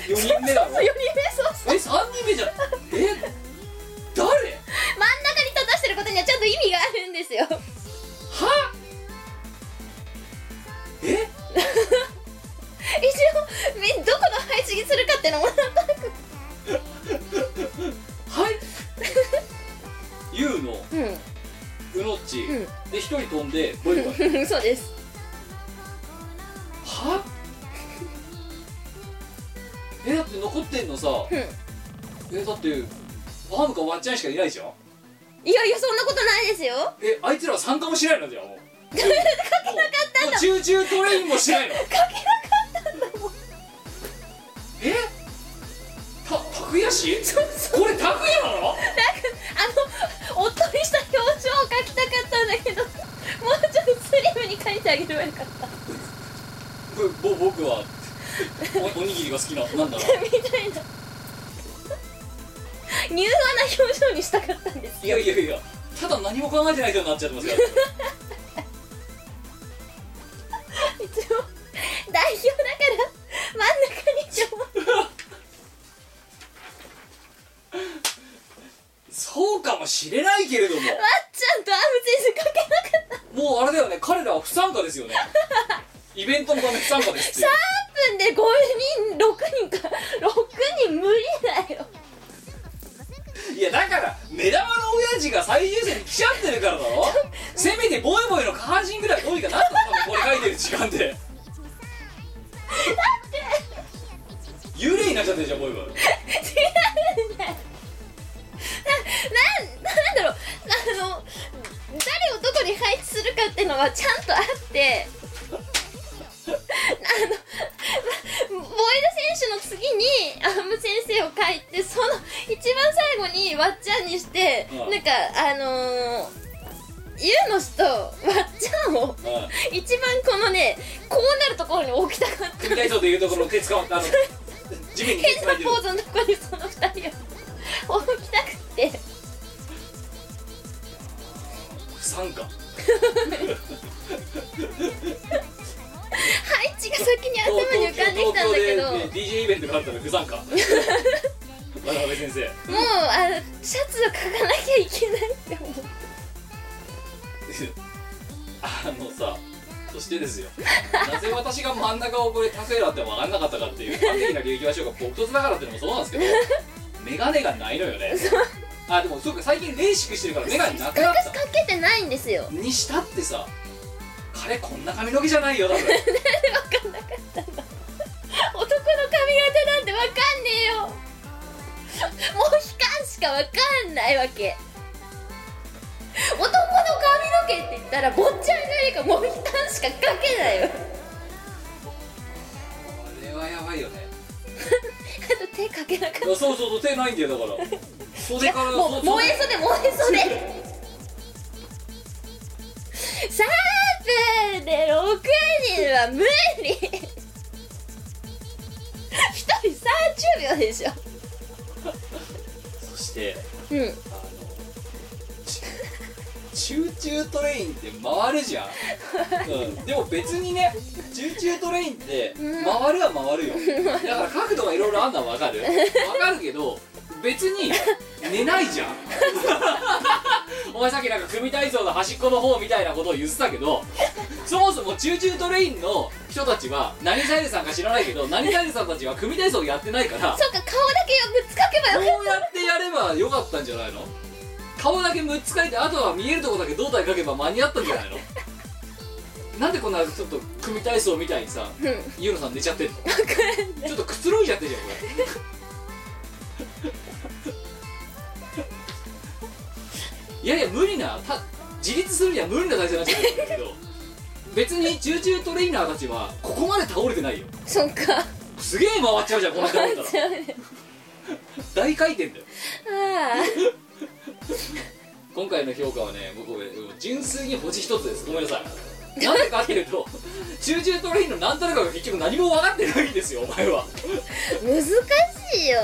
Speaker 1: 4人目だろ
Speaker 2: 4人目そう
Speaker 1: え
Speaker 2: そう
Speaker 1: 3人目じゃえ誰
Speaker 2: 真ん中に立たしてることにはちゃんと意味があるんですよ
Speaker 1: はえ
Speaker 2: 一応みどこの配置にするかってのもなんとなく
Speaker 1: はいゆうの
Speaker 2: う
Speaker 1: うのっち、
Speaker 2: うん
Speaker 1: で一人飛んでボイボイ
Speaker 2: んそうです
Speaker 1: は <laughs> えだって残ってんのさ
Speaker 2: うん
Speaker 1: えだってアームかワッチャンしかいないじゃん
Speaker 2: いやいやそんなことないですよ
Speaker 1: えあいつらは参加もしないのじ <laughs> ゃあもう書けなかったもう中中トレインもしないの書けなかったんだもんえた拓也氏これ拓也なの
Speaker 2: あのおっとりした表情を描きたかったんだけどもうちょっとスリムに描いてあげればよかった
Speaker 1: ぼぼ僕はおおにぎりが好きななんだ <laughs> ろ
Speaker 2: みたいな柔和な表情にしたかったんです
Speaker 1: ういや
Speaker 2: よ
Speaker 1: いやいやただ何も考えてない人になっちゃってます <laughs> よ
Speaker 2: 一応代表だから真ん中に一応
Speaker 1: そうかもしれないけれども
Speaker 2: わっちゃんとアーム全然かけなかった
Speaker 1: もうあれだよね彼らは不参加です
Speaker 2: <laughs>
Speaker 1: よねイベントのため不参加ですっていう
Speaker 2: 3分で5人6人か6人無理だよ
Speaker 1: いやだから目玉の親父が最優先に来ちゃってるからだろ
Speaker 2: <laughs>
Speaker 1: せめてボイボイの下半身ぐらいどうにかなったのかもこれ書いてる時間で幽霊になっちゃってるじゃんボイ
Speaker 2: <laughs>
Speaker 1: ボイ
Speaker 2: 違うんだよななんなんだろうあの誰をどこに配置するかってのはちゃんとあってあのボイル選手の次にアーム先生を書いてその一番最後にわっちゃんにして、
Speaker 1: うん
Speaker 2: なんかあのーゆうのしとわっちゃんを
Speaker 1: うん
Speaker 2: 一番このねこうなるところに置きたかった
Speaker 1: 組体操でいうところ手使わあの地面に手
Speaker 2: 変
Speaker 1: 使
Speaker 2: な
Speaker 1: われてる
Speaker 2: ポーズのとこにその2人を置きたくて
Speaker 1: 不参加
Speaker 2: 配置が先に <laughs> 頭に浮かんできたんだけど、
Speaker 1: 東京東京で、ね、DJ イベントがあったら不参
Speaker 2: <laughs>
Speaker 1: 加渡辺先生
Speaker 2: もうあのシャツを描かなきゃいけないって思う
Speaker 1: <laughs> あのさそしてですよなぜ私が真ん中をこれタクエラって分かんなかったかっていう端的な流域場所が僕とつながらっていうのもそうなん
Speaker 2: <laughs>
Speaker 1: ですけどメガネがないのよねあでもそうか最近レーシックしてるからメガネなくなっ
Speaker 2: 隠しかけてないんですよ
Speaker 1: た
Speaker 2: <laughs>
Speaker 1: にしたってさ彼こんな髪の毛じゃないよ多分
Speaker 2: 男の髪型なんてわかんねえよもう悲観しかわかんないわけ男の髪の毛って言ったら坊ちゃんがいるからもう悲観しか描けないよ
Speaker 1: これはやばいよね
Speaker 2: あと手描けなかった
Speaker 1: いやそうそうそう手ないんだよだか
Speaker 2: <laughs>
Speaker 1: ら
Speaker 2: い
Speaker 1: 袖
Speaker 2: や
Speaker 1: から
Speaker 2: も
Speaker 1: そうう
Speaker 2: 燃え袖燃え袖3分で6人は無理1人30秒でしょ
Speaker 1: そして
Speaker 2: うん
Speaker 1: あのちチューチュートレインって回るじゃん、うん、でも別にねチューチュートレインって回るは回るよだから角度がいろいろあんのはわかるわかるけど別に寝ないじゃん <laughs> お前さっきなんか組体操の端っこの方みたいなことを言ってたけどそもそもチューチュートレインの人たちは何サイルさんか知らないけど何サイルさんたちは組体操やってないから
Speaker 2: そっか顔だけよぶつかけば
Speaker 1: こ
Speaker 2: よ
Speaker 1: う
Speaker 2: かっ
Speaker 1: やってやればよかったんじゃないの顔だけむっつかいてあとは見えるとこだけ胴体かけば間に合ったんじゃないのなんでこんなちょっと組体操みたいにさ、ユーロさん寝ちゃってんのちょっとくつろいじゃってるじゃんこれいやいや無理なた自立するには無理な体勢になっちゃってるんだけど別にチューチュートレイナーたちはここまで倒れてないよ
Speaker 2: たそっか
Speaker 1: すげえ回っちゃうじゃんこんな倒れたら
Speaker 2: じゃあね
Speaker 1: 大回転だよ
Speaker 2: あ
Speaker 1: 今回の評価はね僕ごめんうん純粋に星一つですごめんなさいなんでかっていうと中中トレインのなんとなくが結局何も分かってないんですよお前 <laughs> は
Speaker 2: ー難しいよ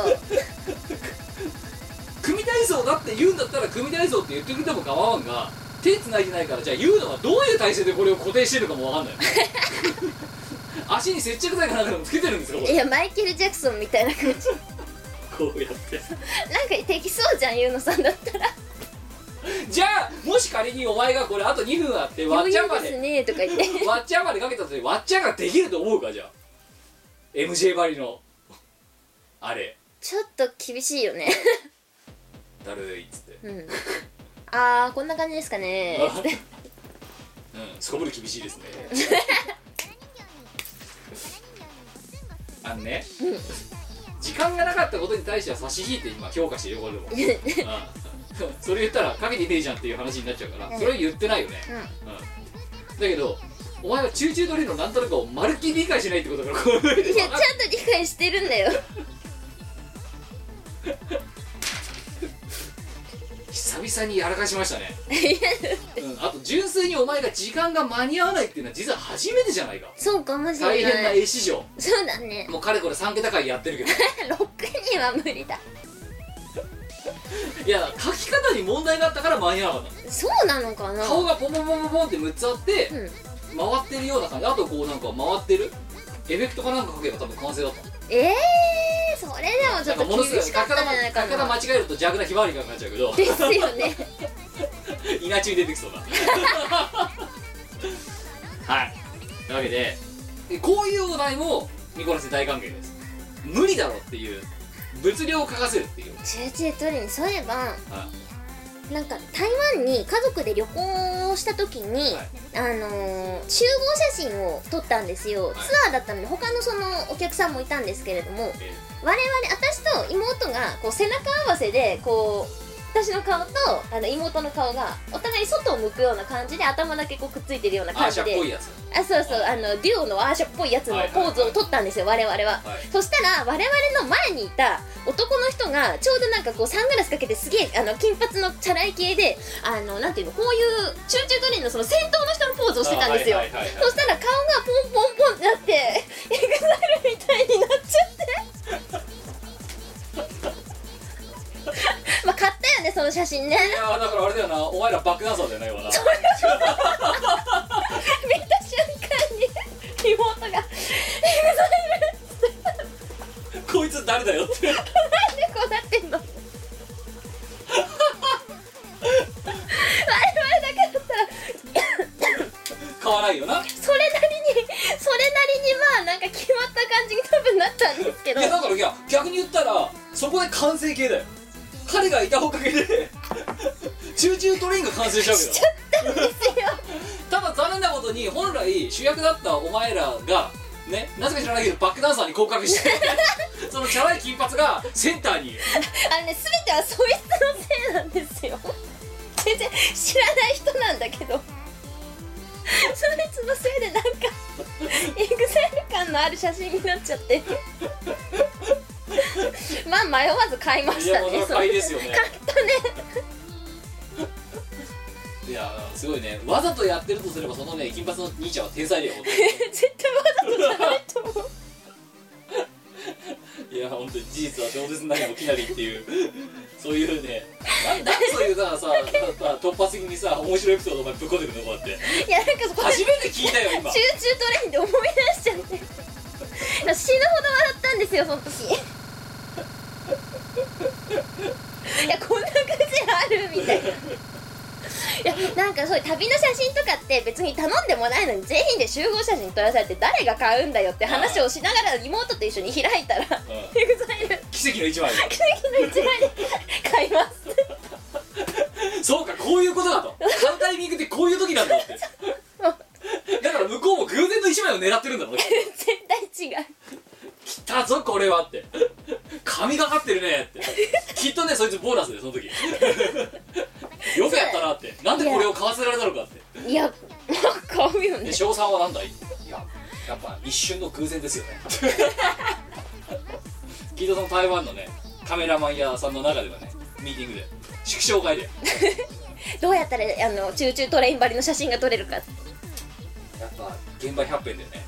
Speaker 1: 組体操だって言うんだったら組体操って言ってくれても構わんが手繋いでないからじゃあ言うのはどういう体勢でこれを固定してるかも分かん <laughs> ない足に接着剤かなんかでもつけてるんですかこ
Speaker 2: い
Speaker 1: れ
Speaker 2: やマイケル・ジャクソンみたいな感じ
Speaker 1: こうやって
Speaker 2: なんかできそうじゃんユーノさんだったら
Speaker 1: <laughs> じゃあもし仮にお前がこれあと2分あってわっ
Speaker 2: 余
Speaker 1: ちゃ
Speaker 2: 裕
Speaker 1: んま
Speaker 2: で
Speaker 1: です
Speaker 2: ねとか言って
Speaker 1: <laughs> わっちゃんまでかけたときわっちゃんができると思うかじゃあ MJ ばりのあれ
Speaker 2: ちょっと厳しいよね
Speaker 1: だるいっつって
Speaker 2: うんあーこんな感じですかね
Speaker 1: あうんそこまで厳しいですねあのね時間がなかったことに対しては差し引いて今評価してるよこれで <laughs> も、うん <laughs> それ言ったらかけてねえじゃんっていう話になっちゃうからそれは言ってないよね、うんだけどお前はチューチュードリルのなんとなくをまるっきり理解しないってことだからこういう
Speaker 2: いやちゃんと理解してるんだよ
Speaker 1: 久々にやらかしましたね、うん、あと純粋にお前が時間が間に合わないっていうのは実は初めてじゃないか
Speaker 2: そうかもし
Speaker 1: 大
Speaker 2: れ
Speaker 1: 変
Speaker 2: な
Speaker 1: ない絵史上
Speaker 2: そうだね
Speaker 1: もうかれこれ3桁回やって
Speaker 2: <laughs>
Speaker 1: るけど
Speaker 2: 6人は無理だ
Speaker 1: いや書き方に問題があったから間に合わなかっ
Speaker 2: そうなのかな
Speaker 1: た顔がポンポンポンポンポンって6つあって
Speaker 2: うん
Speaker 1: 回ってるような感じあとこうなんか回ってるエフェクトかなんかかけば多分完成だった
Speaker 2: えー、それでもちょ
Speaker 1: なんか
Speaker 2: っ
Speaker 1: も
Speaker 2: と
Speaker 1: のすごい
Speaker 2: 厳
Speaker 1: 書
Speaker 2: し
Speaker 1: き
Speaker 2: かったんじ
Speaker 1: 方
Speaker 2: ゃないか
Speaker 1: 書き方間
Speaker 2: な
Speaker 1: 違えると邪悪なひまわりがになっちゃうけど
Speaker 2: ですよね
Speaker 1: <laughs> 稲中出てきそうだはいというわけでこういうお題も見こなせ大歓迎です無理だろっていう物量を書かせるっていう
Speaker 2: チューチュートリにそういえば
Speaker 1: は
Speaker 2: なんか台湾に家族で旅行をした時に、
Speaker 1: はい
Speaker 2: あのー集合写真を撮ったんですよ、ツアーだったので他のそのお客さんもいたんですけれども
Speaker 1: い、え
Speaker 2: 我々私と妹がこう背中合わせでこう私の顔とあの妹の顔がお互い外を向くような感じで頭だけこうくっついてるような
Speaker 1: ー、ア
Speaker 2: 感
Speaker 1: ーシ
Speaker 2: じ
Speaker 1: ャっ
Speaker 2: で
Speaker 1: ぽいやつ
Speaker 2: あそうそうあのデュオのアーシャっぽいやつのポーズを取ったんですよ我々は、
Speaker 1: はい
Speaker 2: そしたら我々の前にいた男の人がちょうどなんかこうサングラスかけてすげえあの金髪のチャラい系であのなんていうのこういうチューチュートレインのその先頭の人のポーズをしてたんですよ、
Speaker 1: あはいはいはいはい
Speaker 2: そしたら顔がポンポンポンってなってエグザイルみたいになっちゃってまあ買ったよねその写真ね
Speaker 1: いやーだからあれだよなお前らバックダンサーじゃないわな
Speaker 2: 見た瞬間に妹が「エグザイ
Speaker 1: <laughs>
Speaker 2: ル!」
Speaker 1: こいつ誰だよって
Speaker 2: なんでこうなってんの我々だけだったら
Speaker 1: 買わないよな
Speaker 2: それなりにそれなりにまあなんか決まった感じに多分なったんですけど
Speaker 1: いやだからいや逆に言ったらそこで完成形だよ彼がいたおかげで <laughs> チューチュートレインが完成したわけだ
Speaker 2: ちゃったんですよ
Speaker 1: ただ残念なことに本来主役だったお前らがねなぜか知らないけどバックダンサーに降格
Speaker 2: <laughs>
Speaker 1: してそのチャラい金髪がセンターに
Speaker 2: あのね全てはそいつのせいなんですよ全然知らない人なんだけどそいつのせいでなんかエグザイル感のある写真になっちゃってまあ迷わず買いま
Speaker 1: い
Speaker 2: した
Speaker 1: やもう
Speaker 2: ね
Speaker 1: それはいいですよね
Speaker 2: 買ったね
Speaker 1: いやすごいねわざとやってるとすればそのね金髪の兄ちゃんは天才だよ本当に
Speaker 2: 絶対わざとじゃないと思う
Speaker 1: <laughs> いや本当に事実は小説の中に起きなりっていうそういうねなんだそういうさささ突発的にさ面白いエピソードお前ぶっこんでくるのこうやって
Speaker 6: いやなんかそこで
Speaker 1: 初めて聞いたよ今
Speaker 2: <laughs>
Speaker 6: 集中トレインで思い出しちゃっていや死ぬほど笑ったんですよその時いやこんな癖あるみたいないやなんかそういう旅の写真とかって別に頼んでもないのに全員で集合写真撮らされて誰が買うんだよって話をしながら妹と一緒に開いたら
Speaker 1: ん
Speaker 6: EXILE
Speaker 1: 奇跡の一枚だ
Speaker 6: 奇跡の一枚買います
Speaker 1: そうかこういうことだと買うタイミングってこういう時なんだってだから向こうも偶然の一枚を狙ってるんだろうね
Speaker 6: 絶対違う
Speaker 1: 来たぞこれはって神がかってるねってきっとねそいつボーナスでその時よくやったなってなんでこれを買わせられたのかって
Speaker 6: いやなんか買うよね
Speaker 1: で賞賛はなんだいややっぱ一瞬の偶然ですよね <laughs> きっとその台湾のねカメラマン屋さんの中ではねミーティングで縮小会で
Speaker 6: どうやったらあのチューチュートレイン張りの写真が撮れるか
Speaker 1: やっぱ現場100遍だよね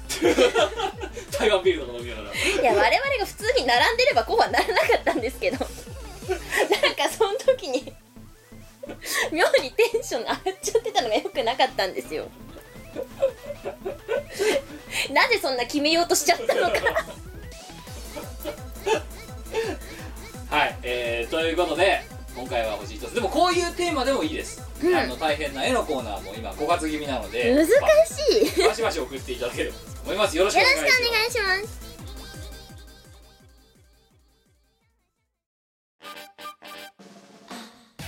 Speaker 1: <laughs> 台湾ビールとか飲みながら
Speaker 6: いや我々が普通に並んでればこうはならなかったんですけどなんかその時に妙にテンション上がっちゃってたのが良くなかったんですよなぜそんな決めようとしちゃったのか
Speaker 1: はい、えー、ということで今回は星一つでもこういうテーマでもいいです、あの大変な絵のコーナーも今枯渇気味なので
Speaker 6: 難し
Speaker 1: ま
Speaker 6: い
Speaker 1: あバシバシ送っていただければと思いますよろしくお願いします
Speaker 2: お願いします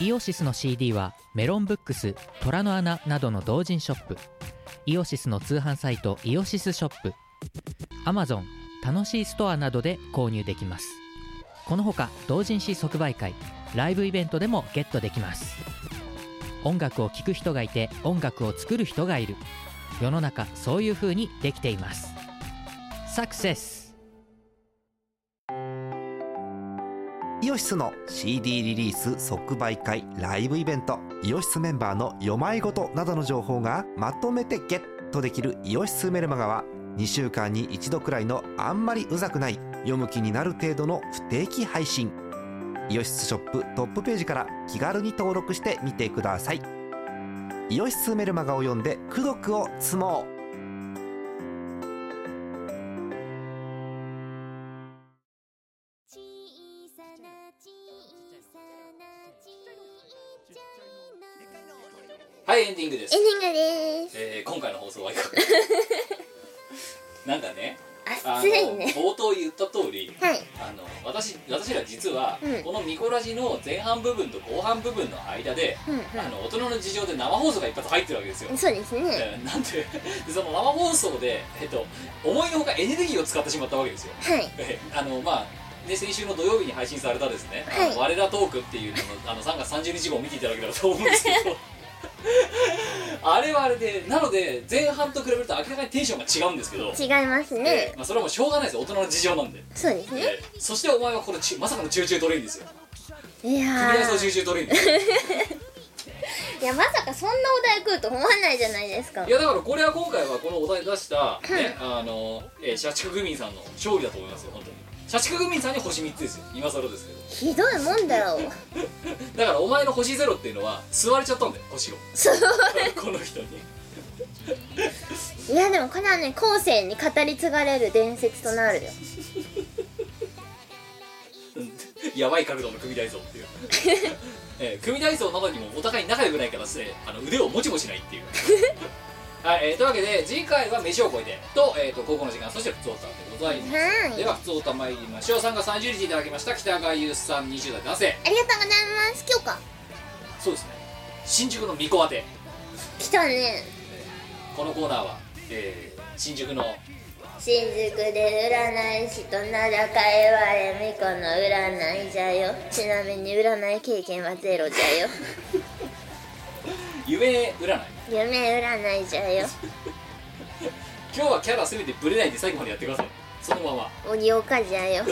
Speaker 7: イオシスの CD はメロンブックス虎の穴などの同人ショップイオシスの通販サイトイオシスショップ Amazon 楽しいストアなどで購入できますこのほか同人誌即売会ライブイベントでもゲットできます音楽を聴く人がいて音楽を作る人がいる世の中そういう風にできていますサクセス
Speaker 8: イオシスの CD リリース即売会ライブイベントイオシスメンバーの読まいごとなどの情報がまとめてゲットできる「イオシスメルマガ」は2週間に1度くらいのあんまりうざくない読む気になる程度の不定期配信イオシスショップトップページから気軽に登録してみてくださいイオシスメルマガを読んで「功徳を積もう」
Speaker 3: 小さな小さなちっちゃいの
Speaker 1: はいエンディングです
Speaker 2: エ、ンディングでーす
Speaker 1: えー、今回の放送はいかが <laughs> なんかねあ
Speaker 6: 熱いね
Speaker 1: の冒頭言った通り
Speaker 2: はい
Speaker 1: あの私私ら実は、
Speaker 2: うん
Speaker 1: この「ミコラジ」の前半部分と後半部分の間で、
Speaker 2: うん
Speaker 1: あの大人の事情で生放送が一発入ってるわけですよ
Speaker 2: うんそうですね
Speaker 1: えーなんででその生放送で、えっと、思いのほかエネルギーを使ってしまったわけですよ
Speaker 2: はい
Speaker 1: えーあのまあで先週の土曜日に配信されたですね「あの
Speaker 2: はい
Speaker 1: 我らトーク」っていうののあの3月30日号を見ていただければと思うんですけ
Speaker 2: <laughs>
Speaker 1: どあれはあれでなので前半と比べると明らかにテンションが違うんですけど、
Speaker 2: 違います
Speaker 1: え
Speaker 2: ね
Speaker 1: ーまあ、それはもうしょうがないですよ大人の事情なんで、
Speaker 2: そうですね
Speaker 1: えーそしてお前はこのちまさかの中中トレインですよ
Speaker 2: いや
Speaker 1: 組み合わせの
Speaker 2: ー
Speaker 1: 中中トレインですよ
Speaker 2: いやまさかそんなお題来ると思わないじゃないですか
Speaker 1: いやだからこれは今回はこのお題出した、ね、あの、えー、社畜グミンさんの勝利だと思いますよ本当に社畜グミンさんに星3つですよ今更ですけど
Speaker 2: ひどいもんだよ
Speaker 1: だからお前の星ゼロっていうのは吸われちゃったんだよ星を <laughs> この人に
Speaker 2: いやでもこれはね後世に語り継がれる伝説となるよ
Speaker 1: やばい角度の組体操っていう、えー組体操などにもお互い仲良くないからしてあの腕をもちもしないっていう <laughs> はい、えーというわけで次回は飯を超えてと,、えー、と高校の時間そして普通オタでございます、
Speaker 2: はい
Speaker 1: では普通オタ参りましょう3月30日いただきました北川優さん20代男性
Speaker 2: ありがとうございます今日か
Speaker 1: そうですね新宿の巫女宛て
Speaker 2: 来たね
Speaker 1: このコーナーは、えー新宿の
Speaker 2: 新宿で占い師と名高いわれみこの占いじゃよちなみに占い経験はゼロじゃよ
Speaker 1: 夢占い
Speaker 2: 夢占いじゃよ
Speaker 1: 今日はキャラせめてブレないで最後までやってくださいそのまま
Speaker 2: おぎおかじゃよ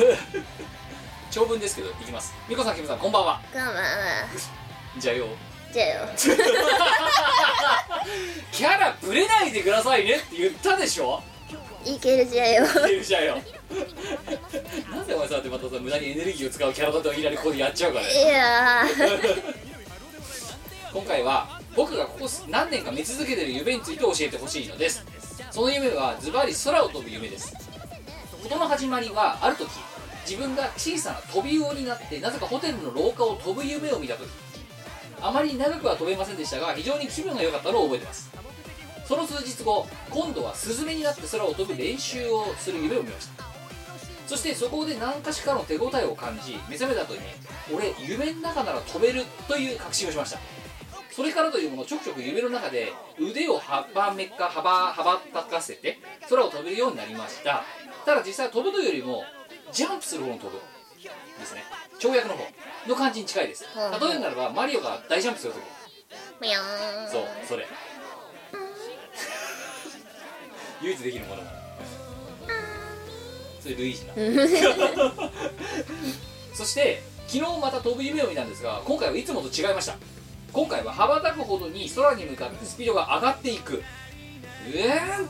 Speaker 1: 長文ですけどいきますみこさんきむさんこんばんは
Speaker 2: こんばんは
Speaker 1: じゃあよ
Speaker 2: じゃよ
Speaker 1: キャラブレないでくださいねって言ったでしょ
Speaker 2: いけるじゃよ
Speaker 1: ってるじ <laughs> ゃよなんでお前さんってまたさ無駄にエネルギーを使うキャラだといきなりここでやっちゃうから
Speaker 2: いやー
Speaker 1: <laughs> 今回は僕がここ何年か見続けてる夢について教えてほしいのですその夢はズバリ空を飛ぶ夢です事の始まりはある時自分が小さな飛び魚になってなぜかホテルの廊下を飛ぶ夢を見た時あまり長くは飛べませんでしたが非常に気分が良かったのを覚えてますその数日後今度はスズメになって空を飛ぶ練習をする夢を見ましたそしてそこで何かしかの手応えを感じ目覚めた後に俺夢の中なら飛べるという確信をしましたそれからというものちょくちょく夢の中で腕を幅めっか幅幅立かせて空を飛べるようになりましたただ実際飛ぶというよりもジャンプする方の飛ぶですね跳躍の方の感じに近いです
Speaker 2: うん
Speaker 1: 例えるならばマリオが大ジャンプするとき
Speaker 2: むよーん
Speaker 1: そうそれ唯一できるものそれルイージなそして昨日また飛ぶ夢を見たんですが今回はいつもと違いました今回は羽ばたくほどに空に向かってスピードが上がっていくえーん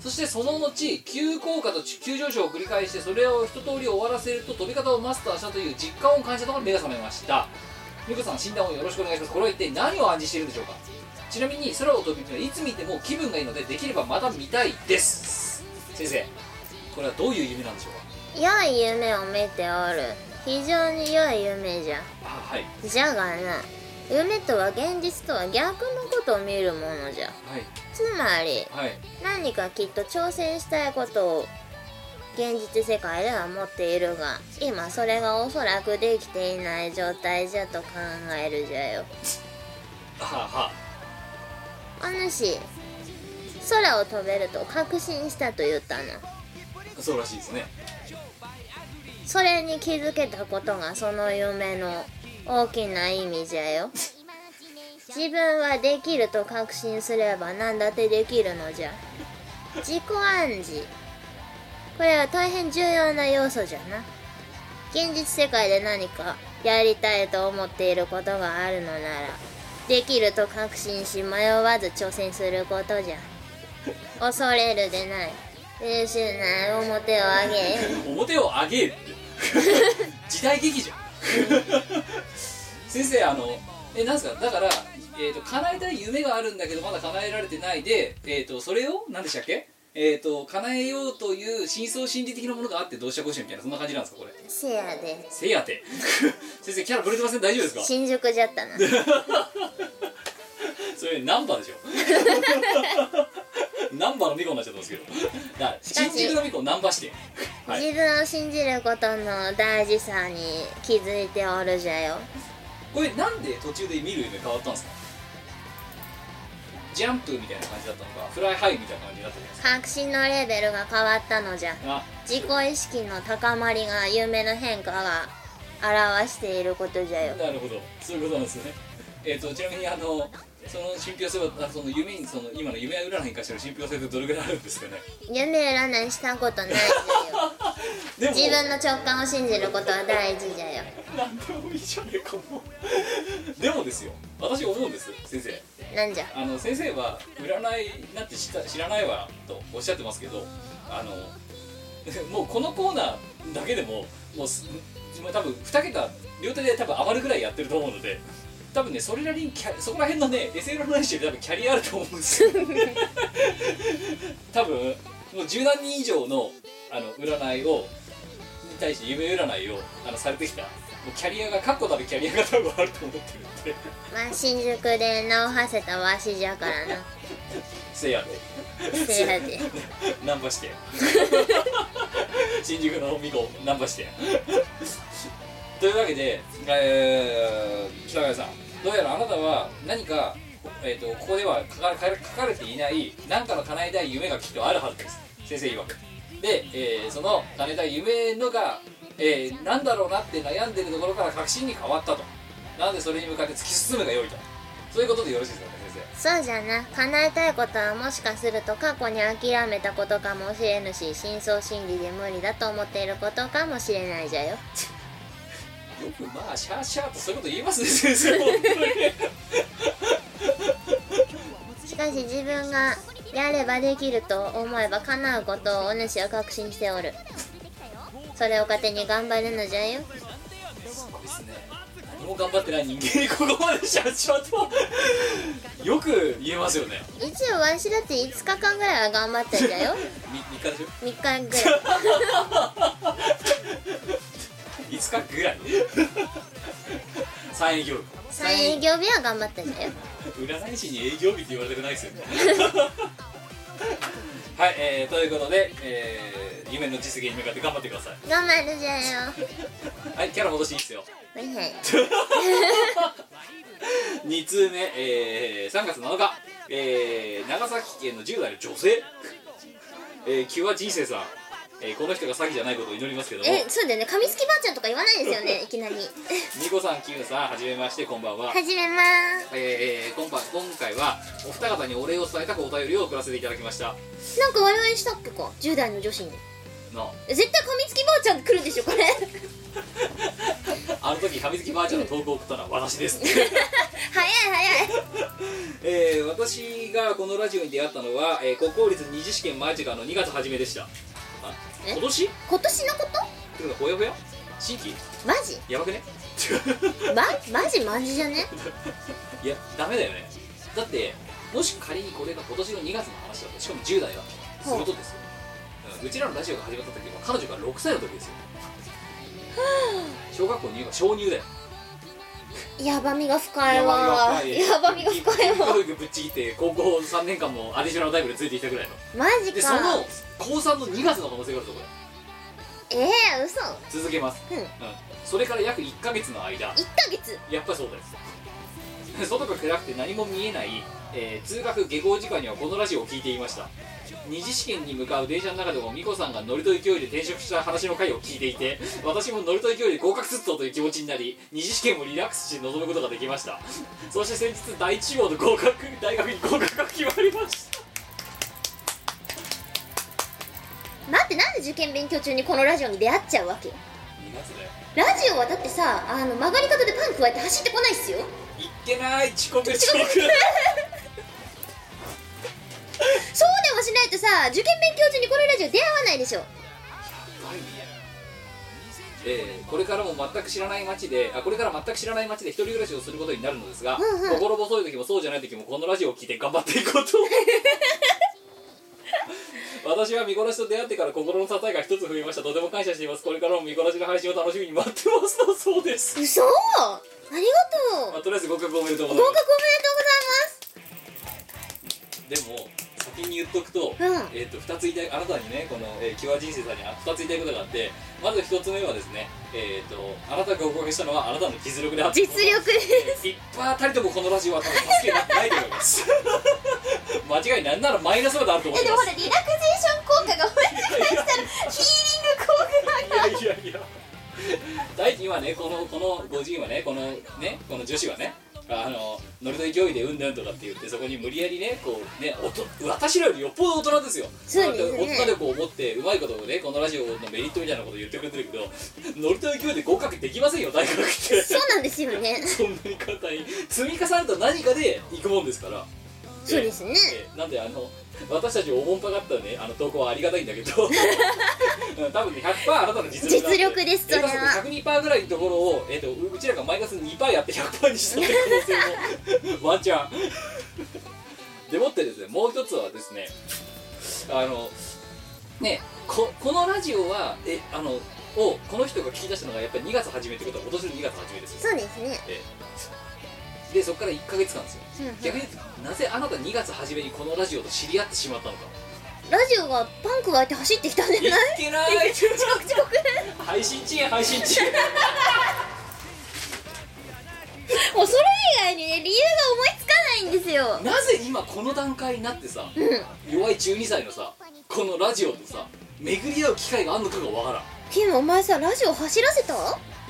Speaker 1: そしてその後急降下と急上昇を繰り返してそれを一通り終わらせると飛び方をマスターしたという実感を感じたところに目が覚めました美子さん診断をよろしくお願いしますこれは一体何を暗示しているんでしょうかちなみに空を飛ぶというのはいつ見ても気分がいいのでできればまた見たいです先生これはどういう夢なんでしょうか
Speaker 2: 良い夢を見ておる非常に良い夢じゃ
Speaker 1: あはい
Speaker 2: じゃがな夢とは現実とは逆のことを見るものじゃ
Speaker 1: はい
Speaker 2: つまり
Speaker 1: はい
Speaker 2: 何かきっと挑戦したいことを現実世界では持っているが今それがおそらくできていない状態じゃと考えるじゃよ
Speaker 1: あは
Speaker 2: お主空を飛べると確信したと言ったな
Speaker 1: そうらしいですね
Speaker 2: それに気づけたことがその夢の大きな意味じゃよ自分はできると確信すれば何だってできるのじゃ自己暗示これは大変重要な要素じゃな現実世界で何かやりたいと思っていることがあるのならできると確信し迷わず挑戦することじゃ恐れるでない優秀な表を上げよ
Speaker 1: 表を上げるって時代劇じゃん先生あのえなんですかだから、えー、と叶えたい夢があるんだけどまだ叶えられてないで、えー、とそれを何でしたっけえー、と叶えようという真相心理的なものがあってどうしたこうしたみたいなそんな感じなんですかこれ
Speaker 2: せやで
Speaker 1: せやて先生キャラぶれてません大丈夫ですか
Speaker 2: 新宿じゃったな
Speaker 1: それナンバーでしょナンバーの巫女になっちゃったんですけどだから
Speaker 2: かし
Speaker 1: 新宿の巫女ナンバーしてはい
Speaker 2: 自分を信じることの大事さに気づいておるじゃよ
Speaker 1: これなんで途中で見る夢変わったんですかジャンプみたいな感じだったのかフライハイみたいな感じだったじゃないです
Speaker 2: 確信のレベルが変わったのじゃ
Speaker 1: かあ
Speaker 2: 自己意識の高まりが夢の変化が表していることじゃよ
Speaker 1: なるほどそういうことなんですねえっ、とちなみにあのその信憑性はあその夢にその今の夢占いに関しての信憑性ってどれぐらいあるんですかね
Speaker 2: 夢占いしたことないじゃよ
Speaker 1: でも
Speaker 2: 自分の直感を信じることは大事じゃよ
Speaker 1: なんでもいいじゃねえかもうでもですよ私思うんです先生
Speaker 2: なんじゃ
Speaker 1: あの先生は占いなんて知った知らないわとおっしゃってますけどあの <laughs> もうこのコーナーだけでももうすもう多分2桁両手で多分余るぐらいやってると思うので多分ねそれなりにキャそこら辺のね SL の話で多分キャリアあると思うんですよ <laughs> 多分もう十何人以上のあの占いをに対して夢占いをあのされてきたもうキャリアが確固たるキャリアが多分あると思ってるんで
Speaker 2: まあ新宿で名を馳せたわしじゃからな
Speaker 1: せやで
Speaker 2: せやで
Speaker 1: ナンパして新宿のみこナンパしてというわけで、えー、北川さんどうやらあなたは何か、えー、とここでは書か書か書かれていない何かの叶えたい夢がきっとあるはずです先生曰くで、えーその叶えたい夢のが、えー何だろうなって悩んでるところから確信に変わったとなのでそれに向かって突き進むが良いとそういうことでよろしいですかね先
Speaker 2: そうじゃな叶えたいことはもしかすると過去に諦めたことかもしれぬし深層心理で無理だと思っていることかもしれないじゃよ
Speaker 1: 生よくまあシャーシャーとそういうこと言いますね先生本当に
Speaker 2: しかし自分がやればできると思えば叶うことをお主は確信しておるそれを糧に頑張るのじゃよ
Speaker 1: すごいですね何も頑張ってない人間にここまでしちゃうちまったよく言えますよね
Speaker 2: 一応わしだって5日間ぐらいは頑張ってんだよ
Speaker 1: み3日でしょ
Speaker 2: 3日ぐらい
Speaker 1: 5日ぐらい三営業
Speaker 2: 3営業日は頑張ったんだよ
Speaker 1: 日占い師に営業日って言われたくないですよ <laughs> ねはい、えー、ということで、えー夢の実現に向かって頑張ってください
Speaker 2: 頑張るじゃんよ
Speaker 1: はいキャラ戻していいっすよ
Speaker 2: はいはい
Speaker 1: 2通目、えー3月7日、えー長崎県の10代の女性、えー、キュア人生さん、えーこの人が詐欺じゃないことを祈りますけども
Speaker 2: えそうだよね噛みつきばあちゃんとか言わないですよねいきなり
Speaker 1: ニコさんキムさんはじめましてこんばんは、
Speaker 2: 始めまー
Speaker 1: えー今晩今回はお二方にお礼を伝えたくお便りを送らせていただきました
Speaker 2: すなんか我々したっけか10代の女子に
Speaker 1: の
Speaker 2: 絶対噛みつきばあちゃん来るでしょこれ
Speaker 1: あの時はみつきばあちゃんの投稿を送ったのは私です
Speaker 2: 早い早い
Speaker 1: えー私がこのラジオに出会ったのは、えー国公立二次試験前時間の2月初めでしたあ
Speaker 2: え
Speaker 1: 今年っ
Speaker 2: 今年のこ
Speaker 1: ていうかほやほや新規
Speaker 2: とマジ
Speaker 1: やばくね
Speaker 2: ま、マジマジじゃね
Speaker 1: いやダメだよねだってもし仮にこれが今年の2月の話だとしかも10代だとするとですよ、うんうちらのラジオが始まった時は彼女が6歳の時ですよ小学校入学小入だよ
Speaker 2: やばみが深いわや
Speaker 1: や
Speaker 2: ばみが深いわ
Speaker 1: 教育ぶっちぎって高校3年間もアディショナルタイムでついていたぐらいの
Speaker 2: マジ
Speaker 1: でそ
Speaker 2: か
Speaker 1: の高3の2月の可能性があるところだよ
Speaker 2: ええー、嘘
Speaker 1: 続けます、
Speaker 2: うん
Speaker 1: うん、それから約1ヶ月の間
Speaker 2: 1ヶ月
Speaker 1: やっぱりそうです <laughs> 外が暗くて何も見えない、えー通学下校時間にはこのラジオを聞いていました二次試験に向かう電車の中でも美子さんがノリと勢いで転職した話の回を聞いていて私もノリと勢いで合格すっとという気持ちになり二次試験もリラックスして臨むことができましたそして先日第一志望の合格大学に合格が決まりました
Speaker 2: 待ってなんで受験勉強中にこのラジオに出会っちゃうわけ
Speaker 1: 2月だよ
Speaker 2: ラジオはだってさあの曲がり角でパン加えて走ってこないっすよ
Speaker 1: いっけない遅刻遅刻
Speaker 2: そうでもしないとさ受験勉強中にこのラジオ出会わないでしょ
Speaker 1: えーこれからも全く知らない街であこれから全く知らない街で一人暮らしをすることになるのですが、
Speaker 2: うんうん
Speaker 1: 心細い時もそうじゃない時もこのラジオを聞いて頑張っていこうと <laughs> 私は見殺しと出会ってから心の支えが一つ増えましたとても感謝していますこれからも見殺しの配信を楽しみに待ってますだそうです、
Speaker 2: 嘘ありがとう
Speaker 1: まあ、とりあえず合格おめでとうご
Speaker 2: 合
Speaker 1: ざい
Speaker 2: 格お
Speaker 1: ますでも先に言っとくと、
Speaker 2: めでとうございます
Speaker 1: えー、と2つ言いたいあなたにねこの、えー、キュア人生さんに2つ言いたいことがあってまず1つ目はですねえっ、とあなたがおかけしたのはあなたの実力であ
Speaker 2: うん
Speaker 1: って
Speaker 2: 実 <laughs> 力です
Speaker 1: えー一般たりともこのラジオは多分助けになってないと思います <laughs> 間違いなんならマイナスまであると思
Speaker 2: え
Speaker 1: い
Speaker 2: で
Speaker 1: ま
Speaker 2: もほら
Speaker 1: す
Speaker 2: リラクゼーション効果が俺に返したらヒーリング効果
Speaker 1: いやいやいや大輝はねこのこの50はねこのねこの女子はねあのノリと勢いでうんぬんとかって言ってそこに無理やりねこうねおと私らよりよっぽど大人ですよ
Speaker 2: そうですね
Speaker 1: だって大人力を持ってうまいことをねこのラジオのメリットみたいなことを言ってくれてるけどノリと勢いで合格できませんよ大学って
Speaker 2: がそうなんですよね
Speaker 1: そんなに簡単に積み重ねた何かで行くもんですから
Speaker 2: そうですね
Speaker 1: えーなんであの私たちおもんぱかったねあの投稿はありがたいんだけ
Speaker 2: <laughs>
Speaker 1: どうん多分ね100%あなたの実力
Speaker 2: 実力ですそれは
Speaker 1: 102%ぐらいのところを、えー、とううちらがマイナス2%やって100%にしたって可能性も <laughs> ワンチャンでもってですねもう一つはですねあのねここのラジオはえあのをこの人が聞き出したのがやっぱり2月初めってことは今年の2月初めですよ
Speaker 2: そうですね
Speaker 1: でそこから1か月間ですよ
Speaker 2: うんうん
Speaker 1: 逆になぜあなた2月初めにこのラジオと知り合ってしまったのか
Speaker 2: ラジオがパン加えて走ってきたんじゃ
Speaker 1: い
Speaker 2: ない
Speaker 1: けない配信遅延配信遅延
Speaker 2: <laughs> もうそれ以外にね理由が思いつかないんですよ
Speaker 1: なぜ今この段階になってさ
Speaker 2: う
Speaker 1: 弱い12歳のさこのラジオとさ巡り合う機会があんのかがわからん
Speaker 2: キムお前さラジオ走らせたうん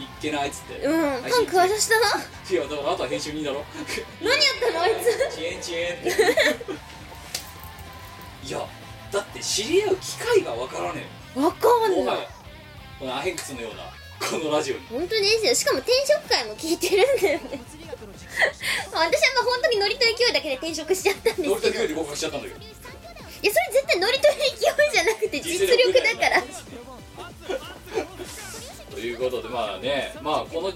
Speaker 1: いっけないっつって
Speaker 2: パン食わさしたない
Speaker 1: やだからあとは編集人だろ
Speaker 2: 何やったのあいつ
Speaker 1: 遅延遅延っていやだって知り合う機会がわからね
Speaker 2: わか
Speaker 1: えも
Speaker 2: んな
Speaker 1: はいやこのアヘンクスのようなこのラジオに
Speaker 2: 本当ですよしかも転職会も聞いてるんだよね <laughs> 私はまあ本当にノリと勢いだけで転職しちゃったんですけど
Speaker 1: ノ
Speaker 2: い
Speaker 1: リ
Speaker 2: やそ
Speaker 1: と勢
Speaker 2: れ
Speaker 1: いで合格しちゃったんだけど
Speaker 2: 絶対ノリと勢いじゃなくて実力だから
Speaker 1: <laughs> ということでまあねまあこのね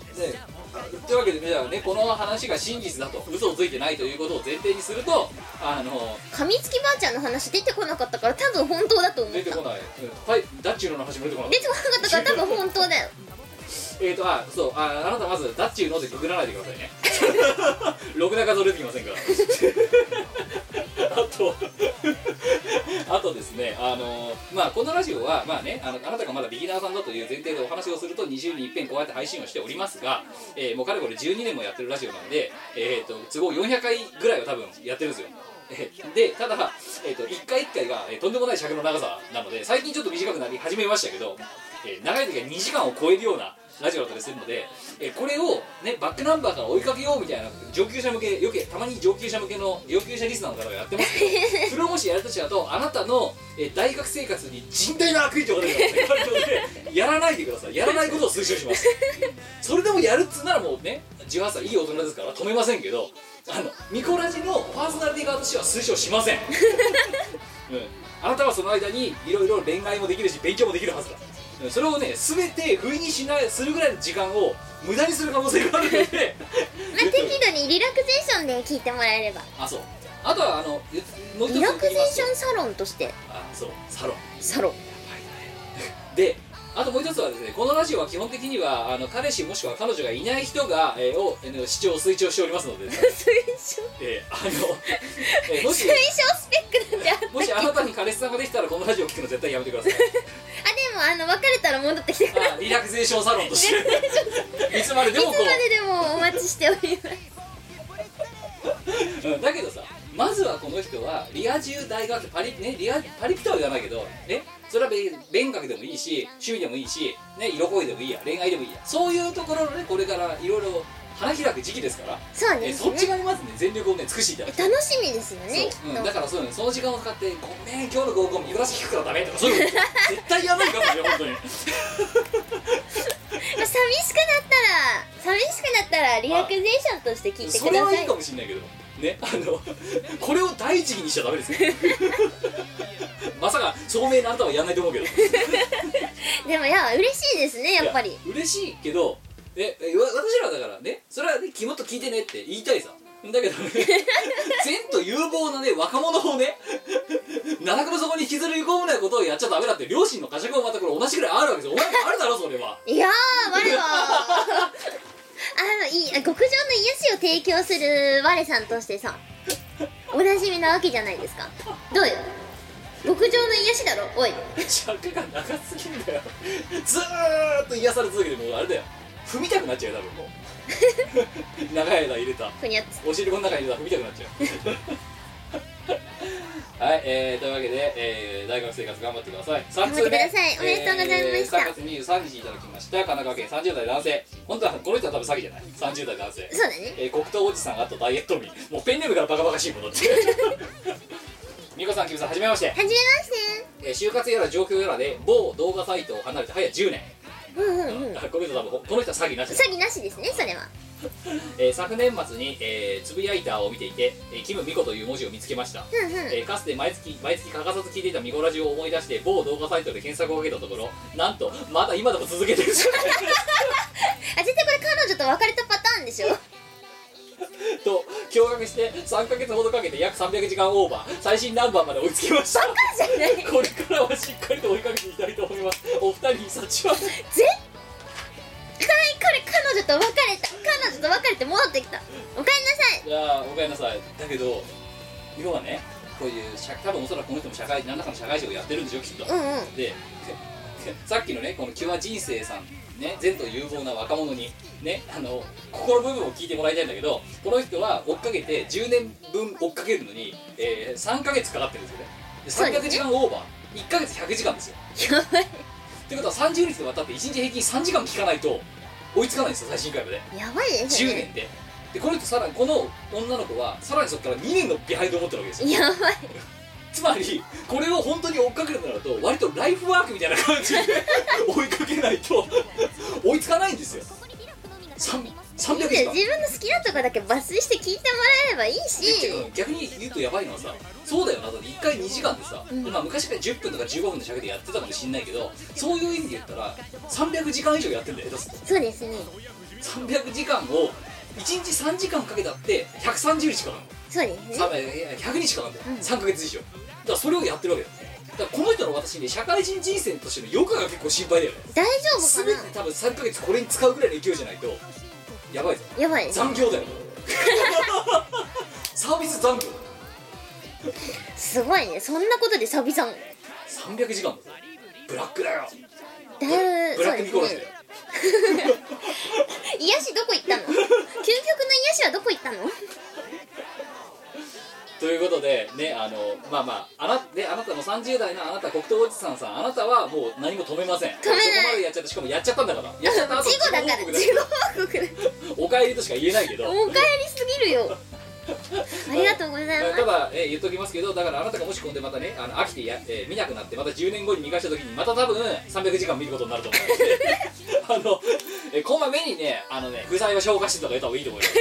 Speaker 1: というわけでねだからねこの話が真実だと嘘をついてないということを前提にするとあの
Speaker 6: 噛みつきばあちゃんの話出てこなかったから多分本当だと思った
Speaker 1: 出
Speaker 6: 出て
Speaker 1: て
Speaker 6: こ
Speaker 1: こ
Speaker 6: な
Speaker 1: ない、うんはいダッチューのの始めてこなかった
Speaker 6: かったから多分本当だよ
Speaker 1: えーとあそうああなたまずダッチューのでくぐらないでくださいねろくな数出てきませんからあとあとですねあのまあこのラジオはまあねあのあなたがまだビギナーさんだという前提でお話をすると2週に一遍こうやって配信をしておりますが、えーもうかれこれ12年もやってるラジオなんでえーと都合400回ぐらいは多分やってるんですよえーでただ、えー、と1回1回が、えーとんでもない尺の長さなので最近ちょっと短くなり始めましたけど、えー長い時は2時間を超えるようなラジオだったりするので、えーこれを、ね、バックナンバーから追いかけようみたいな上級者向けよくたまに上級者向けの上級者リスナーの方がやってますけどそれをもしやるとしたらとあなたの、えー大学生活に甚大な悪意とか出てくるのでやらないでく <laughs> ださいやらないことを推奨しますそれでもやるっつうならもうね18歳いい大人ですから止めませんけどあのミコラジのパーソナリティ側としては推奨しません、うん、あなたはその間にいろいろ恋愛もできるし勉強もできるはずだうんそれをね全て不意にしないするぐらいの時間を無駄にする可能性があるので
Speaker 2: まあ、適度にリラクゼーションで聞いてもらえれば
Speaker 1: <laughs> あそうあとはあのゆもう一つ
Speaker 6: リラクゼー
Speaker 1: 言います
Speaker 6: ションサロンとして
Speaker 1: あそうサロン
Speaker 6: サロン
Speaker 1: であともう一つはですねこのラジオは基本的にはあの彼氏もしくは彼女がいない人が、えーを、えー、視聴推奨しておりますの
Speaker 6: <laughs>
Speaker 1: で、えーあの、えーもし
Speaker 6: 推奨スペックなんてあった
Speaker 1: もしあなたに彼氏さんができたらこのラジオ聞くの絶対やめてください
Speaker 6: あでもあの別れたら戻ってきてください
Speaker 1: あリラクゼーションサロンとしていつまででも
Speaker 6: い
Speaker 1: こ
Speaker 6: つまででもお待ちしております
Speaker 1: う、うんだけどさまずはこの人はリア充大学パリ,、ね、リアパリピとは言わないけどねそれは勉勉学でもいいし趣味でもいいし、ね、色恋でもいいや恋愛でもいいやそういうところのねこれからいろいろ花開く時期ですから
Speaker 6: そう
Speaker 1: え
Speaker 6: です
Speaker 1: そっち
Speaker 6: ね
Speaker 1: 側にまずね全力をね尽くしていただきたい
Speaker 6: 楽しみですよねきっ
Speaker 1: そう、うん、
Speaker 6: と
Speaker 1: だからそういうのその時間を使って「ごめん今日の合コン見晴らし聞くからダメ」
Speaker 6: <laughs>
Speaker 1: とかそういうの絶対やらないからね本当に
Speaker 6: 寂しくなったら寂しくなったらリラクゼーションとして聞いて
Speaker 1: そ
Speaker 6: く
Speaker 1: れ
Speaker 6: だ
Speaker 1: は
Speaker 6: さ
Speaker 1: いい
Speaker 6: い
Speaker 1: かもしれないけどねあ
Speaker 6: <laughs>
Speaker 1: のこれを第一義にしちゃダメですよ <laughs> まさか聡明なあんたはやんないと思うけど
Speaker 6: でもいや嬉しいですねやっぱ
Speaker 1: い
Speaker 6: り
Speaker 1: 嬉しいけどええわ私らはだからねそれはね「キモっと聞いてね」って言いたいさだ <laughs> けどね善と有望なね若者をね長くもそこに引きずり込むようなことをやっちゃダメだって両親の呵責もまたこれ同じぐらいあるわけですよお前もあるだろそれ <laughs> は
Speaker 6: いやー我は
Speaker 1: <laughs>
Speaker 6: あのいい極上の癒しを提供する我さんとしてさおなじみなわけじゃないですかどうよ極上の癒しだろおい
Speaker 1: 尺が長すぎんだよずーっと癒され続けてもうあれだよ踏みたくなっちゃうよ多分も <laughs> う長い間入れた
Speaker 6: ふにゃっつ
Speaker 1: お尻この中にいたら見たくなっ
Speaker 6: <laughs>
Speaker 1: ちゃうはい、えー、というわけで、えー大学生活頑張ってください3
Speaker 6: 張ってくださいおめでとうございました
Speaker 1: 3月23日いただきました神奈川県30代男性本当はこの人は多分詐欺じゃない30代男性
Speaker 6: そうだね
Speaker 1: えー黒糖おじさんあとダイエット日もうペンネームからバカバカしいも
Speaker 6: <laughs>
Speaker 1: のって美子さんキムさんはじめまして
Speaker 6: はじめま
Speaker 1: えー就活やら上京やらで某動画サイトを離れて早10年、
Speaker 6: してうんうんうん
Speaker 1: あこの人多分ほこの人は詐欺なしだ
Speaker 6: 詐欺なしですねそれは
Speaker 1: えー昨年末に、えーつぶやいたを見ていて、えーキム・ミコという文字を見つけました、
Speaker 6: うんうん
Speaker 1: えーかつて毎月毎月欠かさず聞いていたミコラジを思い出して某動画サイトで検索をかけたところなんとまだ今でも続けてる
Speaker 6: あ絶対これ彼女と別れたパターンでしょ
Speaker 1: <laughs> と驚愕して3ヶ月ほどかけて約300時間オーバー最新ナンバーまで追いつきました
Speaker 6: じゃない
Speaker 1: これからはしっかりと追いかけていきたいと思いますお二人に幸は
Speaker 6: 絶対これ彼女と別れた彼女と別れて戻ってきたおかえりなさい
Speaker 1: じゃあおかえりなさいだけど要はねこういう社多分おそらくこの人も社会何らかの社会人をやってるんでしょきっと、
Speaker 6: うんうん
Speaker 1: で <laughs> さっきのねこのキュア人生さんね善と有望な若者にねあのここの部分を聞いてもらいたいんだけどこの人は追っかけて10年分追っかけるのに、えー3ヶ月かかってるんですよねで300時間オーバー1ヶ月100時間ですよ
Speaker 6: やばい
Speaker 1: ってことは30日でわたって1日平均3時間聞かないと追いつかないんですよ最新回まで
Speaker 6: やばいです
Speaker 1: 10
Speaker 6: ね
Speaker 1: 年ででこの人さらにこの女の子はさらにそこから2年のビハインドを持ってるわけですよ
Speaker 6: やばい
Speaker 1: つまりこれを本当に追っかけるとなると割とライフワークみたいな感
Speaker 6: <laughs>
Speaker 1: じで追いかけないと追いつかないんですよさん300
Speaker 6: いい
Speaker 1: 時
Speaker 6: よ
Speaker 1: 間
Speaker 6: 自分の好きなとこだけ抜粋して聞いてもらえればいい
Speaker 1: て
Speaker 6: し
Speaker 1: か逆に言うとやばいのはさそうだよなだって1回2時間でさ、まあ、昔から10分とか15分の尺でやってたかもしんないけどそういう意味で言ったら300時間以上やってんだよ下手すると
Speaker 6: そうですね
Speaker 1: 300時間を1日3時間かけたって130日かかるの
Speaker 2: そうですね
Speaker 1: さいや100日かかんだよ、3か月以上だからそれをやってるわけだよだからこの人の私ね社会人人生としての余暇が結構心配だよね
Speaker 2: 大丈夫
Speaker 1: 全
Speaker 2: か
Speaker 1: て多分3か月これに使うぐらいの勢いじゃないとやばいぞ
Speaker 2: なやばいです
Speaker 1: 残業だよ <laughs> サービス残業
Speaker 2: すごいねそんなことで久々
Speaker 1: 300時間だぞブラックだよ
Speaker 2: だいぶ
Speaker 1: ブ
Speaker 2: そ
Speaker 1: ラッ
Speaker 2: う
Speaker 1: ク
Speaker 2: で
Speaker 1: 見
Speaker 2: す
Speaker 1: 殺しだ
Speaker 2: ね
Speaker 1: よ
Speaker 2: 癒しどこ行ったの究極の癒しはどこ行ったの
Speaker 1: ということでねあのまあまああなであなたの30代のあなた黒糖おじさんさんあなたはもう何も止めません
Speaker 2: めない
Speaker 1: そこまでやっちゃったしかもやっちゃったんだからやっちゃった後
Speaker 2: 事故だから事故報告だ
Speaker 1: お帰りとしか言えないけど
Speaker 2: お帰りすぎるよありがとうござい
Speaker 1: えー
Speaker 2: ま
Speaker 1: た
Speaker 2: す
Speaker 1: だ、えー言っときますけどだからあなたがもし今度またねあの飽きてや、えー見なくなってまた10年後に見返した時にまた多分300時間見ることになると思うのであの、えーこまめにねあのね具材を消化してとか言った方がいいと思います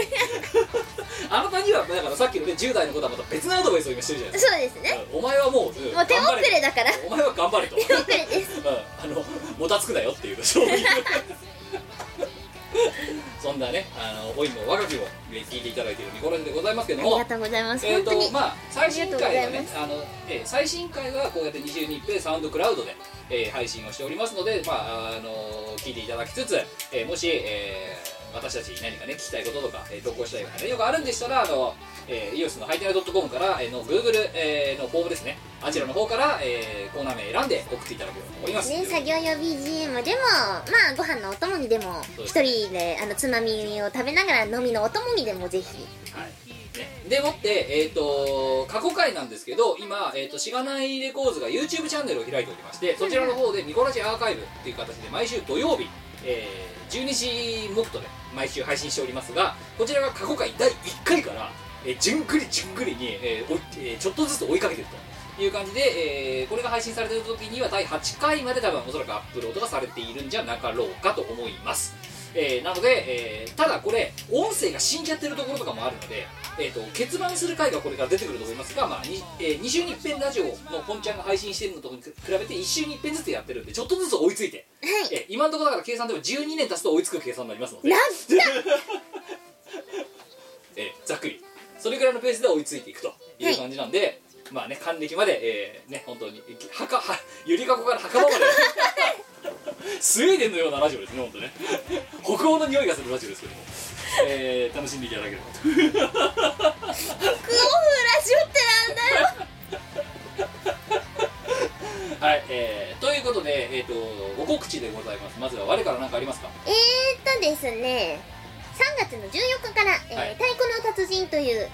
Speaker 1: あなたにはだからさっきの、ね、10代のことはまた別のアドバイスを今してるじゃないです
Speaker 2: そうですね
Speaker 1: かうんお前はもう、うん
Speaker 2: もう手遅れだから
Speaker 1: 頑張れとお前は頑張れと
Speaker 2: 手遅れです
Speaker 1: うんあのもたつくなよっていうそういう <laughs> そんなねあの老いも若きもえー聞いていただいている見頃でございますけど
Speaker 2: <laughs> あり
Speaker 1: も
Speaker 2: がとうございます
Speaker 1: え
Speaker 2: 本
Speaker 1: ー
Speaker 2: 当に
Speaker 1: とまあ、最新回は
Speaker 2: ありがとうござい
Speaker 1: ね
Speaker 2: ま
Speaker 1: あの、えー最新回はこうやって2週に1回サウンドクラウドで、えー配信をしておりますので、まああのー聞いていただきつつ、えーもし、えー私たちに何かね聞きたいこととか、えー投稿したいことが、ね、よくあるんでしたらあの、えー、イオシスのハイテナドットコムから、えーの Google、えーのフォームですねあちらの方から、えーコーナー名選んで送っていただければと思います、
Speaker 2: ね、作業用 BGM でもまあご飯のお供にでも
Speaker 1: そうで
Speaker 2: 一
Speaker 1: す
Speaker 2: 人であのつまみを食べながら飲みのお供にでも
Speaker 1: <laughs>
Speaker 2: ぜひ
Speaker 1: はいね、でもって、えー、と過去回なんですけど今、えー、としがないレコーズが YouTube チャンネルを開いておりましてそちらの方で「ミコラジアーカイブ」っていう形で毎週土曜日、えー12時目途で毎週配信しておりますがこちらが過去回第1回から、えーじゅんぐりじゅんぐりに、えー追いえーちょっとずつ追いかけてるという感じで、えーこれが配信されてる時には第8回まで多分おそらくアップロードがされているんじゃなかろうかと思いますえーなので、えーただこれ音声が死んじゃってるところとかもあるので、えー、と結番する回がこれから出てくると思いますが、まあにえ2週に1遍ラジオの本ちゃんが配信してるのと比べて1週に1遍ずつやってるんでちょっとずつ追いついて、
Speaker 2: はい
Speaker 1: えー今のところだから計算でも12年経つと追いつく計算になりますので
Speaker 2: ラ、ッキ
Speaker 1: えーざっくりそれぐらいのペースで追いついていくという感じなんで、まあね還暦まで、えーね本当にえー墓はゆりかこから墓場までスウェーデンのようなラジオですね本当ね北欧の匂いがするラジオですけども、えー楽しんでいただければと
Speaker 2: ークオフラジオってなんだよ
Speaker 1: はい、えー、ということで、えー、とご告知でございますまずは我から何かありますか
Speaker 2: えーっとですね3月の14日から、えー
Speaker 1: はい
Speaker 2: 太鼓の達人」という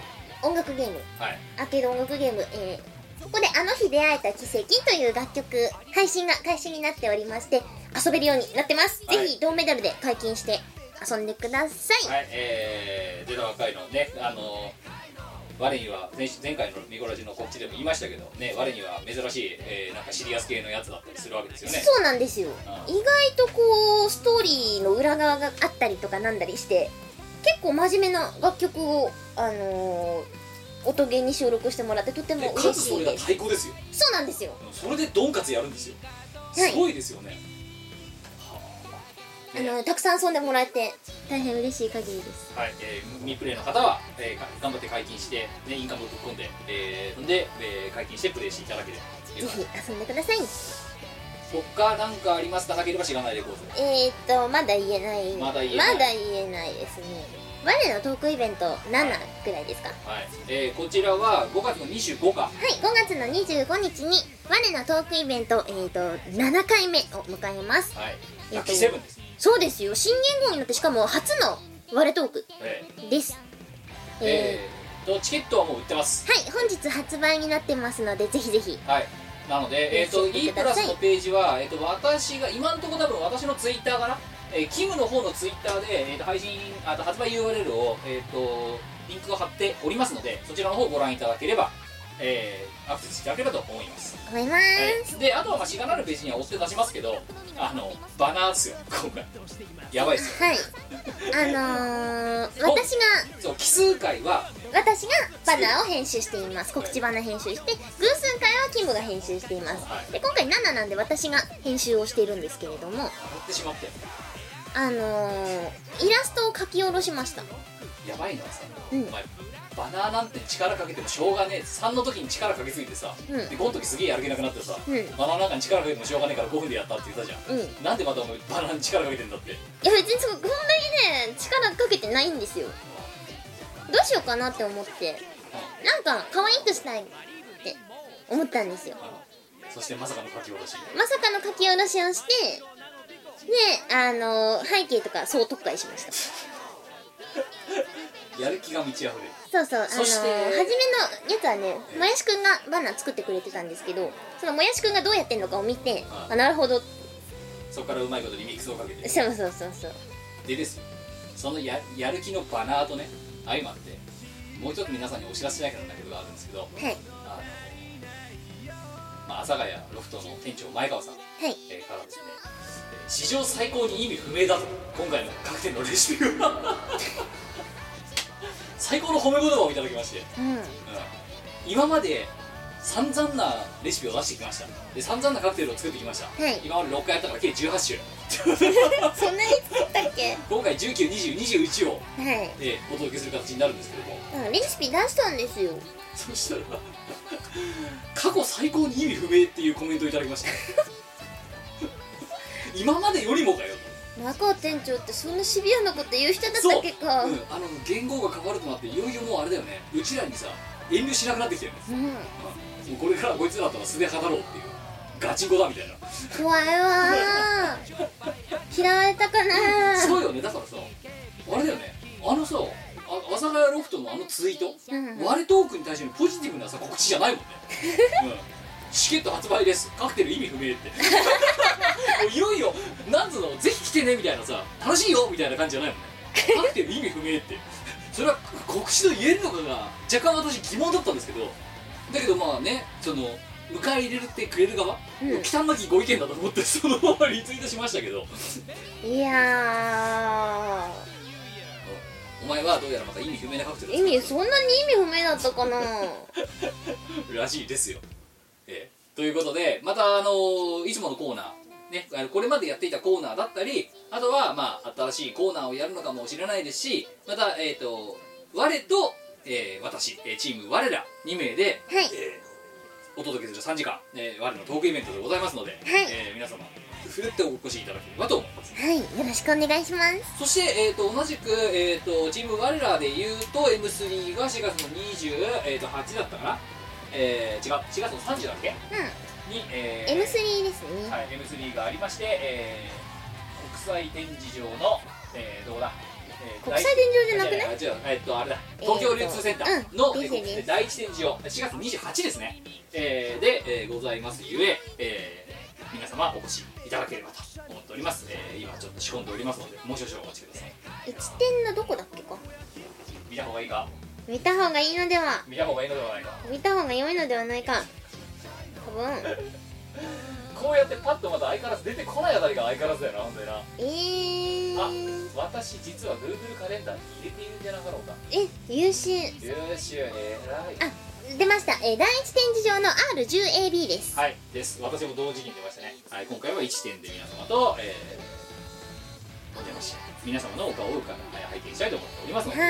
Speaker 2: 音楽ゲーム
Speaker 1: はい
Speaker 2: アーケード音楽ゲーム、えーここで「あの日出会えた奇跡」という楽曲配信が開始になっておりまして遊べるようになってます、
Speaker 1: はい
Speaker 2: ぜひ銅メダルで解禁して遊んでください、
Speaker 1: はいえー出たばっかりのねあの我には前前回のミコラジの告知でも言いましたけどね我には珍しい、えーなんかシリアス系のやつだったりするわけですよね
Speaker 2: そうなんですよ
Speaker 1: う
Speaker 2: 意外とこうストーリーの裏側があったりとかなんだりして結構真面目な楽曲をあのー音源に収録してもらってとて
Speaker 1: で
Speaker 2: も
Speaker 1: か
Speaker 2: 嬉
Speaker 1: つそ
Speaker 2: し
Speaker 1: れ
Speaker 2: い
Speaker 1: が
Speaker 2: です
Speaker 1: 太鼓ですよ
Speaker 2: そうなんですよ
Speaker 1: それでドンカツやるんですよ
Speaker 2: はい
Speaker 1: すごいですよね、
Speaker 2: あのーたくさん遊んでもらえて大変嬉しい限りです
Speaker 1: はい、えー、ミプレイの方は、えーか頑張って解禁して、ね、インカムをぶっ込んで、えー、で、えー解禁してプレイしていただければっていう
Speaker 2: ぜ
Speaker 1: 感じ
Speaker 2: ひ遊んでください
Speaker 1: 他なんかありますかなければ知らないレコード
Speaker 2: えー、っとまだ言えない
Speaker 1: まだ言えない
Speaker 2: まだ言えないですね我のトークイベント7ぐらいですかは
Speaker 1: はい、えーこちらは5月の25日
Speaker 2: い5月の25日に我のトークイベント、えー、っと7回目を迎えます
Speaker 1: はい
Speaker 2: や
Speaker 1: ラッキーセブンです、
Speaker 2: そうですよ新元号になってしかも初の我トーク
Speaker 1: え
Speaker 2: です
Speaker 1: ー
Speaker 2: え
Speaker 1: えーとチケットはもう売ってます
Speaker 2: ーはい本日発売になってますのでぜひぜひ
Speaker 1: はいなので、えっと
Speaker 2: 見て
Speaker 1: E
Speaker 2: く
Speaker 1: プ
Speaker 2: だ
Speaker 1: ラ
Speaker 2: さい
Speaker 1: スのページは、えっと私が今のところ多分私のツイッターかな、えーキムの方のツイッターで、えっと配信あと発売 URL を、えっとリンクを貼っておりますのでそちらの方をご覧いただければ、えーアクセスいただければと思います、
Speaker 2: 思います、
Speaker 1: はいであとはまあしがなるページには追って出しますけどあのバナーっすよ今回やばいっすよ
Speaker 2: はいあのー、私が
Speaker 1: そう奇数回は
Speaker 2: 私がバナーを編集しています告知バナー編集して偶数回はキムが編集しています
Speaker 1: はい
Speaker 2: で今回7なんで私が編集をしているんですけれども
Speaker 1: 洗ってしまって
Speaker 2: ああのーイラストを描き下ろしました
Speaker 1: やばいのはさ、
Speaker 2: うん
Speaker 1: お前バナーなんて力かけてもしょうがねえ3の時に力かけすぎてさ、
Speaker 2: うん
Speaker 1: で5の時すげえやる気なくなってさ、
Speaker 2: うん
Speaker 1: バナーなんかに力かけてもしょうがねえから5分でやったって言ったじゃん、
Speaker 2: うんい
Speaker 1: なんでまたお前バナーに力かけてんだって
Speaker 2: や別にそここんだけね力かけてないんですよどうしようかなって思ってなんか可愛くしたいって思ったんですよ
Speaker 1: そしてまさかの書き下ろし
Speaker 2: まさかの書き下ろしをしてであのー背景とか総特化しました
Speaker 1: やる気が満ち溢れる
Speaker 2: そうそうあのー
Speaker 1: そし
Speaker 2: 初
Speaker 1: て
Speaker 2: めのやつはねもやしくんがバナー作ってくれてたんですけどそのもやしくんがどうやってんのかを見て
Speaker 1: はい
Speaker 2: あなるほど
Speaker 1: そこからうまいことリミックスをかけて
Speaker 2: そうそうそうそう
Speaker 1: でですよそのややる気のバナーとね相まってもう一つ皆さんにお知らせしなきゃならないことがあるんですけど
Speaker 2: はい
Speaker 1: あの、まあ、阿佐ヶ谷ロフトの店長前川さん
Speaker 2: はい
Speaker 1: えーからですねえー史上最高に意味不明だと今回のカクテルのレシピが <laughs> 最高の褒め言葉をいただきまして、
Speaker 2: う
Speaker 1: う
Speaker 2: ん
Speaker 1: ん今まで散々なレシピを出してきましたで散々なカクテルを作ってきました、
Speaker 2: はい
Speaker 1: 今まで6回やったから計18種 <laughs>
Speaker 2: そんなに作ったっけ
Speaker 1: 今回192021を、
Speaker 2: はい
Speaker 1: えーお届けする形になるんですけども
Speaker 2: だからレシピ出したんですよ
Speaker 1: そしたら過去最高に意味不明っていうコメントをいただきました
Speaker 2: <laughs>
Speaker 1: 今までよりもかよ
Speaker 2: 中川店長ってそんなシビアなこと言う人だった
Speaker 1: そう、
Speaker 2: っけか
Speaker 1: うん、あの言語が変わるとなっていよいよもうあれだよねうちらにさ遠慮しなくなってきたよね、
Speaker 2: うん
Speaker 1: うんもうこれからこいつらとは素で語ろうっていうガチンコだみたいな、
Speaker 2: 怖いわー嫌われたかな
Speaker 1: そうよねだからさあれだよねあのさあ阿佐ヶ谷ロフトのあのツイート、
Speaker 2: うん
Speaker 1: 割れトークに対してのポジティブなさ告知じゃないもんね、
Speaker 2: <laughs>
Speaker 1: うんチケット発売ですカクテル意味不明って <laughs> もういよいよなんつうのぜひ来てねみたいなさ楽しいよみたいな感じじゃないもんねカクテル意味不明ってそれは告知と言えるのかが若干私疑問だったんですけどだけどまあねその迎え入れてくれる側、
Speaker 2: うん
Speaker 1: 忌憚なきご意見だと思ってそのままリツイートしましたけど
Speaker 2: いや
Speaker 1: お前はどうやらまた意味不明なカクテル
Speaker 2: ー
Speaker 1: を作って
Speaker 2: 意
Speaker 1: る
Speaker 2: 味そんなに意味不明だったか <laughs> な
Speaker 1: らしいですよ、ええということでまたあのーいつものコーナーねあのこれまでやっていたコーナーだったりあとはまあ新しいコーナーをやるのかもしれないですしまたえっ、と我と、えー私えーチーム我ら2名で、
Speaker 2: はい
Speaker 1: えーお届けする3時間、えー我のトークイベントでございますので、えー皆様ふるってお越しいただければと思います
Speaker 2: はいよろしくお願いします
Speaker 1: そして、えー、と同じく、えー、とチーム我らで言うと M3 が4月の28、えーと、8だったかな、えー違う4月の30だっけ
Speaker 2: う
Speaker 1: に、え
Speaker 2: ん
Speaker 1: ー
Speaker 2: M3 ですね
Speaker 1: はい、M3 がありまして、えー国際展示場の、えーどこだ、えー
Speaker 2: 国際展示場じゃなくない
Speaker 1: やや違うえーっとあれだ東京流通センターの、
Speaker 2: うん
Speaker 1: えー
Speaker 2: ですね
Speaker 1: 第一展示場4月28ですね、えーで、えーございますゆええー皆様お越しいただければと思っております、えー今ちょっと仕込んでおりますのでもう少々お待ちください
Speaker 2: 一点のどこだっけか
Speaker 1: 見た方がいいか
Speaker 2: 見た方がいいのでは
Speaker 1: 見た方がいいのではないか
Speaker 2: 見た方が良いのではないか多分
Speaker 1: こうやってパッとまた相変わらず出てこないあたりが相変わらずだよな本当にな
Speaker 2: えー、
Speaker 1: 私実は Google カレンダーに入れているんじゃなかろうか
Speaker 2: え優秀
Speaker 1: 優秀偉い
Speaker 2: 出ました、えー第一展示場の R10AB です
Speaker 1: はいです私も同時期に出ましたねはい今回は1点で皆様と、えーお出まし皆様のお顔を伺い拝見したいと思っておりますので
Speaker 2: は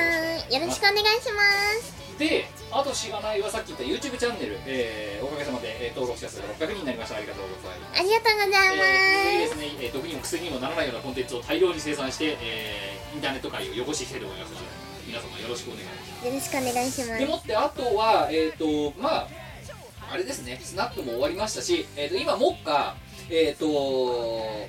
Speaker 2: ーいよろしくお願いします
Speaker 1: であとしがないはさっき言った YouTube チャンネル、えーおかげさまで、えー登録者数が600人になりましたありがとうございます
Speaker 2: ありがとうございま
Speaker 1: えー
Speaker 2: す、
Speaker 1: ぜひですね、えー毒にも癖にもならないようなコンテンツを大量に生産して、えーインターネット界を汚していきたいと思いますので皆様よろしくお願いします
Speaker 2: よろしくお願いします
Speaker 1: でもってあとはえっ、とまああれですねスナップも終わりましたし、えー、と今もっかえっ、と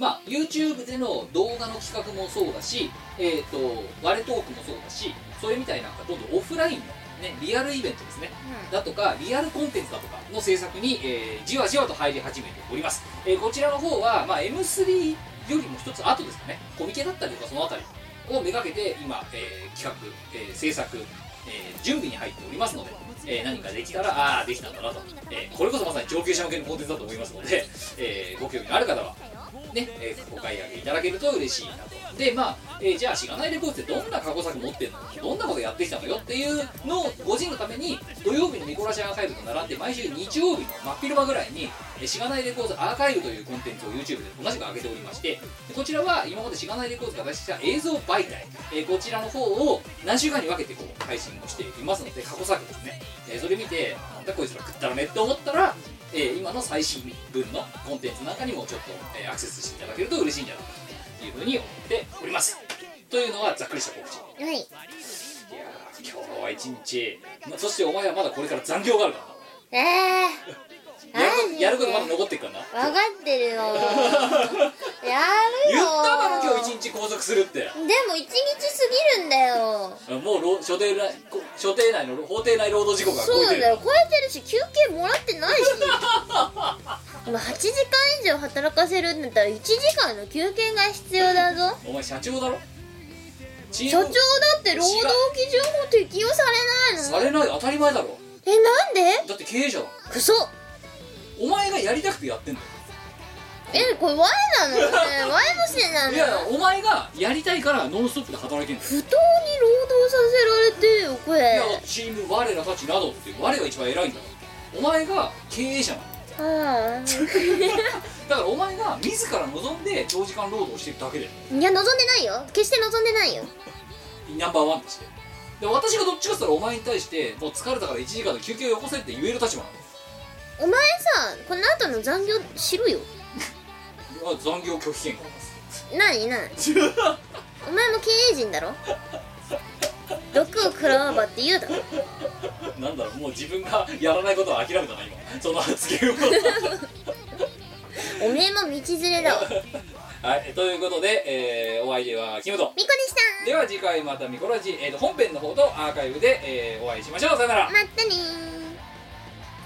Speaker 1: まあ YouTube での動画の企画もそうだしえっ、と割れトークもそうだしそれみたいなんかどんどんオフラインのねリアルイベントですねだとかリアルコンテンツだとかの制作に、えーじわじわと入り始めております、えーこちらの方は、まあ、M3 よりも一つ後ですかねコミケだったりとかそのあたりをめがけて今、えー企画、えー制作、えー準備に入っておりますので、えー何かできたらああーできたんだなと、えーこれこそまさに上級者向けのコンテンツだと思いますので、えーご興味のある方はね、えーお買い上げいただけると嬉しいなとでまあ、えーじゃあしがないレコーズってどんな過去作持ってるのどんなことやってきたのよっていうのをご人のために土曜日のミコラシアーカイブと並んで毎週日曜日の真っ昼間ぐらいにえーしがないレコーズアーカイブというコンテンツを YouTube で同じく上げておりましてでこちらは今までしがないレコーズが出してきた映像媒体、えーこちらの方を何週間に分けてこう配信をしていますので過去作ですね、えーそれ見てなんだこいつら食ったらねって思ったらえー今の最新分のコンテンツなんかにもちょっと、えーアクセスしていただけると嬉しいんじゃないかというふうに思っておりますというのがざっくりした告知い
Speaker 2: はい
Speaker 1: やー今日は一日、まそしてお前はまだこれから残業があるか
Speaker 2: ええ
Speaker 1: らなやるこ
Speaker 2: マジ
Speaker 1: と
Speaker 2: で
Speaker 1: やることまだ残ってっからな
Speaker 2: ー、分かっ
Speaker 1: <laughs>
Speaker 2: てるよや
Speaker 1: 言っただ
Speaker 2: るよ
Speaker 1: ろ今日一日拘束するって
Speaker 2: でも一日過ぎるんだよ
Speaker 1: もうろ所定内こ所定内の法定内労働時刻が
Speaker 2: そう
Speaker 1: 超え
Speaker 2: なん
Speaker 1: て
Speaker 2: だ
Speaker 1: る
Speaker 2: よ超えてるし休憩もらってないし今8時間以上働かせるんだったら1時間の休憩が必要だぞ
Speaker 1: お前社長だろチ
Speaker 2: 社長だって労働基準法適用されない
Speaker 1: さ
Speaker 2: の
Speaker 1: れない当たり前だろ
Speaker 2: えなんで
Speaker 1: だって経営者だもん
Speaker 2: クソ
Speaker 1: お前がやりたくてやってんだよ
Speaker 2: えこれワイなのねワイ無視ないの
Speaker 1: やいやお前がやりたいから「ノンストップ!」で働いてんだよ
Speaker 2: 不当に労働させられてよこ
Speaker 1: い
Speaker 2: れ
Speaker 1: やチーム我らたちなどって我が一番偉いんだからお前が経営者なんだよ
Speaker 2: あ
Speaker 1: だからお前が自ら望んで長時間労働してるだけで
Speaker 2: あいや望んでないよ決して望んでないよ
Speaker 1: ナンバーワンとしてで私がどっちかって言ったらお前に対してもう疲れたから1時間の休憩をよこせって言える立場なんだよ
Speaker 2: お前さこの後の残業しろよ
Speaker 1: いや残業拒否権があります
Speaker 2: なになにお前も経営人だろ毒を食らわばって言うだろ
Speaker 1: なんだろうもう自分がやらないことは諦めたな今その発 <laughs> 言を
Speaker 2: おめえも道連れだわミコで
Speaker 1: はいということで、えーお相手はキムト
Speaker 2: し
Speaker 1: では次回またミコラジ、えーと本編の方とアーカイブで、えーお会いしましょうさよなら
Speaker 2: たまったねー